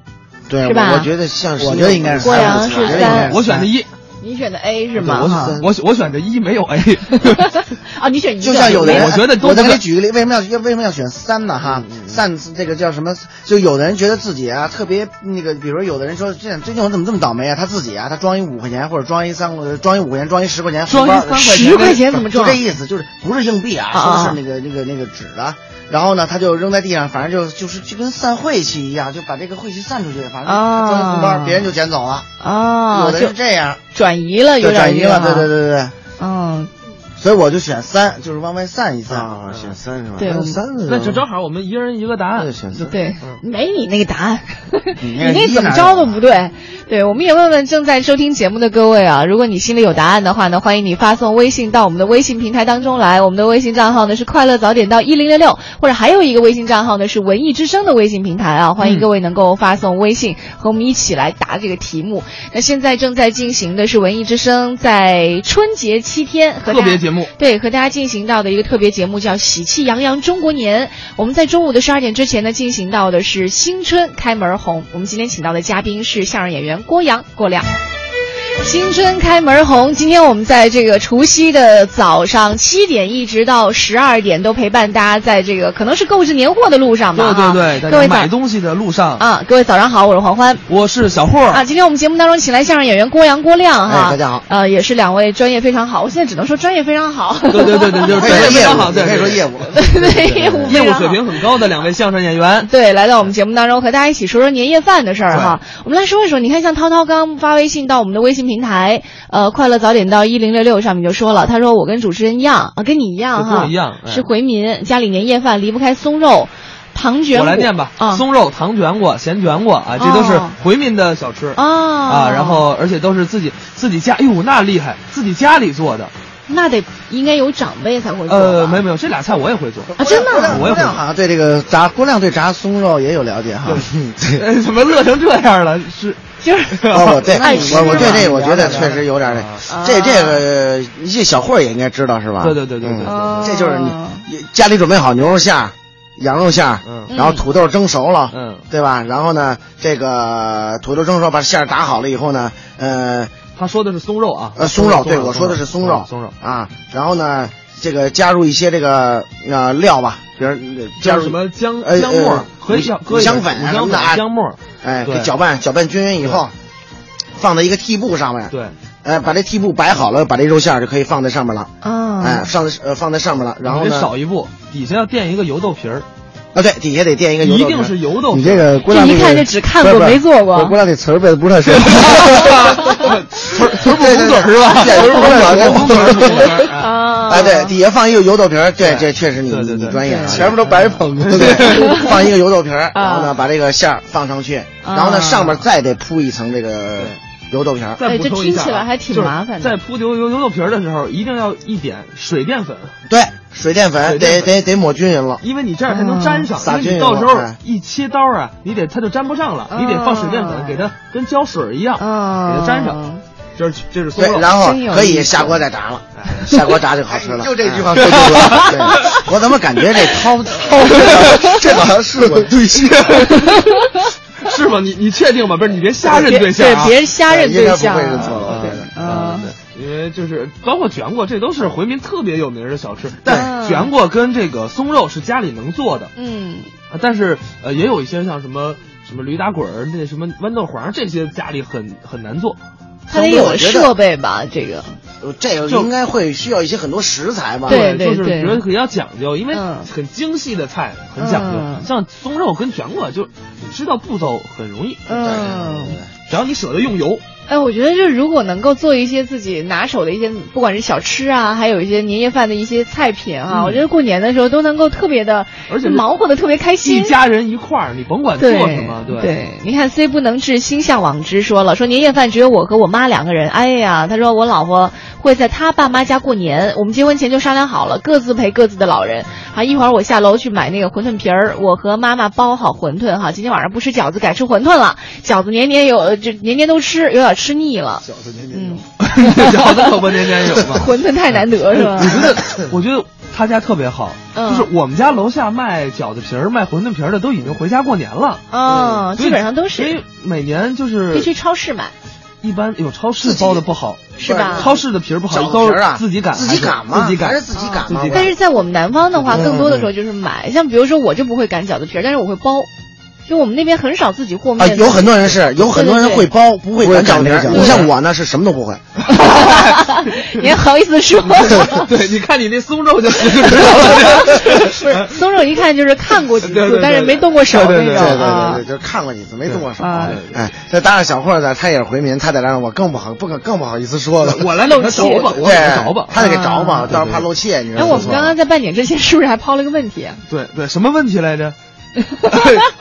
Speaker 9: 对，
Speaker 1: 是吧
Speaker 9: 我我觉得像是，
Speaker 10: 我觉得应该是
Speaker 1: 郭阳是三
Speaker 2: 我选的一，
Speaker 1: 你选的 A 是
Speaker 2: 我
Speaker 1: 吗？
Speaker 2: 选我选我选的一没有 A，
Speaker 1: 啊，你选一个
Speaker 9: 就像有的人，
Speaker 2: 我觉得都
Speaker 9: 我再给
Speaker 2: 能
Speaker 9: 你举个例，为什么要为什么要选三呢？
Speaker 2: 嗯
Speaker 9: 哈，三这个叫什么？就有的人觉得自己啊特别那个，比如有的人说，这最近我怎么这么倒霉啊？他自己啊，他装一五块钱，或者装一三块，装一五块钱，装一十块钱，
Speaker 2: 装一
Speaker 9: 红包
Speaker 2: 三块钱
Speaker 1: 十块钱怎么
Speaker 9: 就
Speaker 1: 中
Speaker 9: 这？意思，就是不是硬币啊，
Speaker 1: 啊啊
Speaker 9: 说的是那个那个那个纸啊。然后呢，他就扔在地上，反正就就是就跟散晦气一样，就把这个晦气散出去，反正
Speaker 1: 啊
Speaker 9: 装一红包，别人就捡走了。
Speaker 1: 啊
Speaker 9: 有，的
Speaker 1: 就是
Speaker 9: 这样，
Speaker 1: 转移了，有
Speaker 9: 就
Speaker 1: 点
Speaker 9: 转移了。
Speaker 1: 意
Speaker 9: 对
Speaker 1: 思
Speaker 9: 对
Speaker 1: 啊，
Speaker 9: 对对。
Speaker 1: 嗯，
Speaker 9: 所以我就选三，就是往外散一散。
Speaker 10: 啊选
Speaker 9: 三是吧
Speaker 1: 对还有我们
Speaker 9: 三
Speaker 2: 那就正好我们一人一个答案。
Speaker 9: 选嗯
Speaker 1: 对，没你那个答案，你
Speaker 9: 那个
Speaker 1: 那
Speaker 9: 一
Speaker 1: 怎么
Speaker 9: 哪
Speaker 1: 着
Speaker 9: 有
Speaker 1: 都
Speaker 9: 啊
Speaker 1: 不对。对，我们也问问正在收听节目的各位啊，如果你心里有答案的话呢，欢迎你发送微信到我们的微信平台当中来。我们的微信账号呢是快乐早点到一零六六，或者还有一个微信账号呢是文艺之声的微信平台啊，欢迎各位能够发送微信和我们一起来答这个题目。那现在正在进行的是文艺之声在春节七天和
Speaker 2: 特
Speaker 1: 大家
Speaker 2: 别节目，
Speaker 1: 对，和大家进行到的一个特别节目叫《喜气洋洋中国年》。我们在中午的十二点之前呢，进行到的是新春开门红。我们今天请到的嘉宾是相声演员郭阳、郭亮。新春开门红，今天我们在这个除夕的早上七点一直到十二点，都陪伴大家在这个可能是购置年货的路上吧。
Speaker 2: 对对
Speaker 1: 哈
Speaker 2: 对，大
Speaker 1: 啊各
Speaker 2: 家
Speaker 1: 位早
Speaker 2: 买东西的路上
Speaker 1: 啊，各位早上好，我是黄欢，
Speaker 2: 我是小霍
Speaker 1: 啊。今天我们节目当中请来相声演员郭阳、郭亮哈，
Speaker 2: 哎大家好，
Speaker 1: 呃，也是两位专业非常好，我现在只能说专业非常好。
Speaker 2: 对对对对，就是专业非常好，
Speaker 9: 可以
Speaker 2: 对，
Speaker 9: 说
Speaker 2: 对 *laughs*
Speaker 9: 业务，
Speaker 2: 对对
Speaker 1: 业务非
Speaker 2: 业务
Speaker 1: 常
Speaker 2: 水平很高的两位相声演员。
Speaker 1: 对，来到我们节目当中，和大家一起说说年夜饭的事儿哈。我们来说一说，你看，像涛涛刚刚发微信到我们的微信平台，呃，快乐早点到一零六六上面就说了，他说我跟主持人一样啊，跟你一样
Speaker 2: 对跟
Speaker 1: 哈，
Speaker 2: 我一样哎
Speaker 1: 是回民，家里年夜饭离不开松肉、糖卷
Speaker 2: 我来
Speaker 1: 果
Speaker 2: 念吧，
Speaker 1: 啊，
Speaker 2: 松肉、糖卷果、咸卷果啊，这都是
Speaker 1: 哦
Speaker 2: 回民的小吃
Speaker 1: 哦
Speaker 2: 啊。然后，而且都是自己自己家，哟，那厉害，自己家里做的。
Speaker 1: 那得应该有长辈才会做
Speaker 2: 呃，
Speaker 1: 吧。
Speaker 2: 没有没有，这俩菜我也会做
Speaker 1: 啊真的啊
Speaker 2: 我也
Speaker 9: 郭
Speaker 2: 会
Speaker 9: 亮好像对这个炸郭亮对炸松肉也有了解哈。 *laughs*
Speaker 2: 做。哎怎么乐成这样了？是
Speaker 1: 就是
Speaker 2: *laughs*
Speaker 9: 哦，我对，
Speaker 2: 爱吃啊
Speaker 9: 我我对
Speaker 2: 嘛
Speaker 9: 这个我觉得确实有点那，这这个这小慧儿也应该知道是吧？
Speaker 2: 对对对对对对
Speaker 9: 嗯这就是你家里准备好牛肉馅儿、羊肉馅儿，
Speaker 2: 嗯
Speaker 9: 然后土豆蒸熟了，
Speaker 2: 嗯，
Speaker 9: 对吧？然后呢，这个土豆蒸熟，把馅儿打好了以后呢，呃，
Speaker 2: 他说的是松肉啊，
Speaker 9: 呃，松肉，对我说的是松肉，
Speaker 2: 松肉。
Speaker 9: 啊，然后呢，这个加入一些这个呃料吧，比如呃加
Speaker 2: 叫
Speaker 9: 入
Speaker 2: 什么姜
Speaker 9: 呃
Speaker 2: 姜末
Speaker 9: 呃
Speaker 2: 儿和
Speaker 9: 五
Speaker 2: 小
Speaker 9: 五
Speaker 2: 和
Speaker 9: 香粉啊
Speaker 2: 五
Speaker 9: 什么
Speaker 2: 香
Speaker 9: 的
Speaker 2: 粉
Speaker 9: 啊
Speaker 2: 姜末儿，
Speaker 9: 哎，
Speaker 2: 对
Speaker 9: 给搅拌搅拌均匀以后，放在一个屉布上面，
Speaker 2: 对，
Speaker 9: 哎，把这屉布摆好了，把这肉馅儿就可以放在上面了，
Speaker 2: 嗯
Speaker 1: 啊，
Speaker 9: 哎，放在呃放在上面了，然后
Speaker 2: 你得
Speaker 9: 呢，
Speaker 2: 少一步，底下要垫一个油豆皮儿，
Speaker 9: 啊对，底下得垫一个油
Speaker 2: 一
Speaker 9: 豆皮儿
Speaker 2: 定是油豆皮儿。
Speaker 10: 你这个郭亮
Speaker 1: 这一
Speaker 10: 个
Speaker 1: 看就只看过
Speaker 10: 不是
Speaker 1: 没做过
Speaker 10: 不是郭亮这词儿背的不太深。
Speaker 2: 不是不红嘴儿是吧？
Speaker 9: 对，
Speaker 2: 不
Speaker 9: 对
Speaker 2: 红嘴儿，不红嘴儿。啊
Speaker 1: 啊
Speaker 9: 哎，对，底下放一个油豆皮儿，对，这确实你你你专业啊，
Speaker 10: 前面都白捧
Speaker 9: 对对，放一个油豆皮儿，然
Speaker 1: 啊
Speaker 9: 后呢把这个馅儿放上去，然后
Speaker 1: 啊
Speaker 9: 呢上面再得铺一层这个油豆皮儿。
Speaker 2: 再补充一下
Speaker 1: 哎这听
Speaker 2: 啊，
Speaker 1: 起来还挺麻烦的
Speaker 2: 就是在铺油油油豆皮儿的时候，一定要一点水淀粉，
Speaker 9: 对，水淀粉
Speaker 2: 水
Speaker 9: 得
Speaker 2: 淀粉
Speaker 9: 得得抹均匀了。
Speaker 2: 因为你这样才能粘上。
Speaker 9: 嗯撒
Speaker 2: 因为
Speaker 9: 均匀
Speaker 2: 你
Speaker 9: 了
Speaker 2: 到时候
Speaker 9: 哎
Speaker 2: 一切刀啊，你得它就粘不上了，你得放水淀粉，给它跟浇水一样，
Speaker 1: 啊
Speaker 2: 给它粘上。这是这是松
Speaker 9: 对
Speaker 2: 肉，，
Speaker 9: 然后
Speaker 1: 真有
Speaker 9: 可
Speaker 1: 意
Speaker 9: 以
Speaker 1: 思
Speaker 9: 下锅再炸了，下锅炸就好吃
Speaker 2: *laughs*
Speaker 9: 了。
Speaker 10: 就这句话
Speaker 9: 哎对对对对我怎么感觉这掏
Speaker 2: *laughs*
Speaker 9: 掏这好像是我对象，
Speaker 2: 是吗？你你确定吗？不是，你别瞎认
Speaker 1: 别
Speaker 2: 对象啊。
Speaker 1: 对，别人瞎认
Speaker 9: 应该
Speaker 1: 对
Speaker 9: 不
Speaker 1: 象
Speaker 9: 会
Speaker 1: 啊。嗯
Speaker 9: 认错了，我嗯觉得。
Speaker 2: 啊，对，因为就是包括卷果，这都是回民特别有名的小吃。但
Speaker 1: 对
Speaker 2: 卷果跟这个松肉是家里能做的，
Speaker 1: 嗯，
Speaker 2: 啊但是呃也有一些像什么什么驴打滚儿、那什么豌豆黄这些家里很很难做。
Speaker 1: 他得有设备吧？这个
Speaker 9: 呃这个应该会需要一些很多食材吧？
Speaker 1: 对
Speaker 2: 就是
Speaker 1: 对
Speaker 2: 觉得很要讲究，因为
Speaker 1: 嗯
Speaker 2: 很精细的菜很讲
Speaker 1: 嗯
Speaker 2: 究。像松肉跟卷果，就你知道步骤很容易，
Speaker 1: 嗯。
Speaker 2: 只要你舍得用油。
Speaker 1: 哎，我觉得就是如果能够做一些自己拿手的一些，不管是小吃啊，还有一些年夜饭的一些菜品啊，
Speaker 2: 嗯
Speaker 1: 我觉得过年的时候都能够特别的，
Speaker 2: 而且是
Speaker 1: 忙活的特别开心。
Speaker 2: 一家人一块儿，你甭管做
Speaker 1: 对
Speaker 2: 什么，对 *laughs*
Speaker 1: 你看 C 不能治心向往之说了，说年夜饭只有我和我妈两个人。哎呀，他说我老婆会在她爸妈家过年，我们结婚前就商量好了，各自陪各自的老人。啊，一会儿我下楼去买那个馄饨皮儿，我和妈妈包好馄饨哈，今天晚上不吃饺子，改吃馄饨了。饺子年年有，就年年都吃，有点吃腻了。
Speaker 9: 饺子年
Speaker 1: 嗯，
Speaker 2: 饺子可不年年有嘛。
Speaker 1: *laughs* 馄饨太难得是吧？
Speaker 2: 我觉得，我觉得他家特别好，
Speaker 1: 嗯
Speaker 2: 就是我们家楼下卖饺子皮儿、卖馄饨皮儿的都已经回家过年了，
Speaker 1: 啊、
Speaker 2: 所以
Speaker 1: 基本上都
Speaker 2: 所以
Speaker 1: 是
Speaker 2: 每年就是
Speaker 1: 必须超市买，
Speaker 2: 一般有超市包的不好，
Speaker 1: 是吧？
Speaker 2: 超市的皮儿不好，
Speaker 9: 饺
Speaker 2: 都
Speaker 9: 子皮儿
Speaker 2: 是
Speaker 9: 啊，
Speaker 2: 自己擀，
Speaker 9: 自己擀吗？
Speaker 2: 自己擀
Speaker 9: 还是自己擀吗
Speaker 2: 自己？嗯
Speaker 1: 但
Speaker 2: 擀
Speaker 1: 是在我们南方的话，更多的时候就是买，像比如说我就不会擀饺子皮儿，但是我会包，就我们那边很少自己和
Speaker 9: 啊，
Speaker 1: 面的。
Speaker 9: 有很多人是有很多人会包，不会擀饺
Speaker 10: 不会擀
Speaker 9: 子
Speaker 10: 饺
Speaker 9: 皮
Speaker 10: 子
Speaker 9: 儿。你像我呢，是什么
Speaker 1: *laughs*
Speaker 9: 都不会。
Speaker 1: 你还好意思说？ *laughs*
Speaker 2: 对，
Speaker 9: *laughs*
Speaker 2: 你看你那松肉就就知道了。
Speaker 1: 不是松肉一看就是看过几
Speaker 2: 对对
Speaker 1: 次
Speaker 2: 对，
Speaker 1: 但是没动过手那
Speaker 2: 对对
Speaker 9: 对
Speaker 1: 种
Speaker 9: 对
Speaker 1: 啊
Speaker 9: 对，对，就是看过几次，没动过手
Speaker 1: 啊。
Speaker 9: 哎，再搭上小霍呢，他也是回民，他在那儿我更不好，不可更不好意思说了。
Speaker 2: 我来给他着吧，我给他着吧
Speaker 9: 对，。他得给着吧，
Speaker 2: 啊
Speaker 9: 到时候怕露怯，你知
Speaker 1: 哎，
Speaker 9: 道吗？
Speaker 1: 我们刚刚在半点之前是不是还抛了个问题？啊
Speaker 2: 对对，什么问题来着？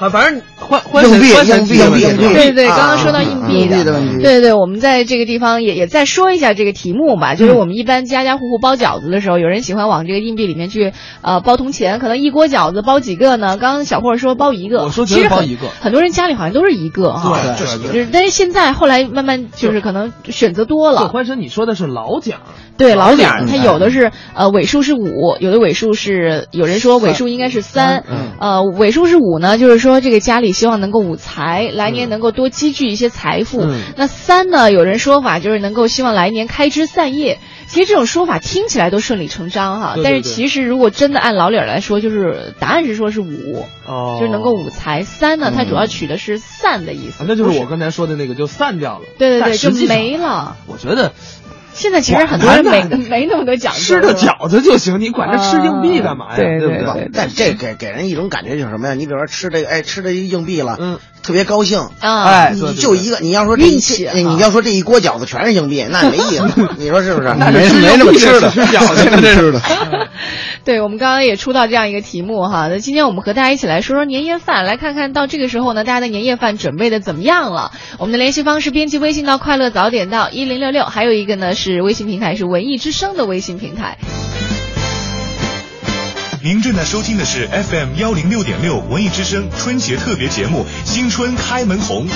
Speaker 2: 啊，反正换换
Speaker 9: 硬币
Speaker 2: 神换神
Speaker 9: 硬币
Speaker 2: 奇的问题
Speaker 9: 硬币
Speaker 2: 是吧
Speaker 1: 对对，
Speaker 9: 啊
Speaker 1: 刚刚说到硬币
Speaker 9: 硬币的问题
Speaker 1: 对对，我们在这个地方也也再说一下这个题目吧，就是我们一般家家户户包饺子的时候，有人喜欢往这个硬币里面去呃包铜钱，可能一锅饺子包几个呢？刚刚小霍说包一个，
Speaker 2: 我说绝
Speaker 1: 其
Speaker 2: 对
Speaker 1: 实
Speaker 2: 包
Speaker 1: 很
Speaker 2: 一个
Speaker 1: 很多人家里好像都是一个哈，
Speaker 2: 对
Speaker 9: 就是
Speaker 2: 对
Speaker 1: 就
Speaker 2: 对。
Speaker 1: 是但是现在后来慢慢就是可能选择多
Speaker 2: 这
Speaker 1: 了，
Speaker 2: 欢神，你说的是老奖，
Speaker 1: 对老点儿，
Speaker 2: 嗯
Speaker 1: 它有
Speaker 2: 嗯
Speaker 1: 的是呃尾数是五，有的尾数是有人说尾数应该是三，呃尾数不是五呢？就是说这个家里希望能够五财，来
Speaker 2: 嗯
Speaker 1: 年能够多积聚一些财富。
Speaker 13: 嗯
Speaker 1: 那三呢？有人说法就是能够希望来年开枝散叶。其实这种说法听起来都顺理成章哈，
Speaker 13: 对对
Speaker 1: 但是
Speaker 13: 对
Speaker 1: 其实如果真的按老理儿来说，就是答案是说是五，
Speaker 2: 哦
Speaker 1: 就是能够五财。三呢，它主要
Speaker 2: 嗯
Speaker 1: 取的是散的意思，
Speaker 2: 啊那就
Speaker 1: 不
Speaker 2: 是我刚才说的那个，就散掉了。
Speaker 1: 对对
Speaker 2: 但
Speaker 1: 对，
Speaker 2: 实
Speaker 1: 就
Speaker 2: 际上
Speaker 1: 没了。
Speaker 2: 我觉得
Speaker 1: 现在其实很多人没
Speaker 2: 管他呢
Speaker 1: 没那么多讲究，
Speaker 2: 吃着
Speaker 1: 是吧
Speaker 2: 饺子就行，你管这吃硬币干嘛呀？
Speaker 9: 对
Speaker 2: 对不
Speaker 9: 吧？但这给给人一种感觉就是什么呀？你比如说吃这个，哎，吃这一硬币了，
Speaker 2: 嗯，
Speaker 9: 特别高兴，
Speaker 1: 啊
Speaker 2: 哎
Speaker 9: 你
Speaker 2: 对对
Speaker 9: 就
Speaker 2: 对
Speaker 9: 一个，你要说这一
Speaker 2: 运气
Speaker 9: 这你要说这一锅饺子全是硬币，那没意思，你说是不是？
Speaker 2: 那没没那么吃的
Speaker 9: 没那么吃的。
Speaker 1: 对，我们刚刚也出到这样一个题目哈。那今天我们和大家一起来说说年夜饭，来看看到这个时候呢，大家的年夜饭准备的怎么样了？我们的联系方式，编辑微信到快乐早点到一零六六，还有一个呢是微信平台是文艺之声的微信平台。
Speaker 12: 您正在收听的是 FM 幺零六点六文艺之声春节特别节目《新春开门红》。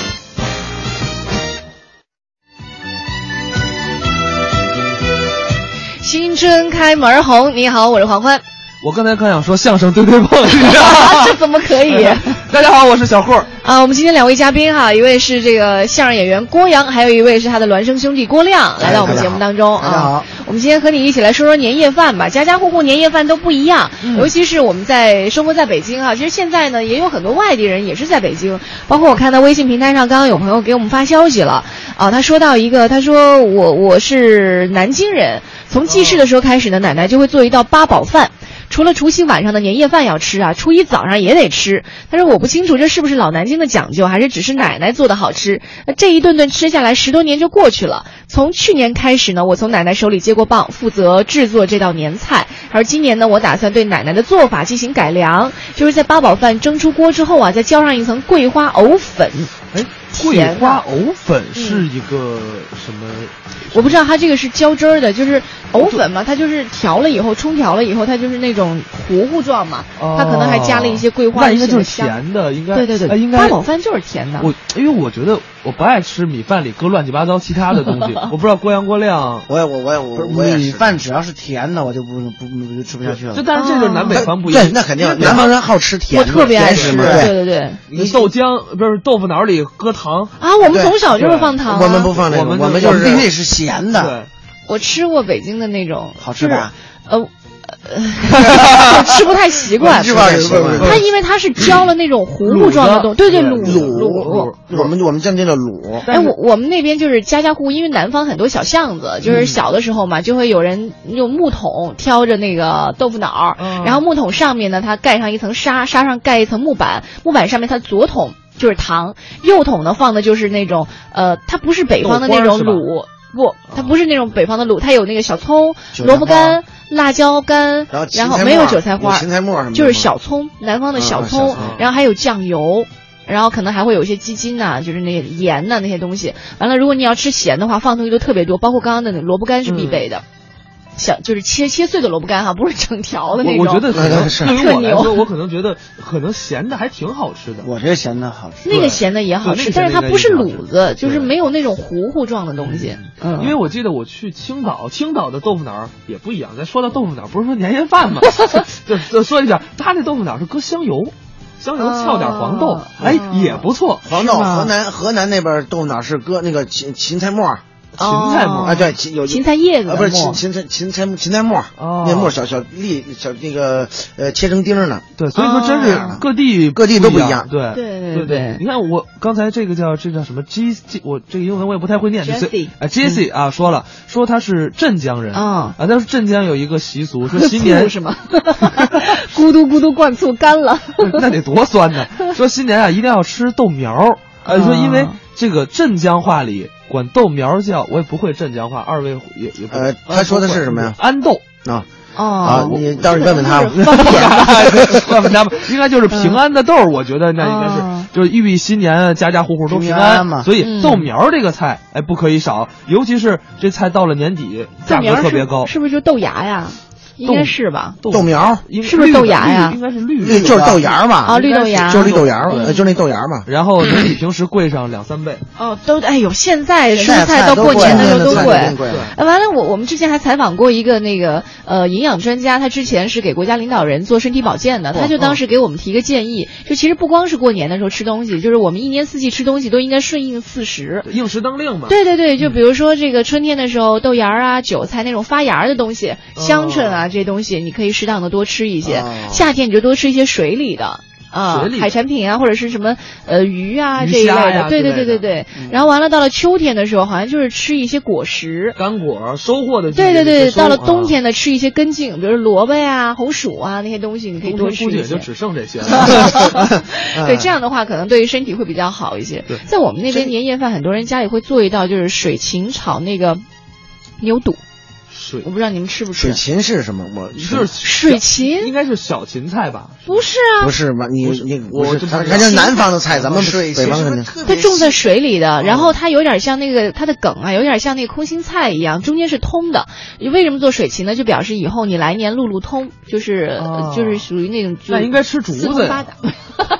Speaker 1: 新春开门红，你好，我是黄欢。
Speaker 2: 我刚才刚想说相声对对碰，你知道吗？
Speaker 1: 啊这怎么 *laughs* 可以？ *laughs*
Speaker 2: 大家好，我是 *laughs* 小霍。
Speaker 1: 啊，我们今天两位嘉宾哈，一位是这个相声演员郭阳，还有一位是他的孪生兄弟郭亮，来到我们节目当中
Speaker 13: 哎大家好
Speaker 1: 啊。我们今天和你一起来说说年夜饭吧，家家户户年夜饭都不一样，
Speaker 13: 嗯
Speaker 1: 尤其是我们在生活在北京啊，其实现在呢也有很多外地人也是在北京，包括我看到微信平台上刚刚有朋友给我们发消息了啊，他说到一个，他说我我是南京人，从记事的时候开始呢，奶奶就会做一道八宝饭。除了除夕晚上的年夜饭要吃啊，初一早上也得吃。但是我不清楚这是不是老南京的讲究，还是只是奶奶做的好吃。那这一顿顿吃下来，十多年就过去了。从去年开始呢，我从奶奶手里接过棒，负责制作这道年菜。而今年呢，我打算对奶奶的做法进行改良，就是在八宝饭蒸出锅之后啊，再浇上一层桂花藕粉。
Speaker 2: 哎，桂
Speaker 1: 甜
Speaker 2: 花
Speaker 1: 啊
Speaker 2: 藕粉是一个什么？
Speaker 1: 我不知道它这个是浇汁儿的，就是藕粉嘛，它就是调了以后，冲调了以后，它就是那种糊糊状嘛，它可能还加了一些桂花。
Speaker 2: 哦那应该就是
Speaker 1: 什么香
Speaker 2: 甜的，应该
Speaker 1: 对对对，
Speaker 2: 哎应该
Speaker 1: 八宝饭就是甜的。
Speaker 2: 我因为我觉得我不爱吃米饭里搁乱七八糟其他的东西，我不知道郭阳郭亮，
Speaker 9: *laughs* 我也我我也我
Speaker 2: 我也
Speaker 10: 米饭只要是甜的，我就不不不就吃不下去了。
Speaker 2: 就但是这就是南北方不一样，
Speaker 9: 哦对那肯定
Speaker 2: 因为
Speaker 9: 南方人好吃甜的我特别爱吃甜食嘛对对
Speaker 1: 对，
Speaker 2: 你豆浆不是豆腐脑里搁糖
Speaker 1: 啊我们从小就是放糖啊我们不
Speaker 9: 放那个
Speaker 2: 我们
Speaker 9: 我们就是必须得是咸的
Speaker 2: 对
Speaker 1: 我吃过北京的那种，
Speaker 9: 好吃吧 *laughs*
Speaker 1: 就是？呃。呃我吃不太习惯，
Speaker 9: 我吃不太习惯嗯
Speaker 1: 它因为它是浇了那种糊糊状的东西，对对，卤
Speaker 9: 卤，我们我们叫那叫卤。
Speaker 1: 哎，我我们那边就是家家户户，因为南方很多小巷
Speaker 9: 嗯
Speaker 1: 子，就是小的时候嘛，就会有人用木桶挑着那个豆腐脑儿，
Speaker 9: 嗯
Speaker 1: 然后木桶上面呢，它盖上一层沙，沙上盖一层木板，木板上面它左桶就是糖，右桶呢放的就是那种呃，它不是北方的那
Speaker 13: 豆花
Speaker 1: 种
Speaker 13: 是吧
Speaker 1: 卤，不，它不是那种北方的卤，它有那个小葱、
Speaker 9: 嗯韭菜
Speaker 1: 萝卜干
Speaker 9: 花、
Speaker 1: 辣椒干，
Speaker 9: 然后芹
Speaker 1: 然后
Speaker 9: 菜
Speaker 1: 没有
Speaker 9: 末儿
Speaker 1: 韭菜花
Speaker 9: 有，芹菜末儿什么的
Speaker 1: 就是
Speaker 9: 吗
Speaker 1: 小葱，南方的
Speaker 9: 啊
Speaker 1: 小
Speaker 9: 小
Speaker 1: 葱
Speaker 9: 葱，
Speaker 1: 然后还有酱油。然后可能还会有一些鸡精呐、就是那盐呐、那些东西。完了，如果你要吃咸的话，放东西都特别多，包括刚刚的那萝卜干是必备的，小就是切切碎的萝卜干哈、不是整条的那
Speaker 2: 我
Speaker 1: 种。
Speaker 2: 我觉得可能对于
Speaker 1: 特
Speaker 2: 我来
Speaker 1: 牛。 *laughs*
Speaker 2: 说，我可能觉得可能咸的还挺好吃的。
Speaker 10: 我觉得咸的好
Speaker 1: 那个咸的也好吃，但是它不是卤子，就是没有那种糊糊状的东西。嗯，
Speaker 2: 因为我记得我去青岛，青岛的豆腐脑儿也不一样。咱说到豆腐脑儿，不是说年夜饭吗？就就说一下，他那豆腐脑儿是搁香油，香油
Speaker 9: 翘
Speaker 2: 翘点儿黄
Speaker 1: 哦
Speaker 2: 豆，
Speaker 9: 啊
Speaker 2: 哎，也不错。
Speaker 9: 黄豆，
Speaker 2: 是吧
Speaker 9: 河南河南那边豆腐脑是搁那个芹芹菜末儿。
Speaker 2: 芹菜末儿
Speaker 9: 啊，对，芹有
Speaker 1: 芹菜叶子的
Speaker 9: 啊，不是
Speaker 1: 末
Speaker 9: 芹
Speaker 1: 儿
Speaker 9: 芹菜芹菜芹菜末儿，
Speaker 2: 哦
Speaker 9: 那末儿小小粒小那个呃切成丁儿呢。哦
Speaker 2: 对，所以说真是啊各地
Speaker 9: 各地都不一样
Speaker 2: 对
Speaker 9: 对对
Speaker 2: 对
Speaker 9: 对
Speaker 2: 你看我刚才这个叫这叫什么 J J，我这个英文我也不太会念。就
Speaker 9: Jesse
Speaker 2: 是啊 j e s s e 啊说了说他是镇江人
Speaker 1: 啊
Speaker 2: 啊，但是镇江有一个习俗，说
Speaker 1: *laughs*
Speaker 2: 新年
Speaker 1: 醋是吗？咕嘟咕嘟灌醋干了。
Speaker 2: *laughs* 那得多酸呢！说新年啊，一定要吃豆苗儿。呃，说因为这个镇江话里管豆苗儿叫，我也不会镇江话，二位也也不
Speaker 9: 呃，他说的是什么呀？
Speaker 2: 安豆
Speaker 9: 啊。
Speaker 1: 哦
Speaker 9: 啊，你到时候问问他吧。
Speaker 2: *laughs* 问问他们，应该就是平安的豆儿，我觉得那应该是就是寓意新年啊家家户户都
Speaker 10: 平
Speaker 2: 平
Speaker 10: 安嘛
Speaker 2: 安，所
Speaker 10: 嗯
Speaker 2: 以豆苗儿这个菜哎不可以少，尤其是这菜到了年底价格特别高，
Speaker 1: 是不是就豆芽呀？应该是吧？
Speaker 9: 豆苗
Speaker 1: 应是不是豆芽呀？
Speaker 2: 应该是绿
Speaker 9: 绿呃就是豆芽嘛
Speaker 1: 啊，绿豆芽
Speaker 9: 就是绿豆芽嘛，呃就是那豆芽嘛。
Speaker 2: 然后能比平时贵上两三倍。
Speaker 1: 哦，都哎呦，现在
Speaker 2: 晒
Speaker 1: 蔬菜
Speaker 2: 菜
Speaker 1: 到
Speaker 2: 都
Speaker 1: 过
Speaker 2: 贵
Speaker 1: 年的时候
Speaker 2: 现在
Speaker 1: 都
Speaker 2: 的菜
Speaker 1: 贵
Speaker 2: 都贵了。
Speaker 1: 哎，完了，我我们之前还采访过一个那个呃营养专家，他之前是给国家领导人做身体保健的，他就
Speaker 2: 嗯
Speaker 1: 当时给我们提一个建议，就其实不光是过年的时候吃东西，就是我们一年四季吃东西都应该顺应四时。
Speaker 2: 应时当令嘛。
Speaker 1: 对对对，就比如说这个春天的时候，豆芽儿啊、韭菜那种发芽儿的东西，香椿啊这些东西，你可以适当的多吃一些。夏天你就多吃一些水里的。啊
Speaker 3: 水里，的
Speaker 1: 海产品啊，或者是什么呃鱼啊
Speaker 3: 鱼
Speaker 1: 这一类
Speaker 3: 虾
Speaker 1: 的，
Speaker 3: 呀
Speaker 1: 对
Speaker 3: 之
Speaker 1: 对
Speaker 3: 类
Speaker 1: 对对对。然后完了，到了秋天的时候，好像就是吃一些果实，
Speaker 2: 干果收获的季
Speaker 1: 对对
Speaker 2: 节
Speaker 1: 对，
Speaker 2: 就收
Speaker 1: 到了
Speaker 2: 啊
Speaker 1: 冬天呢，吃一些根茎，比如说萝卜呀、红薯啊那些东西，你可以多
Speaker 2: 冬
Speaker 1: 吃
Speaker 2: 天估计
Speaker 1: 一
Speaker 2: 也就
Speaker 1: 些。
Speaker 2: 只剩这
Speaker 1: *laughs*
Speaker 2: 些了。
Speaker 9: 嗯
Speaker 2: 嗯
Speaker 1: 对，这样的话可能对于身体会比较好一些。在我们那边年夜饭，很多人家里会做一道就是水芹炒那个牛肚，
Speaker 2: 水
Speaker 1: 我不知道你们吃不吃
Speaker 9: 水。芹是什么？我
Speaker 2: 是
Speaker 1: 水芹
Speaker 2: 应该是小芹菜吧？
Speaker 1: 不是啊，
Speaker 9: 不是吧？你你
Speaker 2: 我
Speaker 9: 不是，
Speaker 2: 就不
Speaker 9: 它
Speaker 2: 知道
Speaker 9: 人家南方的菜，咱们
Speaker 2: 水芹
Speaker 9: 北方肯定
Speaker 1: 它种在水里
Speaker 9: 嗯
Speaker 1: 的，然后它有点像那个它的梗啊，有点像那个空心菜一样，中间是通的。为什么做水芹呢？就表示以后你来年路路通，就是、就是属于那种就
Speaker 9: 哦那应该吃竹
Speaker 1: 四通
Speaker 9: 子呀
Speaker 1: 八达。
Speaker 9: *laughs*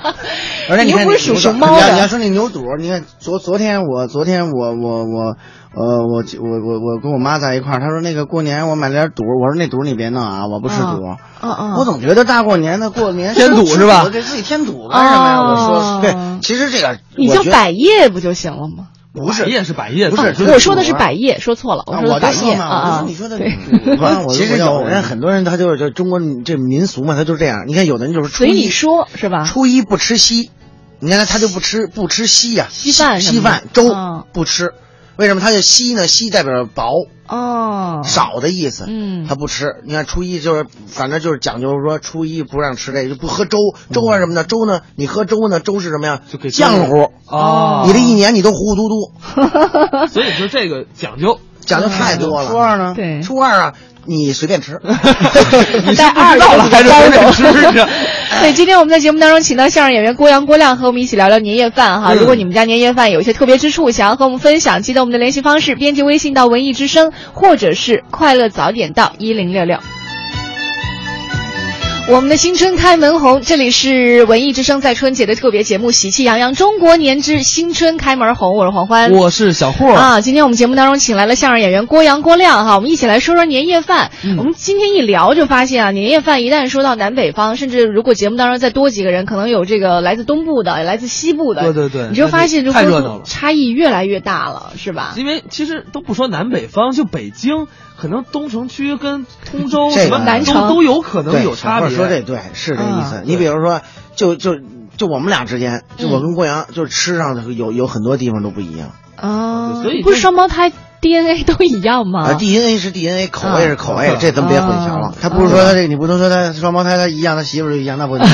Speaker 9: 而且
Speaker 1: 你
Speaker 9: 你
Speaker 1: 又
Speaker 9: 看
Speaker 1: 不是
Speaker 9: 这
Speaker 1: 属
Speaker 9: 牛肚
Speaker 1: 熊猫
Speaker 9: 你要你要
Speaker 1: 的，
Speaker 9: 说那牛肚，你看昨昨天我昨天我我我呃我我我我跟我妈在一块儿，她说那个过年我买了点肚，我说那肚你别弄啊，我不吃肚。
Speaker 1: 嗯嗯，
Speaker 9: 我总觉得大过年的过年
Speaker 1: 添堵是吧
Speaker 9: 我给自己添堵干什么呀？我
Speaker 1: 哦
Speaker 9: 说对，其实这个
Speaker 1: 你
Speaker 9: 我
Speaker 1: 就
Speaker 9: 觉得
Speaker 1: 百叶不就行了吗？
Speaker 9: 不是
Speaker 2: 百叶是百叶，
Speaker 9: 不是
Speaker 1: 啊
Speaker 9: 就是
Speaker 1: 我说的
Speaker 9: 肚
Speaker 1: 是
Speaker 9: 啊
Speaker 1: 百叶，说错了，我
Speaker 9: 啊
Speaker 1: 说的
Speaker 9: 我
Speaker 1: 百
Speaker 9: 就说
Speaker 1: 叶
Speaker 9: 嘛
Speaker 1: 啊
Speaker 9: 我
Speaker 1: 啊
Speaker 9: 说你说的
Speaker 1: 对
Speaker 9: 我我
Speaker 1: 其
Speaker 9: 其
Speaker 1: 实
Speaker 9: 实
Speaker 1: 有
Speaker 9: 有人很多人他就是就中国这民俗嘛，他就这样。你看有的人就是初
Speaker 1: 随你
Speaker 9: 一
Speaker 1: 说是吧？
Speaker 9: 初一不吃稀，你看他就不吃不吃稀呀、稀
Speaker 1: 饭什么
Speaker 9: 稀
Speaker 1: 的
Speaker 9: 饭粥
Speaker 1: 嗯
Speaker 9: 不吃，为什么他就稀呢？稀代表薄
Speaker 1: 哦，
Speaker 9: 少的意思，
Speaker 1: 嗯
Speaker 9: 他不吃。你看初一就是反正就是讲究说初一不让吃这个，就不喝粥
Speaker 1: 嗯
Speaker 9: 粥啊什么的。粥呢，你喝粥呢，粥是什么呀？就给浆糊
Speaker 2: 哦
Speaker 9: 你这一年你都糊糊嘟嘟。 *laughs*
Speaker 2: 所以说这个讲究
Speaker 9: 讲究太多了。
Speaker 2: 初
Speaker 1: 嗯
Speaker 9: 二呢？
Speaker 1: 对，
Speaker 9: 初二啊，你随便
Speaker 1: *laughs*
Speaker 9: 吃。
Speaker 2: 你
Speaker 1: 带二
Speaker 2: 到了还是
Speaker 1: 包
Speaker 2: 不
Speaker 1: 容
Speaker 2: 吃着？
Speaker 9: 哎
Speaker 1: 对，今天我们在节目当中请到相声演员郭阳、郭亮和我们一起聊聊年夜饭哈。
Speaker 3: 嗯
Speaker 1: 如果你们家年夜饭有一些特别之处，想要和我们分享，记得我们的联系方式，编辑微信到“文艺之声”或者是“快乐早点到一零六六”。我们的新春开门红，这里是文艺之声在春节的特别节目《喜气洋洋中国年之新春开门红》，我是黄欢，
Speaker 2: 我是小霍
Speaker 1: 啊，今天我们节目当中请来了相声演员郭阳、郭亮哈，我们一起来说说年夜饭。
Speaker 2: 嗯
Speaker 1: 我们今天一聊就发现啊，年夜饭一旦说到南北方，甚至如果节目当中再多几个人，可能有这个来自东部的，来自西部的，
Speaker 2: 对对对
Speaker 1: 你就发现这
Speaker 2: 太
Speaker 1: 风
Speaker 2: 热闹了
Speaker 1: 差异越来越大了，是吧？
Speaker 2: 因为其实都不说南北方，就北京，可能东城区跟通州
Speaker 9: 这
Speaker 2: 什
Speaker 9: 个
Speaker 2: 么都都有可能有差
Speaker 9: 对
Speaker 2: 别。嗯
Speaker 9: 小慧说这对是这意思。你比如说，就就就我们俩之间，就我跟郭阳，就是吃上的有有很多地方都不一样。
Speaker 1: 啊，
Speaker 9: 所以
Speaker 1: 不是双胞胎 DNA 都一样吗？
Speaker 9: 啊，DNA 是 DNA，口味是口味
Speaker 1: 啊，
Speaker 9: 这咱们别混淆了。他不是
Speaker 2: 啊
Speaker 9: 说他这，你不能说他双胞胎他一样，他媳妇儿就一样，那不
Speaker 2: *laughs*
Speaker 9: 行。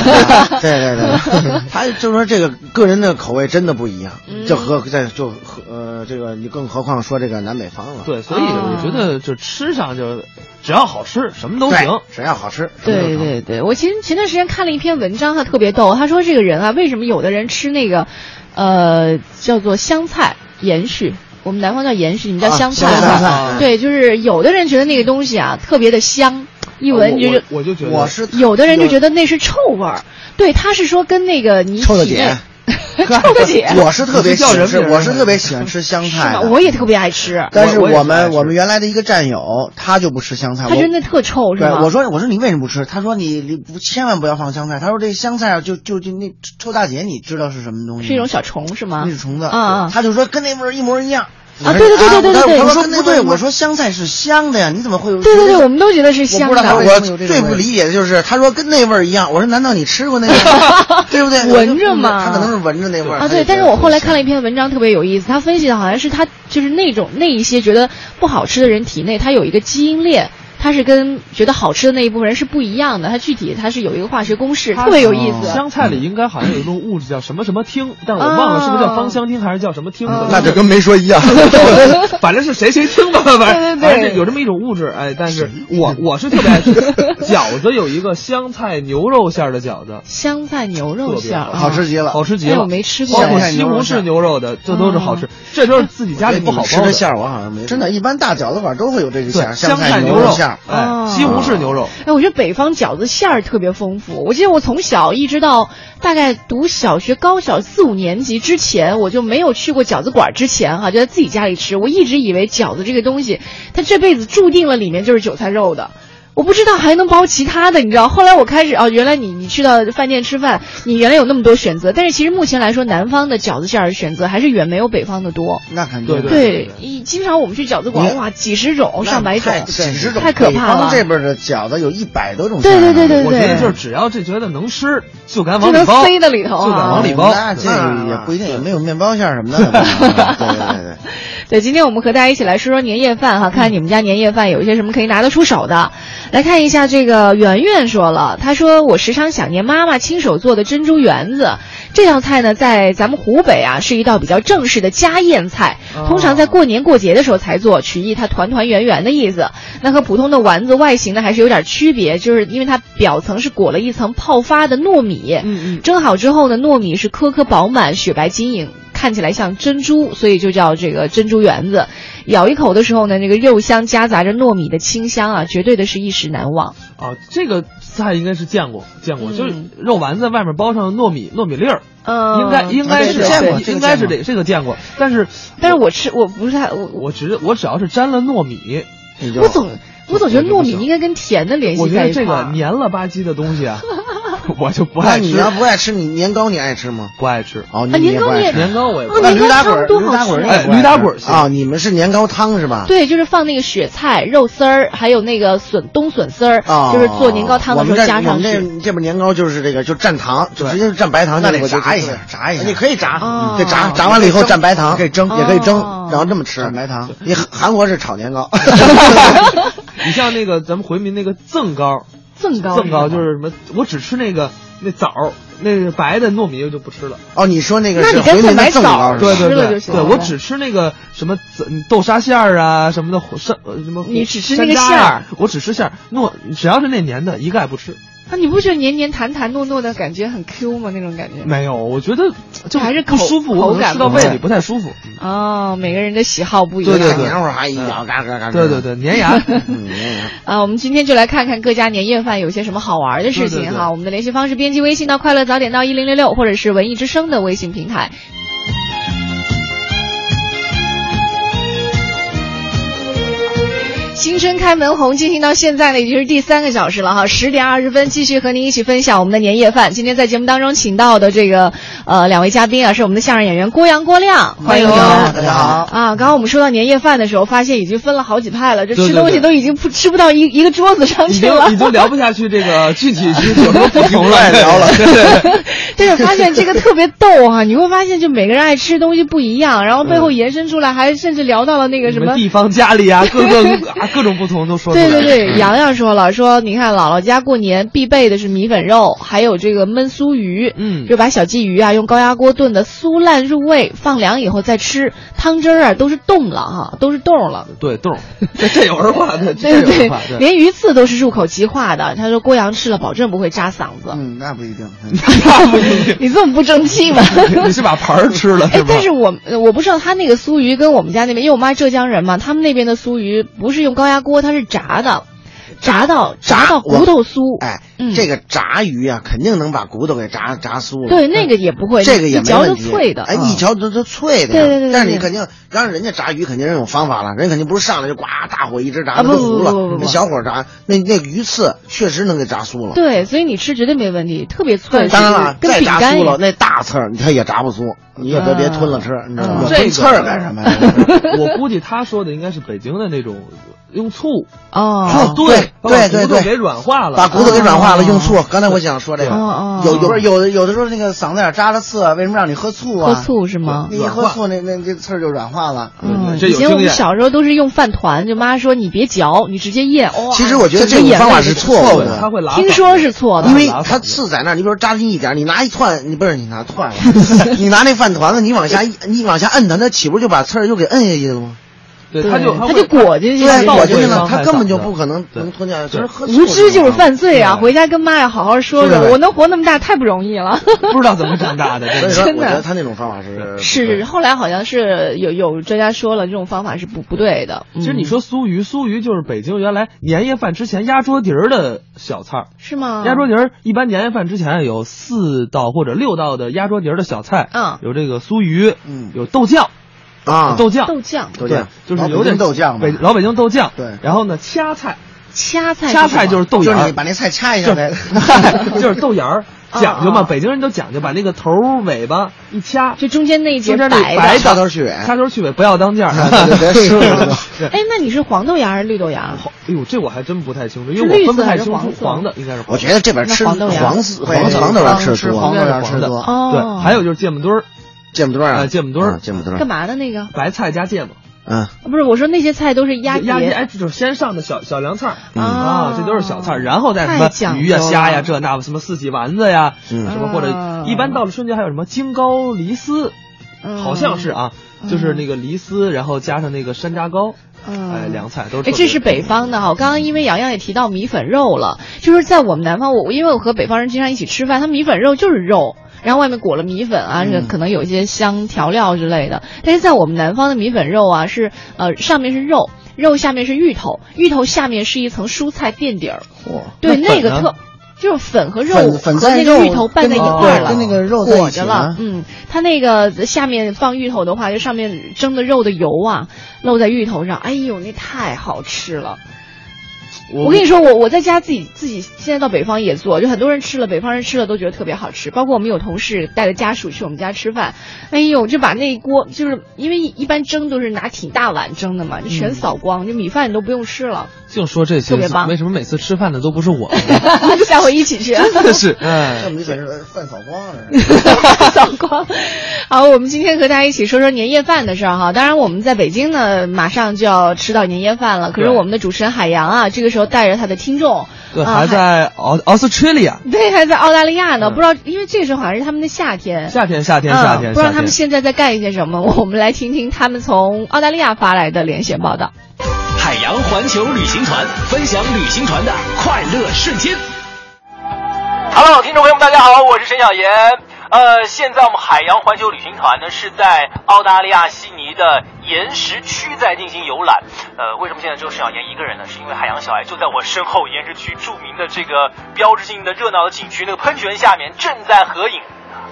Speaker 9: 对对对，他就说这个个人的口味真的不一样，
Speaker 2: 嗯
Speaker 9: 就和在就和呃这个，你更何况说这个南北方了。啊
Speaker 2: 对，所以我觉得就吃上就只要好吃，什么都行
Speaker 9: 对，只要好吃。
Speaker 1: 对对对，我前前段时间看了一篇文章，他特别逗，他说这个人啊，为什么有的人吃那个，呃，叫做香菜延续。我们南方叫延续，你们叫
Speaker 2: 啊
Speaker 1: 香菜
Speaker 2: 香
Speaker 1: 吧？
Speaker 2: 菜啊
Speaker 1: 对，就是有的人觉得那个东西啊特别的香，一闻你就觉得
Speaker 2: 我我我就觉得
Speaker 9: 我是
Speaker 1: 有的人就觉得那是臭味儿。对，他是说跟那个你
Speaker 9: 臭的
Speaker 1: 体内
Speaker 9: *laughs* 姐，
Speaker 1: *laughs* 臭的姐，
Speaker 9: *laughs* 我是特别喜
Speaker 2: 叫人
Speaker 9: 欢吃，
Speaker 2: 名儿
Speaker 9: 我是特别喜欢吃香
Speaker 1: 是
Speaker 9: 菜
Speaker 1: 吧
Speaker 9: 的。
Speaker 1: 我也特别爱吃，
Speaker 9: 但是
Speaker 1: 我
Speaker 9: 我们我们原来的一个战友，他就不吃香菜，
Speaker 1: 他觉得那特臭
Speaker 9: 我
Speaker 1: 是
Speaker 9: 对
Speaker 1: 吗？
Speaker 9: 我说我说你为什么不吃？他说你你不千万不要放香菜。他说这香菜啊就就就那臭大姐，你知道是什么东西吗？
Speaker 1: 是一种小虫是吗？
Speaker 9: 那是虫子
Speaker 1: 啊啊！
Speaker 9: 他就说跟那味儿一模一样。
Speaker 1: 啊对对对对对对对
Speaker 9: 我
Speaker 1: 我
Speaker 9: 说
Speaker 1: 说
Speaker 9: 跟
Speaker 1: 跟
Speaker 9: 那
Speaker 1: 那
Speaker 9: 不对，
Speaker 1: 味儿
Speaker 9: 我说香菜是香的呀，你怎么会有？
Speaker 1: 对对对，我们都觉得是
Speaker 9: 我
Speaker 1: 香
Speaker 9: 不知
Speaker 1: 的。
Speaker 9: 道他为什么有这种味儿我最不理解的就是，他说跟那味儿一样，我说难道你
Speaker 1: *laughs*
Speaker 9: 吃过那个吗？对不对？
Speaker 1: 闻着吗
Speaker 9: 他可能是闻着那味儿
Speaker 1: 啊，对，但是我后来看了一篇文章，特别有意思，他分析的好像是他就是那种那一些觉得不好吃的人体内，他有一个基因链。它是跟觉得好吃的那一部分人是不一样的，它具体它是有一个化学公式，特别有意思。
Speaker 2: 香菜里应该好像有一种物质叫什么什么烃，但我忘了是不是叫
Speaker 1: 哦
Speaker 2: 芳香烃还是叫什么
Speaker 1: 嗯
Speaker 2: 烃的。
Speaker 9: 嗯那就跟没说一样
Speaker 2: *laughs* 反正是谁谁烃吧，
Speaker 1: 对
Speaker 2: 反
Speaker 1: 对
Speaker 2: 正
Speaker 1: 对
Speaker 2: 反正有这么一种物质。哎，但是我我是特别爱吃饺子，有一个香菜牛肉馅儿的饺子，
Speaker 1: 香菜牛肉馅儿，
Speaker 2: 好吃极了，好吃极
Speaker 1: 哎哦
Speaker 2: 了，
Speaker 1: 我没吃过
Speaker 2: 包括西红柿牛肉的，这都是好吃，这都是自己家里不好包
Speaker 9: 吃
Speaker 2: 的
Speaker 9: 的馅儿，我好像没
Speaker 2: 真
Speaker 9: 真的，一般大饺子馆都会有这个
Speaker 2: 对
Speaker 9: 馅儿，
Speaker 2: 香
Speaker 9: 菜
Speaker 2: 牛
Speaker 9: 肉啊
Speaker 2: 肉
Speaker 9: 馅儿，儿，
Speaker 2: 哎，西红柿牛肉，
Speaker 1: 哎，我觉得北方饺子馅儿特别丰富。我记得我从小一直到大概读小学、高小四五年级之前，我就没有去过饺子馆儿。之前哈、就在自己家里吃，我一直以为饺子这个东西，它这辈子注定了里面就是韭菜肉的。我不知道还能包其他的，你知道？后来我开始哦，原来你你去到饭店吃饭，你原来有那么多选择，但是其实目前来说，南方的饺子馅儿选择还是远没有北方的多。
Speaker 9: 那肯定
Speaker 1: 对，一经常我们去饺子馆，
Speaker 9: 你
Speaker 1: 哇，几十种、上百种
Speaker 9: 太，几十种，
Speaker 1: 太可
Speaker 9: 北
Speaker 1: 怕
Speaker 9: 方
Speaker 1: 了。
Speaker 9: 这边的饺子有一百多种馅
Speaker 1: 对
Speaker 9: 儿呢，
Speaker 1: 对对对对
Speaker 2: 我觉得就是只要这觉得能吃，就敢往
Speaker 9: 就
Speaker 2: 里
Speaker 9: 能
Speaker 2: 包，
Speaker 9: 塞
Speaker 1: 得里头啊
Speaker 2: 就敢往里包。嗯
Speaker 9: 那这个也不一定，也没有面包馅儿什么的。 *laughs* 对对对。
Speaker 1: 对，今天我们和大家一起来说说年夜饭哈，看看你们家年夜饭有一些什么可以拿得出手的。来看一下这个圆圆说了，她说我时常想念妈妈亲手做的珍珠圆子，这道菜呢在咱们湖北啊是一道比较正式的家宴菜，
Speaker 13: 哦
Speaker 1: 通常在过年过节的时候才做，取意它团团圆圆的意思。那和普通的丸子外形呢还是有点区别，就是因为它表层是裹了一层泡发的糯米，
Speaker 13: 嗯嗯
Speaker 1: 蒸好之后呢，糯米是颗颗饱满，雪白晶莹。看起来像珍珠，所以就叫这个珍珠圆子。咬一口的时候呢，那个肉香夹杂着糯米的清香啊，绝对的是一时难忘。
Speaker 2: 啊，这个菜应该是见过，见过，
Speaker 1: 嗯
Speaker 2: 就是肉丸子外面包上糯米糯米粒儿，
Speaker 1: 嗯
Speaker 2: 应该应该是
Speaker 1: 啊对见过
Speaker 2: 对
Speaker 1: 这个
Speaker 2: 应该是
Speaker 1: 见过
Speaker 2: 这这个见过，但是
Speaker 1: 但是我吃我不是太我
Speaker 2: 我只我只要是沾了糯米，
Speaker 1: 我总我总觉得糯米应该跟甜的联系
Speaker 2: 我觉
Speaker 1: 在
Speaker 2: 得
Speaker 1: 一块
Speaker 2: 这
Speaker 1: 儿。
Speaker 2: 个黏了吧唧的东
Speaker 1: *laughs*
Speaker 2: 西啊，我就不
Speaker 9: 那
Speaker 2: 爱
Speaker 9: 你
Speaker 2: 吃。
Speaker 9: 要不爱吃，你年糕你爱吃吗？
Speaker 2: 不爱吃。
Speaker 9: 哦，
Speaker 1: 啊
Speaker 9: 你也
Speaker 1: 年糕
Speaker 9: 不爱
Speaker 1: 你也
Speaker 9: 吃。
Speaker 1: 年糕我也不爱吃啊
Speaker 9: 那驴打
Speaker 1: 年糕
Speaker 9: 滚儿，
Speaker 1: 多
Speaker 9: 驴
Speaker 1: 好
Speaker 9: 打滚儿
Speaker 1: 吃
Speaker 9: 你也
Speaker 2: 哎
Speaker 9: 不爱
Speaker 2: 驴打
Speaker 9: 吃
Speaker 2: 滚儿行
Speaker 9: 啊！你们是年糕汤是吧？
Speaker 1: 对，就是放那个雪菜、肉丝儿，还有那个笋冬笋丝儿，
Speaker 2: 哦
Speaker 9: 啊，
Speaker 1: 就是做年糕汤的时候加
Speaker 9: 我
Speaker 1: 上
Speaker 9: 们这我
Speaker 1: 去。
Speaker 9: 们这这边年糕就是这个，就蘸糖，就直接就蘸白糖，
Speaker 10: 那
Speaker 9: 就
Speaker 10: 得
Speaker 9: 这么
Speaker 10: 炸
Speaker 9: 个
Speaker 10: 一下
Speaker 9: 东西
Speaker 10: 炸一下
Speaker 9: 你可以炸，
Speaker 10: 哦
Speaker 9: 对，炸炸完了以后蘸白糖，
Speaker 10: 可以蒸
Speaker 9: 也可以蒸
Speaker 10: 哦，
Speaker 9: 然后这么吃。蘸白
Speaker 10: 糖，
Speaker 9: 你韩韩国是炒年糕，
Speaker 2: *laughs* 你像那个咱们回民那个赠糕，
Speaker 1: 赠
Speaker 9: 糕
Speaker 2: 赠糕就是什么？我只吃那个那枣儿，那个白的糯米我就不吃了。
Speaker 9: 哦，你说那
Speaker 1: 个那是你干脆回民的买赠糕枣是吧
Speaker 2: 对对
Speaker 1: 吃了
Speaker 2: 对
Speaker 1: 就，行
Speaker 2: 对
Speaker 1: 了
Speaker 2: 我只吃那个什么紫豆沙馅儿啊什么的，火山呃什么
Speaker 1: 你只吃那个
Speaker 2: 山楂呀
Speaker 1: 馅儿，
Speaker 2: 我只吃馅儿，糯只要是那黏的，一概不吃。
Speaker 1: 啊，你不觉得黏黏弹弹糯糯的感觉很 Q 吗？那种感觉。
Speaker 2: 没有，我觉得就
Speaker 1: 还是
Speaker 2: 不
Speaker 1: 口
Speaker 2: 舒服，
Speaker 1: 口
Speaker 2: 我可能
Speaker 1: 感
Speaker 2: 吃到
Speaker 1: 不
Speaker 2: 胃
Speaker 1: 好
Speaker 2: 里不太舒服。
Speaker 1: 哦，每个人的喜好不一样。
Speaker 2: 对对对，
Speaker 9: 黏糊还一咬嘎嘎嘎。
Speaker 2: 对对对，粘牙。
Speaker 1: *laughs* 啊，我们今天就来看看各家年夜饭有些什么好玩的事情哈。
Speaker 2: 对对对
Speaker 1: 我们的联系方式，编辑微信到快乐早点到一零六六，或者是文艺之声的微信平台。新春开门红进行到现在呢，已经是第三个小时了哈，十点二十分继续和您一起分享我们的年夜饭。今天在节目当中请到的这个呃两位嘉宾啊，是我们的相声演员郭阳、郭亮，欢迎你们。
Speaker 9: 大家好。
Speaker 1: 啊，刚刚我们说到年夜饭的时候，发现已经分了好几派了，这
Speaker 2: 对
Speaker 1: 吃
Speaker 2: 对
Speaker 1: 东西
Speaker 2: 对
Speaker 1: 都已经不吃不到一一个桌子上
Speaker 2: 已
Speaker 1: 去
Speaker 2: 经
Speaker 1: 了。
Speaker 2: 已经聊不下去这个具体是有什么不同了，聊了。对
Speaker 1: 但是发现 *laughs* 这个特别逗哈、你会发现就每个人爱吃的东西不一样，然后背后延伸出来，还甚至聊到了那个
Speaker 2: 什
Speaker 1: 什
Speaker 2: 么
Speaker 1: 么
Speaker 2: 地方家
Speaker 1: *laughs*
Speaker 2: 里啊，各个啊各种不同都说出来
Speaker 1: 对
Speaker 2: 了。
Speaker 1: 对
Speaker 2: *laughs*
Speaker 1: 对，洋洋说了，说你看姥姥家过年必备的是米粉肉，还有这个焖酥鱼，
Speaker 2: 嗯，
Speaker 1: 就把小鲫鱼啊用高压锅炖的酥烂入味，放凉以后再吃，汤汁儿啊都是冻了哈、都是冻了。
Speaker 2: 嗯对豆儿，这这有人话，这这
Speaker 1: 对
Speaker 2: 有人
Speaker 1: 对
Speaker 2: 话，，
Speaker 1: 连鱼刺都是入口即化的。他说郭阳吃了保证不会扎嗓子。
Speaker 9: 嗯，那不
Speaker 1: *laughs*
Speaker 9: 一定。
Speaker 1: 你这么不争气
Speaker 9: *laughs*
Speaker 1: 吗？
Speaker 2: 你是把盘儿吃了
Speaker 1: 哎
Speaker 2: 是，吧
Speaker 1: 但？是我呃我不知道他那个酥鱼跟我们家那边，因为我妈浙江人嘛，他们那边的酥鱼不是用高压锅，它是炸的，炸到炸到骨头酥。
Speaker 9: 哎
Speaker 1: 嗯，
Speaker 9: 这个炸鱼啊，肯定能把骨头给炸炸酥了。
Speaker 1: 对那个也不会
Speaker 9: 嗯这个也
Speaker 1: 一
Speaker 9: 没
Speaker 1: 嚼
Speaker 9: 问
Speaker 1: 就
Speaker 9: 题
Speaker 1: 脆的
Speaker 9: 哎，
Speaker 1: 嗯
Speaker 9: 一嚼都都脆的呀。
Speaker 1: 对对对对
Speaker 9: 但是你
Speaker 1: 对
Speaker 9: 肯定，然后人家炸鱼肯定是有方法了，人家肯定不是上来就呱大火一直炸，
Speaker 1: 啊
Speaker 9: 那
Speaker 1: 不
Speaker 9: 都
Speaker 1: 不
Speaker 9: 糊
Speaker 1: 不不不不
Speaker 9: 了。那小火炸，那那鱼刺确实能给炸酥了。
Speaker 1: 对，所以你吃绝对没问题，特别脆，
Speaker 9: 当然了，
Speaker 1: 跟
Speaker 9: 再
Speaker 1: 饼
Speaker 9: 炸
Speaker 1: 干一
Speaker 9: 酥了，
Speaker 1: 样。
Speaker 9: 那大刺儿它也炸不酥，你也别别吞了吃，你知
Speaker 1: 嗯
Speaker 9: 道吗？
Speaker 2: 这
Speaker 9: 吞
Speaker 2: 个
Speaker 9: 刺儿干什么呀？
Speaker 2: *laughs* 我估计他说的应该是北京的那种用醋
Speaker 1: 哦
Speaker 9: 醋
Speaker 2: 对
Speaker 9: 对
Speaker 2: 把
Speaker 9: 对
Speaker 2: 骨
Speaker 9: 对
Speaker 2: 头，给软化了，
Speaker 9: 把骨头给软化了，
Speaker 2: 哦
Speaker 9: 用醋。刚才我想说这个
Speaker 2: 哦哦，
Speaker 9: 有
Speaker 10: 不
Speaker 9: 有
Speaker 10: 是有的有的时候那个嗓子眼扎了刺，为什么让你喝醋啊？
Speaker 1: 喝醋是吗
Speaker 10: 你一喝醋，哦那那这刺儿就软化了。
Speaker 1: 嗯，
Speaker 10: 这
Speaker 1: 以
Speaker 10: 有
Speaker 1: 前我
Speaker 10: 经
Speaker 1: 们
Speaker 10: 验
Speaker 1: 小时候都是用饭团，就妈说你别嚼，你直接咽。哇
Speaker 9: 其实我觉得
Speaker 1: 整
Speaker 9: 这
Speaker 1: 个
Speaker 9: 种
Speaker 1: 眼
Speaker 9: 方法
Speaker 1: 泪
Speaker 9: 是
Speaker 1: 就
Speaker 9: 错误的，
Speaker 1: 出来了听说是错
Speaker 2: 嗯
Speaker 1: 的，
Speaker 9: 因为它刺在那儿，你比如扎进一点儿，你拿一团，你不是你拿团了，你拿那饭团子，你往下一，你往下摁它，那岂不是就把刺儿又给摁下去了吗？
Speaker 2: 对他就
Speaker 1: 他就裹进去，
Speaker 9: 对，
Speaker 1: 抱
Speaker 9: 裹进去
Speaker 1: 回
Speaker 9: 了，
Speaker 1: 去
Speaker 9: 他根本就不可能能吞下去。其实喝
Speaker 1: 无知就是犯罪
Speaker 9: 嗯
Speaker 1: 啊！回家跟妈呀好好说说，
Speaker 9: 对
Speaker 1: 我能活那么大太不容易
Speaker 9: *laughs*
Speaker 1: 了。
Speaker 2: 不知道怎么长大的，
Speaker 9: 所以说
Speaker 1: 真
Speaker 9: 我觉得
Speaker 1: 的
Speaker 9: 他那种方法是
Speaker 1: 是，后来好像是有有专家说了，这种方法是不不对的。
Speaker 2: 其实你
Speaker 1: 嗯
Speaker 2: 说酥鱼，酥鱼就是北京原来年夜饭之前压桌底儿的小菜儿。
Speaker 1: 是吗？
Speaker 2: 压桌底儿一般年夜饭之前有四道或者六道的压桌底儿的小菜，
Speaker 1: 嗯
Speaker 2: 有这个酥鱼，
Speaker 9: 嗯，
Speaker 2: 有豆酱，
Speaker 9: 啊
Speaker 2: 豆酱，
Speaker 1: 豆酱
Speaker 9: 豆
Speaker 2: 对
Speaker 9: 酱，
Speaker 2: 就是
Speaker 9: 老
Speaker 2: 有
Speaker 9: 北
Speaker 2: 点
Speaker 9: 京豆酱嘛
Speaker 2: 北老北京豆酱，
Speaker 9: 对，
Speaker 2: 然后呢掐菜，
Speaker 1: 掐菜
Speaker 2: 掐菜就是豆芽儿，
Speaker 9: 就是你把那菜掐一下呗，
Speaker 2: *laughs* 就是就是
Speaker 1: *laughs*
Speaker 2: 豆芽儿，
Speaker 1: 啊
Speaker 2: 讲究嘛，北京人都讲究，把那个头儿尾巴一掐，
Speaker 1: 就中间那一截
Speaker 2: 中间那
Speaker 1: 白
Speaker 2: 白
Speaker 1: 的
Speaker 2: 的，
Speaker 9: 掐头去尾
Speaker 2: 掐头去尾不要当间
Speaker 9: *laughs*
Speaker 2: 儿，
Speaker 9: 对对对是的
Speaker 2: *laughs* 对
Speaker 1: 哎，那你是黄豆芽还是绿豆芽？
Speaker 2: 哎呦，这我还真不太清楚，因
Speaker 1: 是
Speaker 2: 为
Speaker 1: 绿
Speaker 2: 我分不
Speaker 1: 色还
Speaker 2: 太
Speaker 1: 是
Speaker 2: 清楚
Speaker 1: 黄色
Speaker 2: 黄的应该是黄的。
Speaker 9: 我觉得这边吃
Speaker 1: 那黄豆芽
Speaker 9: 黄色
Speaker 2: 对
Speaker 9: 黄色黄豆芽吃多，
Speaker 2: 应该是黄的
Speaker 1: 哦
Speaker 2: 对，还有就是芥末墩儿，
Speaker 9: 芥末墩儿
Speaker 2: 啊，芥末墩儿，
Speaker 9: 芥末墩
Speaker 1: 干嘛的那个？啊
Speaker 2: 白菜加芥末，
Speaker 9: 嗯，
Speaker 1: 不是，我说那些菜都是压
Speaker 2: 鸭
Speaker 1: 碟
Speaker 2: 哎，就是先上的小小凉菜儿
Speaker 1: 嗯
Speaker 2: 啊，这都是小菜儿，然后再
Speaker 1: 太
Speaker 2: 什
Speaker 1: 讲
Speaker 2: 么鱼呀、
Speaker 1: 究
Speaker 2: 虾呀
Speaker 1: 了
Speaker 2: 这那什么四喜丸子呀，什
Speaker 9: 嗯
Speaker 2: 么或者一般到了春节还有什么京糕梨丝，
Speaker 1: 嗯
Speaker 2: 好像是啊，就是那个梨丝，然后加上那个山楂糕，
Speaker 1: 嗯
Speaker 2: 哎，凉菜都是特
Speaker 1: 哎，
Speaker 2: 别。
Speaker 1: 这是北方的哈。我刚刚因为洋洋也提到米粉肉了，就是在我们南方，我因为我和北方人经常一起吃饭，他米粉肉就是肉，然后外面裹了米粉啊，
Speaker 2: 嗯
Speaker 1: 这可能有一些香调料之类的。但是在我们南方的米粉肉啊，是呃上面是肉，肉下面是芋头，芋头下面是一层蔬菜垫底儿。对，
Speaker 9: 那
Speaker 1: 那
Speaker 9: 粉
Speaker 1: 个
Speaker 9: 呢
Speaker 1: 特。就是粉和肉
Speaker 9: 粉粉
Speaker 1: 和
Speaker 9: 在
Speaker 1: 那个
Speaker 9: 肉
Speaker 1: 芋头拌在一
Speaker 9: 跟
Speaker 1: 块儿
Speaker 9: 对
Speaker 1: 了，
Speaker 9: 跟那个肉在一
Speaker 1: 裹着
Speaker 9: 起
Speaker 1: 了
Speaker 9: 呢，
Speaker 1: 嗯，它那个下面放芋头的话，就上面蒸的肉的油啊，漏在芋头上，哎呦，那太好吃了。我跟你说，我我在家自己自己现在到北方也做，就很多人吃了，北方人吃了都觉得特别好吃。包括我们有同事带着家属去我们家吃饭，哎呦，就把那一锅就是因为一般蒸都是拿挺大碗蒸的嘛，就
Speaker 9: 嗯
Speaker 1: 全扫光，就米饭你都不用吃
Speaker 9: *laughs*
Speaker 1: 了，
Speaker 2: 净说这些
Speaker 1: 特别棒，
Speaker 2: 为什么每次吃饭的都不是
Speaker 1: *laughs*
Speaker 2: 我？
Speaker 1: 下回一起去。 *laughs*
Speaker 2: 真的是，哎
Speaker 9: 这，米粉
Speaker 1: 嗯
Speaker 9: 是饭扫光
Speaker 2: *laughs*
Speaker 9: 了。
Speaker 1: 扫光。好，我们今天和大家一起说说年夜饭的事儿哈。当然，我们在北京呢，马上就要吃到年夜饭了。可是
Speaker 2: 对
Speaker 1: 我们的主持人海洋啊，这个时候带着他的听众，
Speaker 2: 对，
Speaker 1: 啊
Speaker 2: 还在澳 Australia，
Speaker 1: *laughs* 对，还在澳大利亚呢。不知道，因为这个时候好像是他们的夏天。
Speaker 2: 夏天夏天夏天，
Speaker 1: 嗯，不知道
Speaker 2: 夏
Speaker 1: 他们
Speaker 2: 天
Speaker 1: 现在在干一些什么。我们来听听他们从澳大利亚发来的连线报道。
Speaker 13: 海洋环球旅行团分享旅行团的快乐瞬间。
Speaker 14: Hello，听众朋友们，大家好，我是陈小岩。呃，现在我们海洋环球旅行团呢是在澳大利亚悉尼的岩石区在进行游览。呃，为什么现在只有陈小岩一个人呢？是因为海洋小爱就在我身后，岩石区著名的这个标志性的热闹的景区那个喷泉下面正在合影。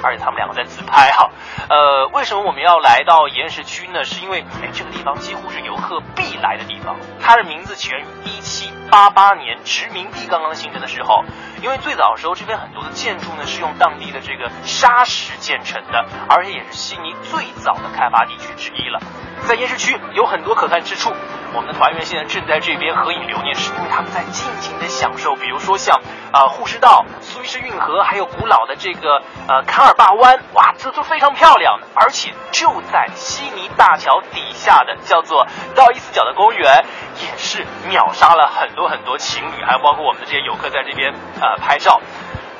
Speaker 14: 而且他们两个在自拍哈、呃，为什么我们要来到岩石区呢？是因为哎，这个地方几乎是游客必来的地方。它的名字起源于一七八八年殖民地刚刚形成的时候，因为最早的时候这边很多的建筑呢是用当地的这个砂石建成的，而且也是悉尼最早的开发地区之一了。在岩石区有很多可看之处，我们的团员现在正在这边合影留念，是因为他们在尽情的享受，比如说像啊护士道、苏伊士运河，还有古老的这个呃坎尔坝湾，哇，这都非常漂亮的。而且就在悉尼大桥底下的叫做道伊斯角的公园，也是秒杀了很多很多情侣，还有包括我们的这些游客在这边呃拍照。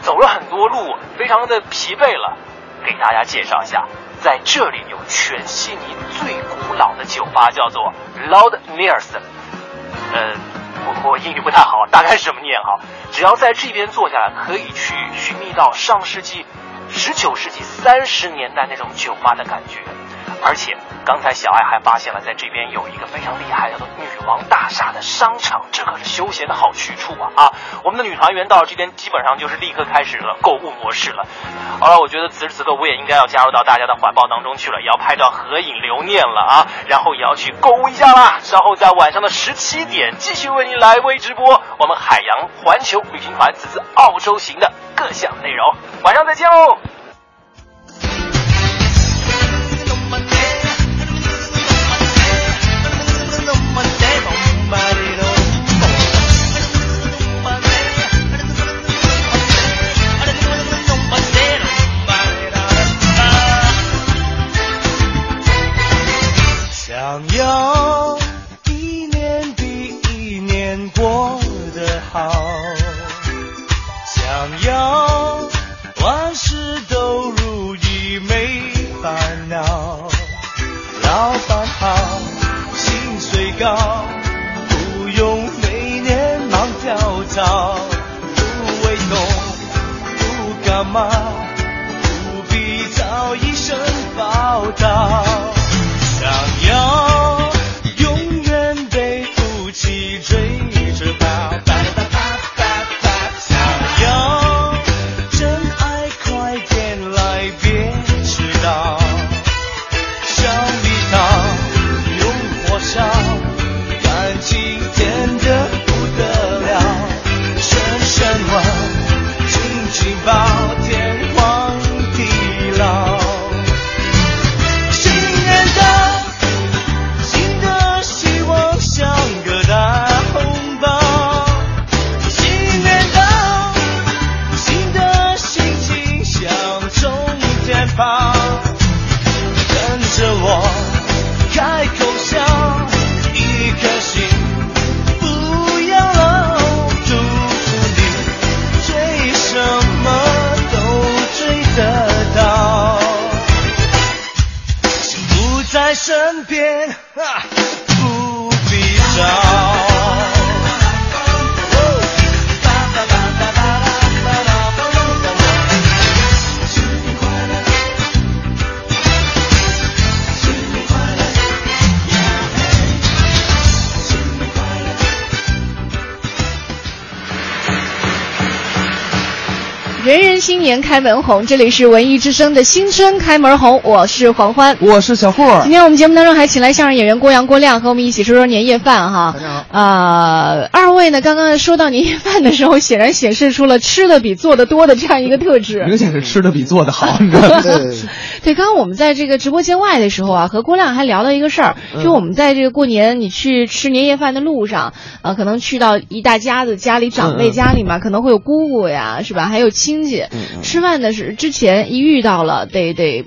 Speaker 14: 走了很多路，非常的疲惫了，给大家介绍一下，在这里有全悉尼最古老的酒吧，叫做 Lord Nelson。呃，我我英语不太好，大概是怎么念哈？只要在这边坐下来，可以去寻觅到上世纪、十九世纪三十年代那种酒吧的感觉。而且刚才小爱还发现了，在这边有一个非常厉害的女王大厦的商场，这可是休闲的好去处啊！啊，我们的女团员到了这边，基本上就是立刻开始了购物模式了。好了，我觉得此时此刻我也应该要加入到大家的怀抱当中去了，也要拍照合影留念了啊，然后也要去购物一下啦。稍后在晚上的十七点，继续为您来微直播我们海洋环球旅行团此次澳洲行的各项内容。晚上再见哦喽！
Speaker 8: 想要一年比一年过得好，想要万事都
Speaker 10: 到，想要永远被夫妻追着跑，叭叭叭叭叭，想要真爱快点来，别迟到，小蜜桃用火烧，感情甜得不得了，深深吻，紧紧抱，天荒地老。新年到，新的希望像个大红包。新年到，新的心情像冲天炮。跟着我开口笑，一颗心不要老，祝福你追什么都追得到。幸福在身边，哈，不必找。
Speaker 1: 人人新年开门红，这里是文艺之声的新春开门红，我是黄欢，
Speaker 2: 我是小霍。
Speaker 1: 今天我们节目当中还请来相声演员郭阳、郭亮和我们一起说说年夜饭哈。呃，二位呢，刚刚说到年夜饭的时候，显然显示出了吃的比做的多的这样一个特
Speaker 2: *laughs*
Speaker 1: 质。
Speaker 2: 明显是吃的比做
Speaker 1: *laughs*
Speaker 2: 的好，你知道吗？
Speaker 1: 对，刚刚我们在这个直播间外的时候啊，和郭亮还聊了一个事儿，
Speaker 2: 嗯
Speaker 1: 就我们在这个过年你去吃年夜饭的路上，呃，可能去到一大家子家里长辈
Speaker 15: 嗯嗯
Speaker 1: 家里嘛，可能会有姑姑呀，是吧？还有亲戚，
Speaker 2: 嗯
Speaker 1: 吃饭的是之前一遇到了，得得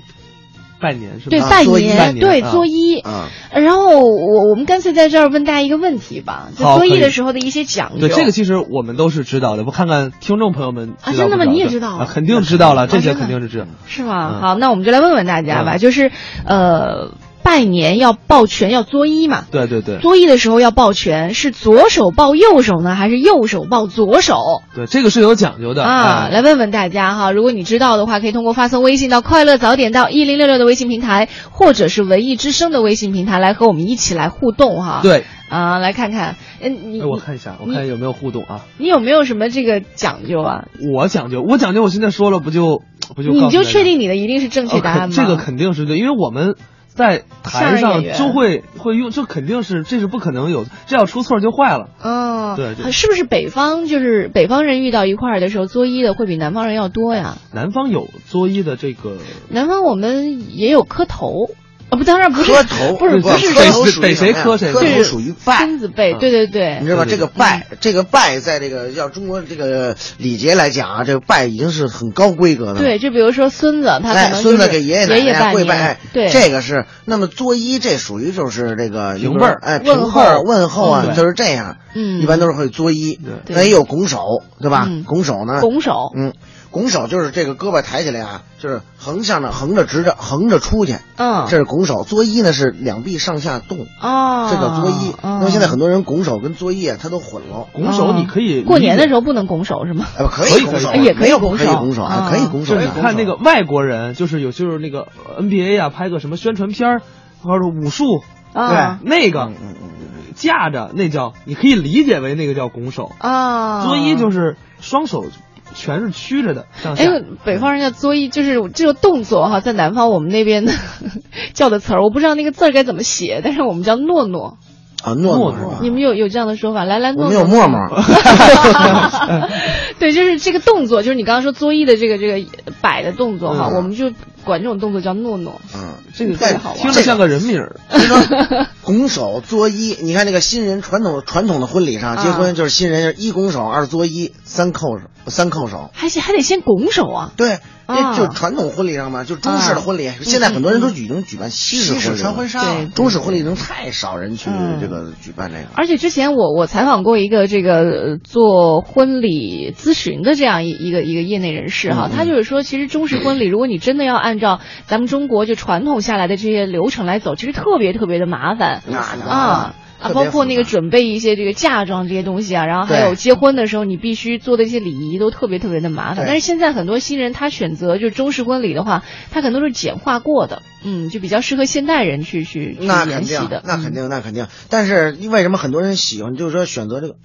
Speaker 2: 拜年是吧？
Speaker 1: 对
Speaker 2: 啊
Speaker 1: 拜
Speaker 2: 作揖
Speaker 1: 年，对作揖。呃
Speaker 2: 啊
Speaker 1: 然后我我们干脆在这儿问大家一个问题吧，就
Speaker 2: 好
Speaker 1: 作
Speaker 2: 可
Speaker 1: 揖
Speaker 2: 以
Speaker 1: 的时候的一些讲究。
Speaker 2: 对，这个其实我们都是知道的。我看看听众朋友们
Speaker 1: 啊
Speaker 2: 知道
Speaker 1: 真的吗
Speaker 2: 不
Speaker 1: 你也
Speaker 2: 的
Speaker 1: 知道啊
Speaker 2: 啊？肯定知道了，这些
Speaker 1: 真的
Speaker 2: 肯定是知道。
Speaker 1: 是吧？
Speaker 2: 嗯
Speaker 1: 好，那我们就来问问大家吧，就是呃，拜年要抱拳，要作揖嘛。
Speaker 2: 对对对，
Speaker 1: 作揖的时候要抱拳，是左手抱右手呢，还是右手抱左手？
Speaker 2: 对，这个是有讲究的
Speaker 1: 啊，
Speaker 2: 哎
Speaker 1: 来问问大家哈，如果你知道的话，可以通过发送微信到快乐早点到一零六六的微信平台，或者是文艺之声的微信平台来和我们一起来互动哈。
Speaker 2: 对
Speaker 1: 啊，来看看，嗯，你
Speaker 2: 哎我看一下，我看有没有互动啊？
Speaker 1: 你有没有什么这个讲究啊？
Speaker 2: 我讲究，我讲究，我现在说了不就不就
Speaker 1: 你
Speaker 2: 告诉
Speaker 1: 就
Speaker 2: 大家
Speaker 1: 确定你的一定是正确答案
Speaker 2: 哦
Speaker 1: 吗？
Speaker 2: 肯这个肯定是对，因为我们在台
Speaker 1: 相声
Speaker 2: 上
Speaker 1: 演员
Speaker 2: 就会会用，这肯定是这是不可能有，这要出错就坏了。
Speaker 1: 嗯，
Speaker 2: 对对
Speaker 1: 是不是北方就是北方人遇到一块儿的时候作揖的会比南方人要多呀？
Speaker 2: 南方有作揖的这个
Speaker 1: 南方我们也有磕头。啊不，当然不是
Speaker 9: 磕头
Speaker 1: 不是不是
Speaker 9: 磕
Speaker 1: 说
Speaker 9: 头属于
Speaker 2: 逮
Speaker 9: 什
Speaker 2: 谁
Speaker 9: 么呀
Speaker 2: 磕谁
Speaker 9: 磕
Speaker 2: 对
Speaker 9: 头属于拜，
Speaker 1: 亲子辈，
Speaker 9: 嗯
Speaker 1: 对对对，
Speaker 9: 你知道吧？这个拜，这个拜，在这个要中国这个礼节来讲啊，这个拜已经是很高规格的。，
Speaker 1: 对，就比如说孙子，他可能
Speaker 9: 哎，
Speaker 1: 就是
Speaker 9: 孙子给爷爷奶
Speaker 1: 爷
Speaker 9: 奶
Speaker 1: 拜
Speaker 9: 跪
Speaker 1: 年
Speaker 9: 拜，哎
Speaker 1: 对，
Speaker 9: 这个是。那么作揖，这属于就是这个
Speaker 2: 平辈儿
Speaker 9: 哎，
Speaker 2: 问
Speaker 9: 平辈儿
Speaker 2: 候
Speaker 9: 问候啊
Speaker 2: 嗯，
Speaker 9: 就是这样。
Speaker 1: 嗯
Speaker 9: 一般都是会作揖，
Speaker 2: 对
Speaker 9: 那也有拱手，对吧？拱手呢？
Speaker 1: 拱手，
Speaker 9: 嗯，拱手就是这个胳膊抬起来啊，就是横向着、横着、直着、横着出去。
Speaker 1: 嗯
Speaker 9: 这是拱手。作揖呢是两臂上下动。
Speaker 1: 哦，
Speaker 9: 这叫作揖。
Speaker 1: 嗯哦
Speaker 9: 那么现在很多人拱手跟作揖啊，他都混了。
Speaker 2: 拱手你可以
Speaker 1: 过年的时候不能拱手是吗？
Speaker 9: 呃可
Speaker 2: 以
Speaker 9: 以拱手，
Speaker 1: 也可
Speaker 9: 没
Speaker 1: 以
Speaker 9: 有不
Speaker 1: 拱
Speaker 9: 可以拱手，啊，可以拱手
Speaker 2: 就是
Speaker 9: 的。
Speaker 2: 看那个外国人，就是有就是那个呃 NBA 啊，拍个什么宣传片儿或者武术，
Speaker 1: 啊
Speaker 2: 对，那
Speaker 9: 嗯
Speaker 2: 个架着那叫，你可以理解为那个叫拱手。
Speaker 1: 啊，
Speaker 2: 作揖就是双手全是曲着的上下
Speaker 1: 哎。，北方人叫作揖，就是这个动作哈，在南方我们那边的叫的词儿，我不知道那个字儿该怎么写，但是我们叫诺诺。
Speaker 9: 啊，诺
Speaker 2: 诺
Speaker 1: 你们有有这样的说法？来来诺
Speaker 9: 我们
Speaker 1: 诺，
Speaker 9: 有沫沫，
Speaker 1: 对，就是这个动作，就是你刚刚说作揖的这个这个摆的动作哈，
Speaker 9: 嗯
Speaker 1: 我们就管这种动作叫诺诺。
Speaker 9: 嗯，
Speaker 2: 这个
Speaker 9: 但
Speaker 1: 好玩
Speaker 2: 听着像个人名 *laughs* 儿，
Speaker 1: *laughs*
Speaker 9: 拱手作揖。你看那个新人传统传统的婚礼上
Speaker 1: 啊
Speaker 9: 结婚，就是新人就是一拱手，二作揖，三叩手，三叩手。
Speaker 1: 还行，还得先拱手啊。
Speaker 9: 对，
Speaker 1: 啊嗯
Speaker 9: 这就传统婚礼上嘛，就中式的婚礼，现在很多人都已经举办西式
Speaker 16: 西式
Speaker 9: 婚礼了，
Speaker 16: 穿婚纱对对
Speaker 9: 中式婚礼已经太少人去
Speaker 1: 嗯
Speaker 9: 这个举办这个了。
Speaker 1: 而且之前我我采访过一个这个呃做婚礼咨询的这样一一个一个业内人士哈，
Speaker 9: 嗯嗯
Speaker 1: 他就是说，其实中式婚礼，如果你真的要按照咱们中国就传统下来的这些流程来走，其实特别特别的麻烦
Speaker 9: 那那
Speaker 1: 啊。啊，
Speaker 9: 特别
Speaker 1: 包括
Speaker 9: 复
Speaker 1: 那个准备一些这个嫁妆这些东西啊，然后还
Speaker 9: 对
Speaker 1: 有结婚的时候你必须做的一些礼仪都特别特别的麻烦。
Speaker 9: 对
Speaker 1: 但是现在很多新人他选择就是中式婚礼的话，他可能都是简化过的，嗯，就比较适合现代人去去去
Speaker 9: 那肯
Speaker 1: 研习
Speaker 9: 定
Speaker 1: 的，嗯
Speaker 9: 那肯定，那肯定。但是为什么很多人喜欢，就是说选择这个？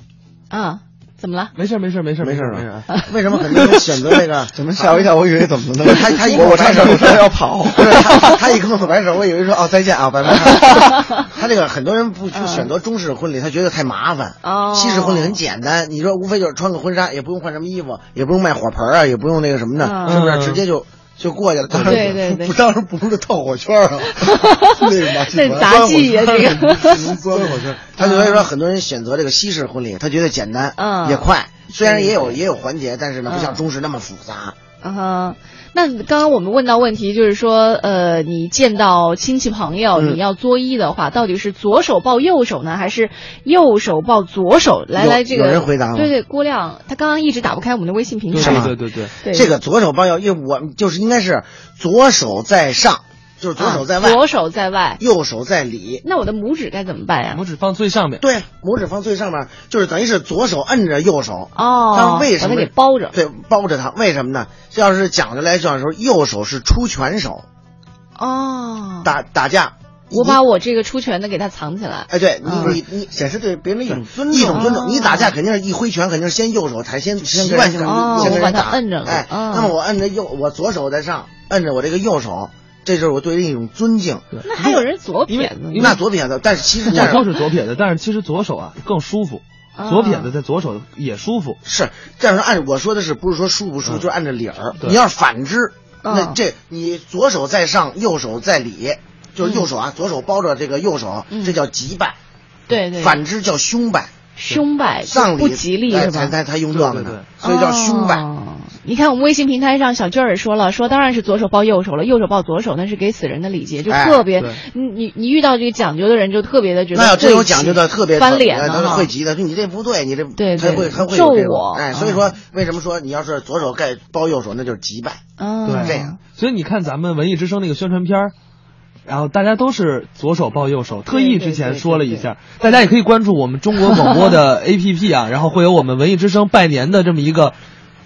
Speaker 1: 啊。怎么了？
Speaker 2: 没事没事没事
Speaker 9: 没事
Speaker 2: 没事
Speaker 9: 吧？为什么很多人选择这
Speaker 10: *laughs*
Speaker 9: 个？
Speaker 10: 怎么吓我一跳？我以为怎么了？
Speaker 9: 他他一
Speaker 10: 我我差点我差点要
Speaker 9: *laughs* 跑。不是他他一跟我摆手，我以为说哦再见啊，
Speaker 10: *laughs*
Speaker 9: 拜拜。他这个很多人不不选择中式婚礼，他觉得太麻烦。
Speaker 1: 哦
Speaker 9: 西式婚礼很简单，你说无非就是穿个婚纱，也不用换什么衣服，也不用卖火盆啊，也不用那个什么的，
Speaker 1: 嗯
Speaker 9: 是不是？直接就就过去了。当然
Speaker 1: 对对对
Speaker 9: 不当然不是套火圈
Speaker 1: *laughs*
Speaker 9: 啊，那个嘛
Speaker 1: 那杂技呀这个
Speaker 9: 钻火圈。他所以说很多人选择这个西式婚礼，他觉得简单，
Speaker 1: 嗯
Speaker 9: 也快。虽然也有
Speaker 1: 对
Speaker 9: 也有环节，但是呢，不像
Speaker 1: 嗯
Speaker 9: 中式那么复杂。
Speaker 1: 啊哈，那刚刚我们问到问题，就是说，呃，你见到亲戚朋友，
Speaker 9: 嗯
Speaker 1: 你要作揖的话，到底是左手抱右手呢，还是右手抱左手？来
Speaker 9: 有
Speaker 1: 来，这个
Speaker 9: 有人回答吗
Speaker 1: 对对，郭亮，他刚刚一直打不开我们的微信平
Speaker 9: 是
Speaker 1: 台，
Speaker 9: 吗？
Speaker 2: 对对
Speaker 1: 对
Speaker 9: 这个左手抱右，因为我就是应该是左手在上，就是左手在外，
Speaker 1: 啊左手在外，
Speaker 9: 右手在里。
Speaker 1: 那我的拇指该怎么办呀？
Speaker 2: 拇指放最上面。
Speaker 9: 对，拇指放最上面，就是等于是左手摁着右手。
Speaker 1: 哦，
Speaker 9: 但为什
Speaker 1: 把它
Speaker 9: 么
Speaker 1: 给包着？
Speaker 9: 对，包着它，为什么呢？要是讲究来讲的时候，右手是出拳手，
Speaker 1: 哦，
Speaker 9: 打打架。
Speaker 1: 我
Speaker 9: 你
Speaker 1: 把我这个出拳的给它藏起来。
Speaker 9: 哎，对你
Speaker 1: 嗯
Speaker 9: 你你显示对别人的一种尊
Speaker 1: 重
Speaker 9: 一种尊重。
Speaker 1: 哦
Speaker 9: 你打架肯定是一挥拳，肯定是先右手抬，先
Speaker 1: 先
Speaker 9: 习
Speaker 1: 跟
Speaker 9: 惯
Speaker 1: 人
Speaker 9: 性地
Speaker 1: 打
Speaker 9: 先
Speaker 1: 哦我
Speaker 9: 跟
Speaker 1: 把
Speaker 9: 人
Speaker 1: 它
Speaker 9: 打。
Speaker 1: 摁着了
Speaker 9: 哎，
Speaker 1: 哦
Speaker 9: 那么我摁着右，我左手在上，摁着我这个右手，这就是我对人一种尊敬。
Speaker 1: 那还有人左撇子呢？
Speaker 9: 那左撇子，但是
Speaker 1: *laughs*
Speaker 9: 其实这
Speaker 2: 我
Speaker 9: 样
Speaker 2: 就是左撇子，但是其实左手啊更舒服
Speaker 1: 啊，
Speaker 2: 左撇子在左手也舒服。嗯
Speaker 9: 是，但是按我说的是不是说舒不舒，就是按着理儿。
Speaker 2: 对
Speaker 9: 你要是反之，
Speaker 1: 嗯
Speaker 9: 那这你左手在上，右手在里，就是右手
Speaker 1: 嗯
Speaker 9: 啊，左手包着这个右手，这叫急拜；
Speaker 1: 对对，
Speaker 9: 反之叫凶拜。
Speaker 1: 胸摆
Speaker 9: 上礼
Speaker 1: 不吉利
Speaker 9: 哎
Speaker 1: 是
Speaker 9: 才
Speaker 1: 吧？
Speaker 9: 才才用这个
Speaker 2: 对对
Speaker 9: 呢，所以叫凶拜。
Speaker 1: 哦你看我们微信平台上小娟儿也说了，说当然是左手抱右手了，右手抱左手那是给死人的礼节，就
Speaker 9: 哎
Speaker 1: 特别、
Speaker 2: 对
Speaker 1: 你你你遇到这个讲究的人就特别的觉得
Speaker 9: 那要真有
Speaker 1: 晦气
Speaker 9: 讲究的，特别
Speaker 1: 翻脸
Speaker 9: 哎
Speaker 1: 呢
Speaker 9: 他是
Speaker 1: 哈
Speaker 9: 会急的，说你这不对，你这
Speaker 1: 对
Speaker 9: 他
Speaker 1: 对
Speaker 9: 会他会
Speaker 1: 咒
Speaker 9: 有这种
Speaker 1: 我
Speaker 9: 哎，所以说为什么说你要是左手盖包右手，那就是急拜，
Speaker 1: 嗯
Speaker 9: 就是这样。
Speaker 2: 所以你看咱们文艺之声那个宣传片儿。然后大家都是左手抱右手，特意之前说了一下，大家也可以关注我们中国广播
Speaker 1: *laughs*
Speaker 2: 的 APP 啊，然后会有我们文艺之声拜年的这么一个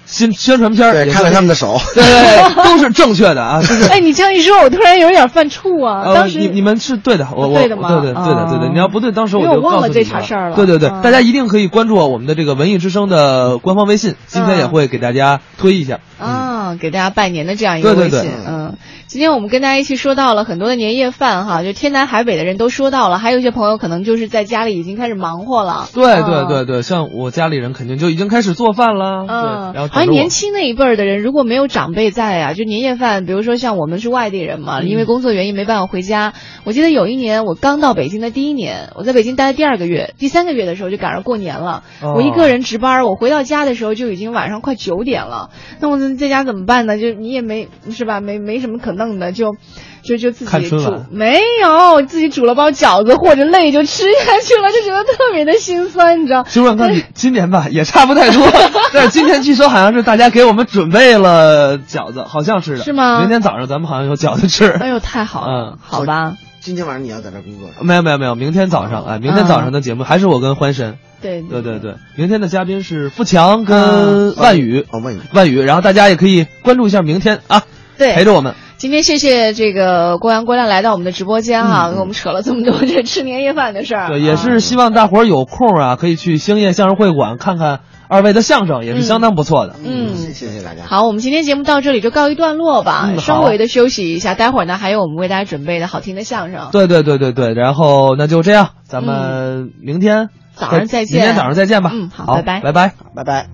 Speaker 2: 新宣传片儿，也
Speaker 9: 对，
Speaker 2: 可以
Speaker 9: 看看他们的手，
Speaker 2: 对对
Speaker 1: *laughs*
Speaker 2: 对，都是正确的啊，就是
Speaker 1: *laughs* 哎，你这样一说，我突然有点犯怵啊！
Speaker 2: 呃，
Speaker 1: 当时
Speaker 2: 你你们是对的，我我
Speaker 1: 对的吗
Speaker 2: 对对对的对的，
Speaker 1: 啊
Speaker 2: 你要不对，当时我
Speaker 1: 因为
Speaker 2: 就
Speaker 1: 我忘
Speaker 2: 告诉
Speaker 1: 了
Speaker 2: 你
Speaker 1: 这茬事儿了
Speaker 2: 对对对
Speaker 1: 啊，
Speaker 2: 大家一定可以关注我们的这个文艺之声的官方微信，今天也
Speaker 1: 嗯
Speaker 2: 会给大家推一下。
Speaker 1: 啊，给大家拜年的这样一个微
Speaker 2: 嗯对
Speaker 1: 信。
Speaker 2: 对对
Speaker 1: 嗯，今天我们跟大家一起说到了很多的年夜饭哈，就天南海北的人都说到了，还有一些朋友可能就是在家里已经开始忙活了。
Speaker 2: 对
Speaker 1: 啊
Speaker 2: 对对对，嗯像我家里人肯定就已经开始做饭啦。
Speaker 1: 嗯，
Speaker 2: 对，然
Speaker 1: 好
Speaker 2: 后等着
Speaker 1: 像
Speaker 2: 我
Speaker 1: 年轻那一辈儿的人，如果没有长辈在啊，就年夜饭，比如说像我们是外地人嘛，
Speaker 2: 嗯
Speaker 1: 因为工作原因没办法回家。我记得有一年我刚到北京的第一年，我在北京待了第二个月，第三个月的时候就赶上过年了。
Speaker 2: 哦
Speaker 1: 我一个人值班，我回到家的时候就已经晚上快九点了。那我在家怎么办呢？就你也没是吧？没没什么可弄的，就。就就自
Speaker 2: 看
Speaker 1: 己
Speaker 2: 春
Speaker 1: 煮
Speaker 2: 晚，
Speaker 1: 没有自己煮了包饺子或者累就吃下去了，就觉得特别的心酸，你知道？
Speaker 2: 其实我
Speaker 1: *laughs*
Speaker 2: 想告诉你，今年吧也差不太多，但是今天据说好像是大家给我们准备了饺子，好像是的。
Speaker 1: 是吗
Speaker 2: 明天早上咱们好像有饺子吃。
Speaker 1: 哎呦，太好了，
Speaker 2: 嗯
Speaker 1: 好吧。
Speaker 9: 今天晚上你要在这儿工作是吧？
Speaker 2: 没有没有没有，明天早上哎，
Speaker 1: 嗯
Speaker 2: 明天早上的节目还是我跟欢神。
Speaker 1: 对
Speaker 2: 对对对，明天的嘉宾是付强跟万宇，
Speaker 9: 哦，问你。
Speaker 2: 嗯万宇，然后大家也可以关注一下明天啊，
Speaker 1: 对
Speaker 2: 陪着我们。
Speaker 1: 今天谢谢这个郭阳郭亮来到我们的直播间哈、
Speaker 9: 嗯
Speaker 1: 给我们扯了这么多这吃年夜饭的事儿。
Speaker 2: 对，也
Speaker 1: 啊
Speaker 2: 是希望大伙儿有空啊，可以去兴业相声会馆看看二位的相声，也是相当不错的。
Speaker 1: 嗯，
Speaker 9: 谢谢大家。啊
Speaker 1: 好，我们今天节目到这里就告一段落吧，
Speaker 2: 嗯好
Speaker 1: 稍微的休息一下，待会儿呢还有我们为大家准备的好听的相声。
Speaker 2: 对对对对对，然后那就这样，咱们明天
Speaker 1: 嗯早上再见
Speaker 2: 明天早上再见吧。
Speaker 1: 嗯好
Speaker 2: 好，
Speaker 1: 拜拜
Speaker 2: 拜拜。
Speaker 9: 拜拜。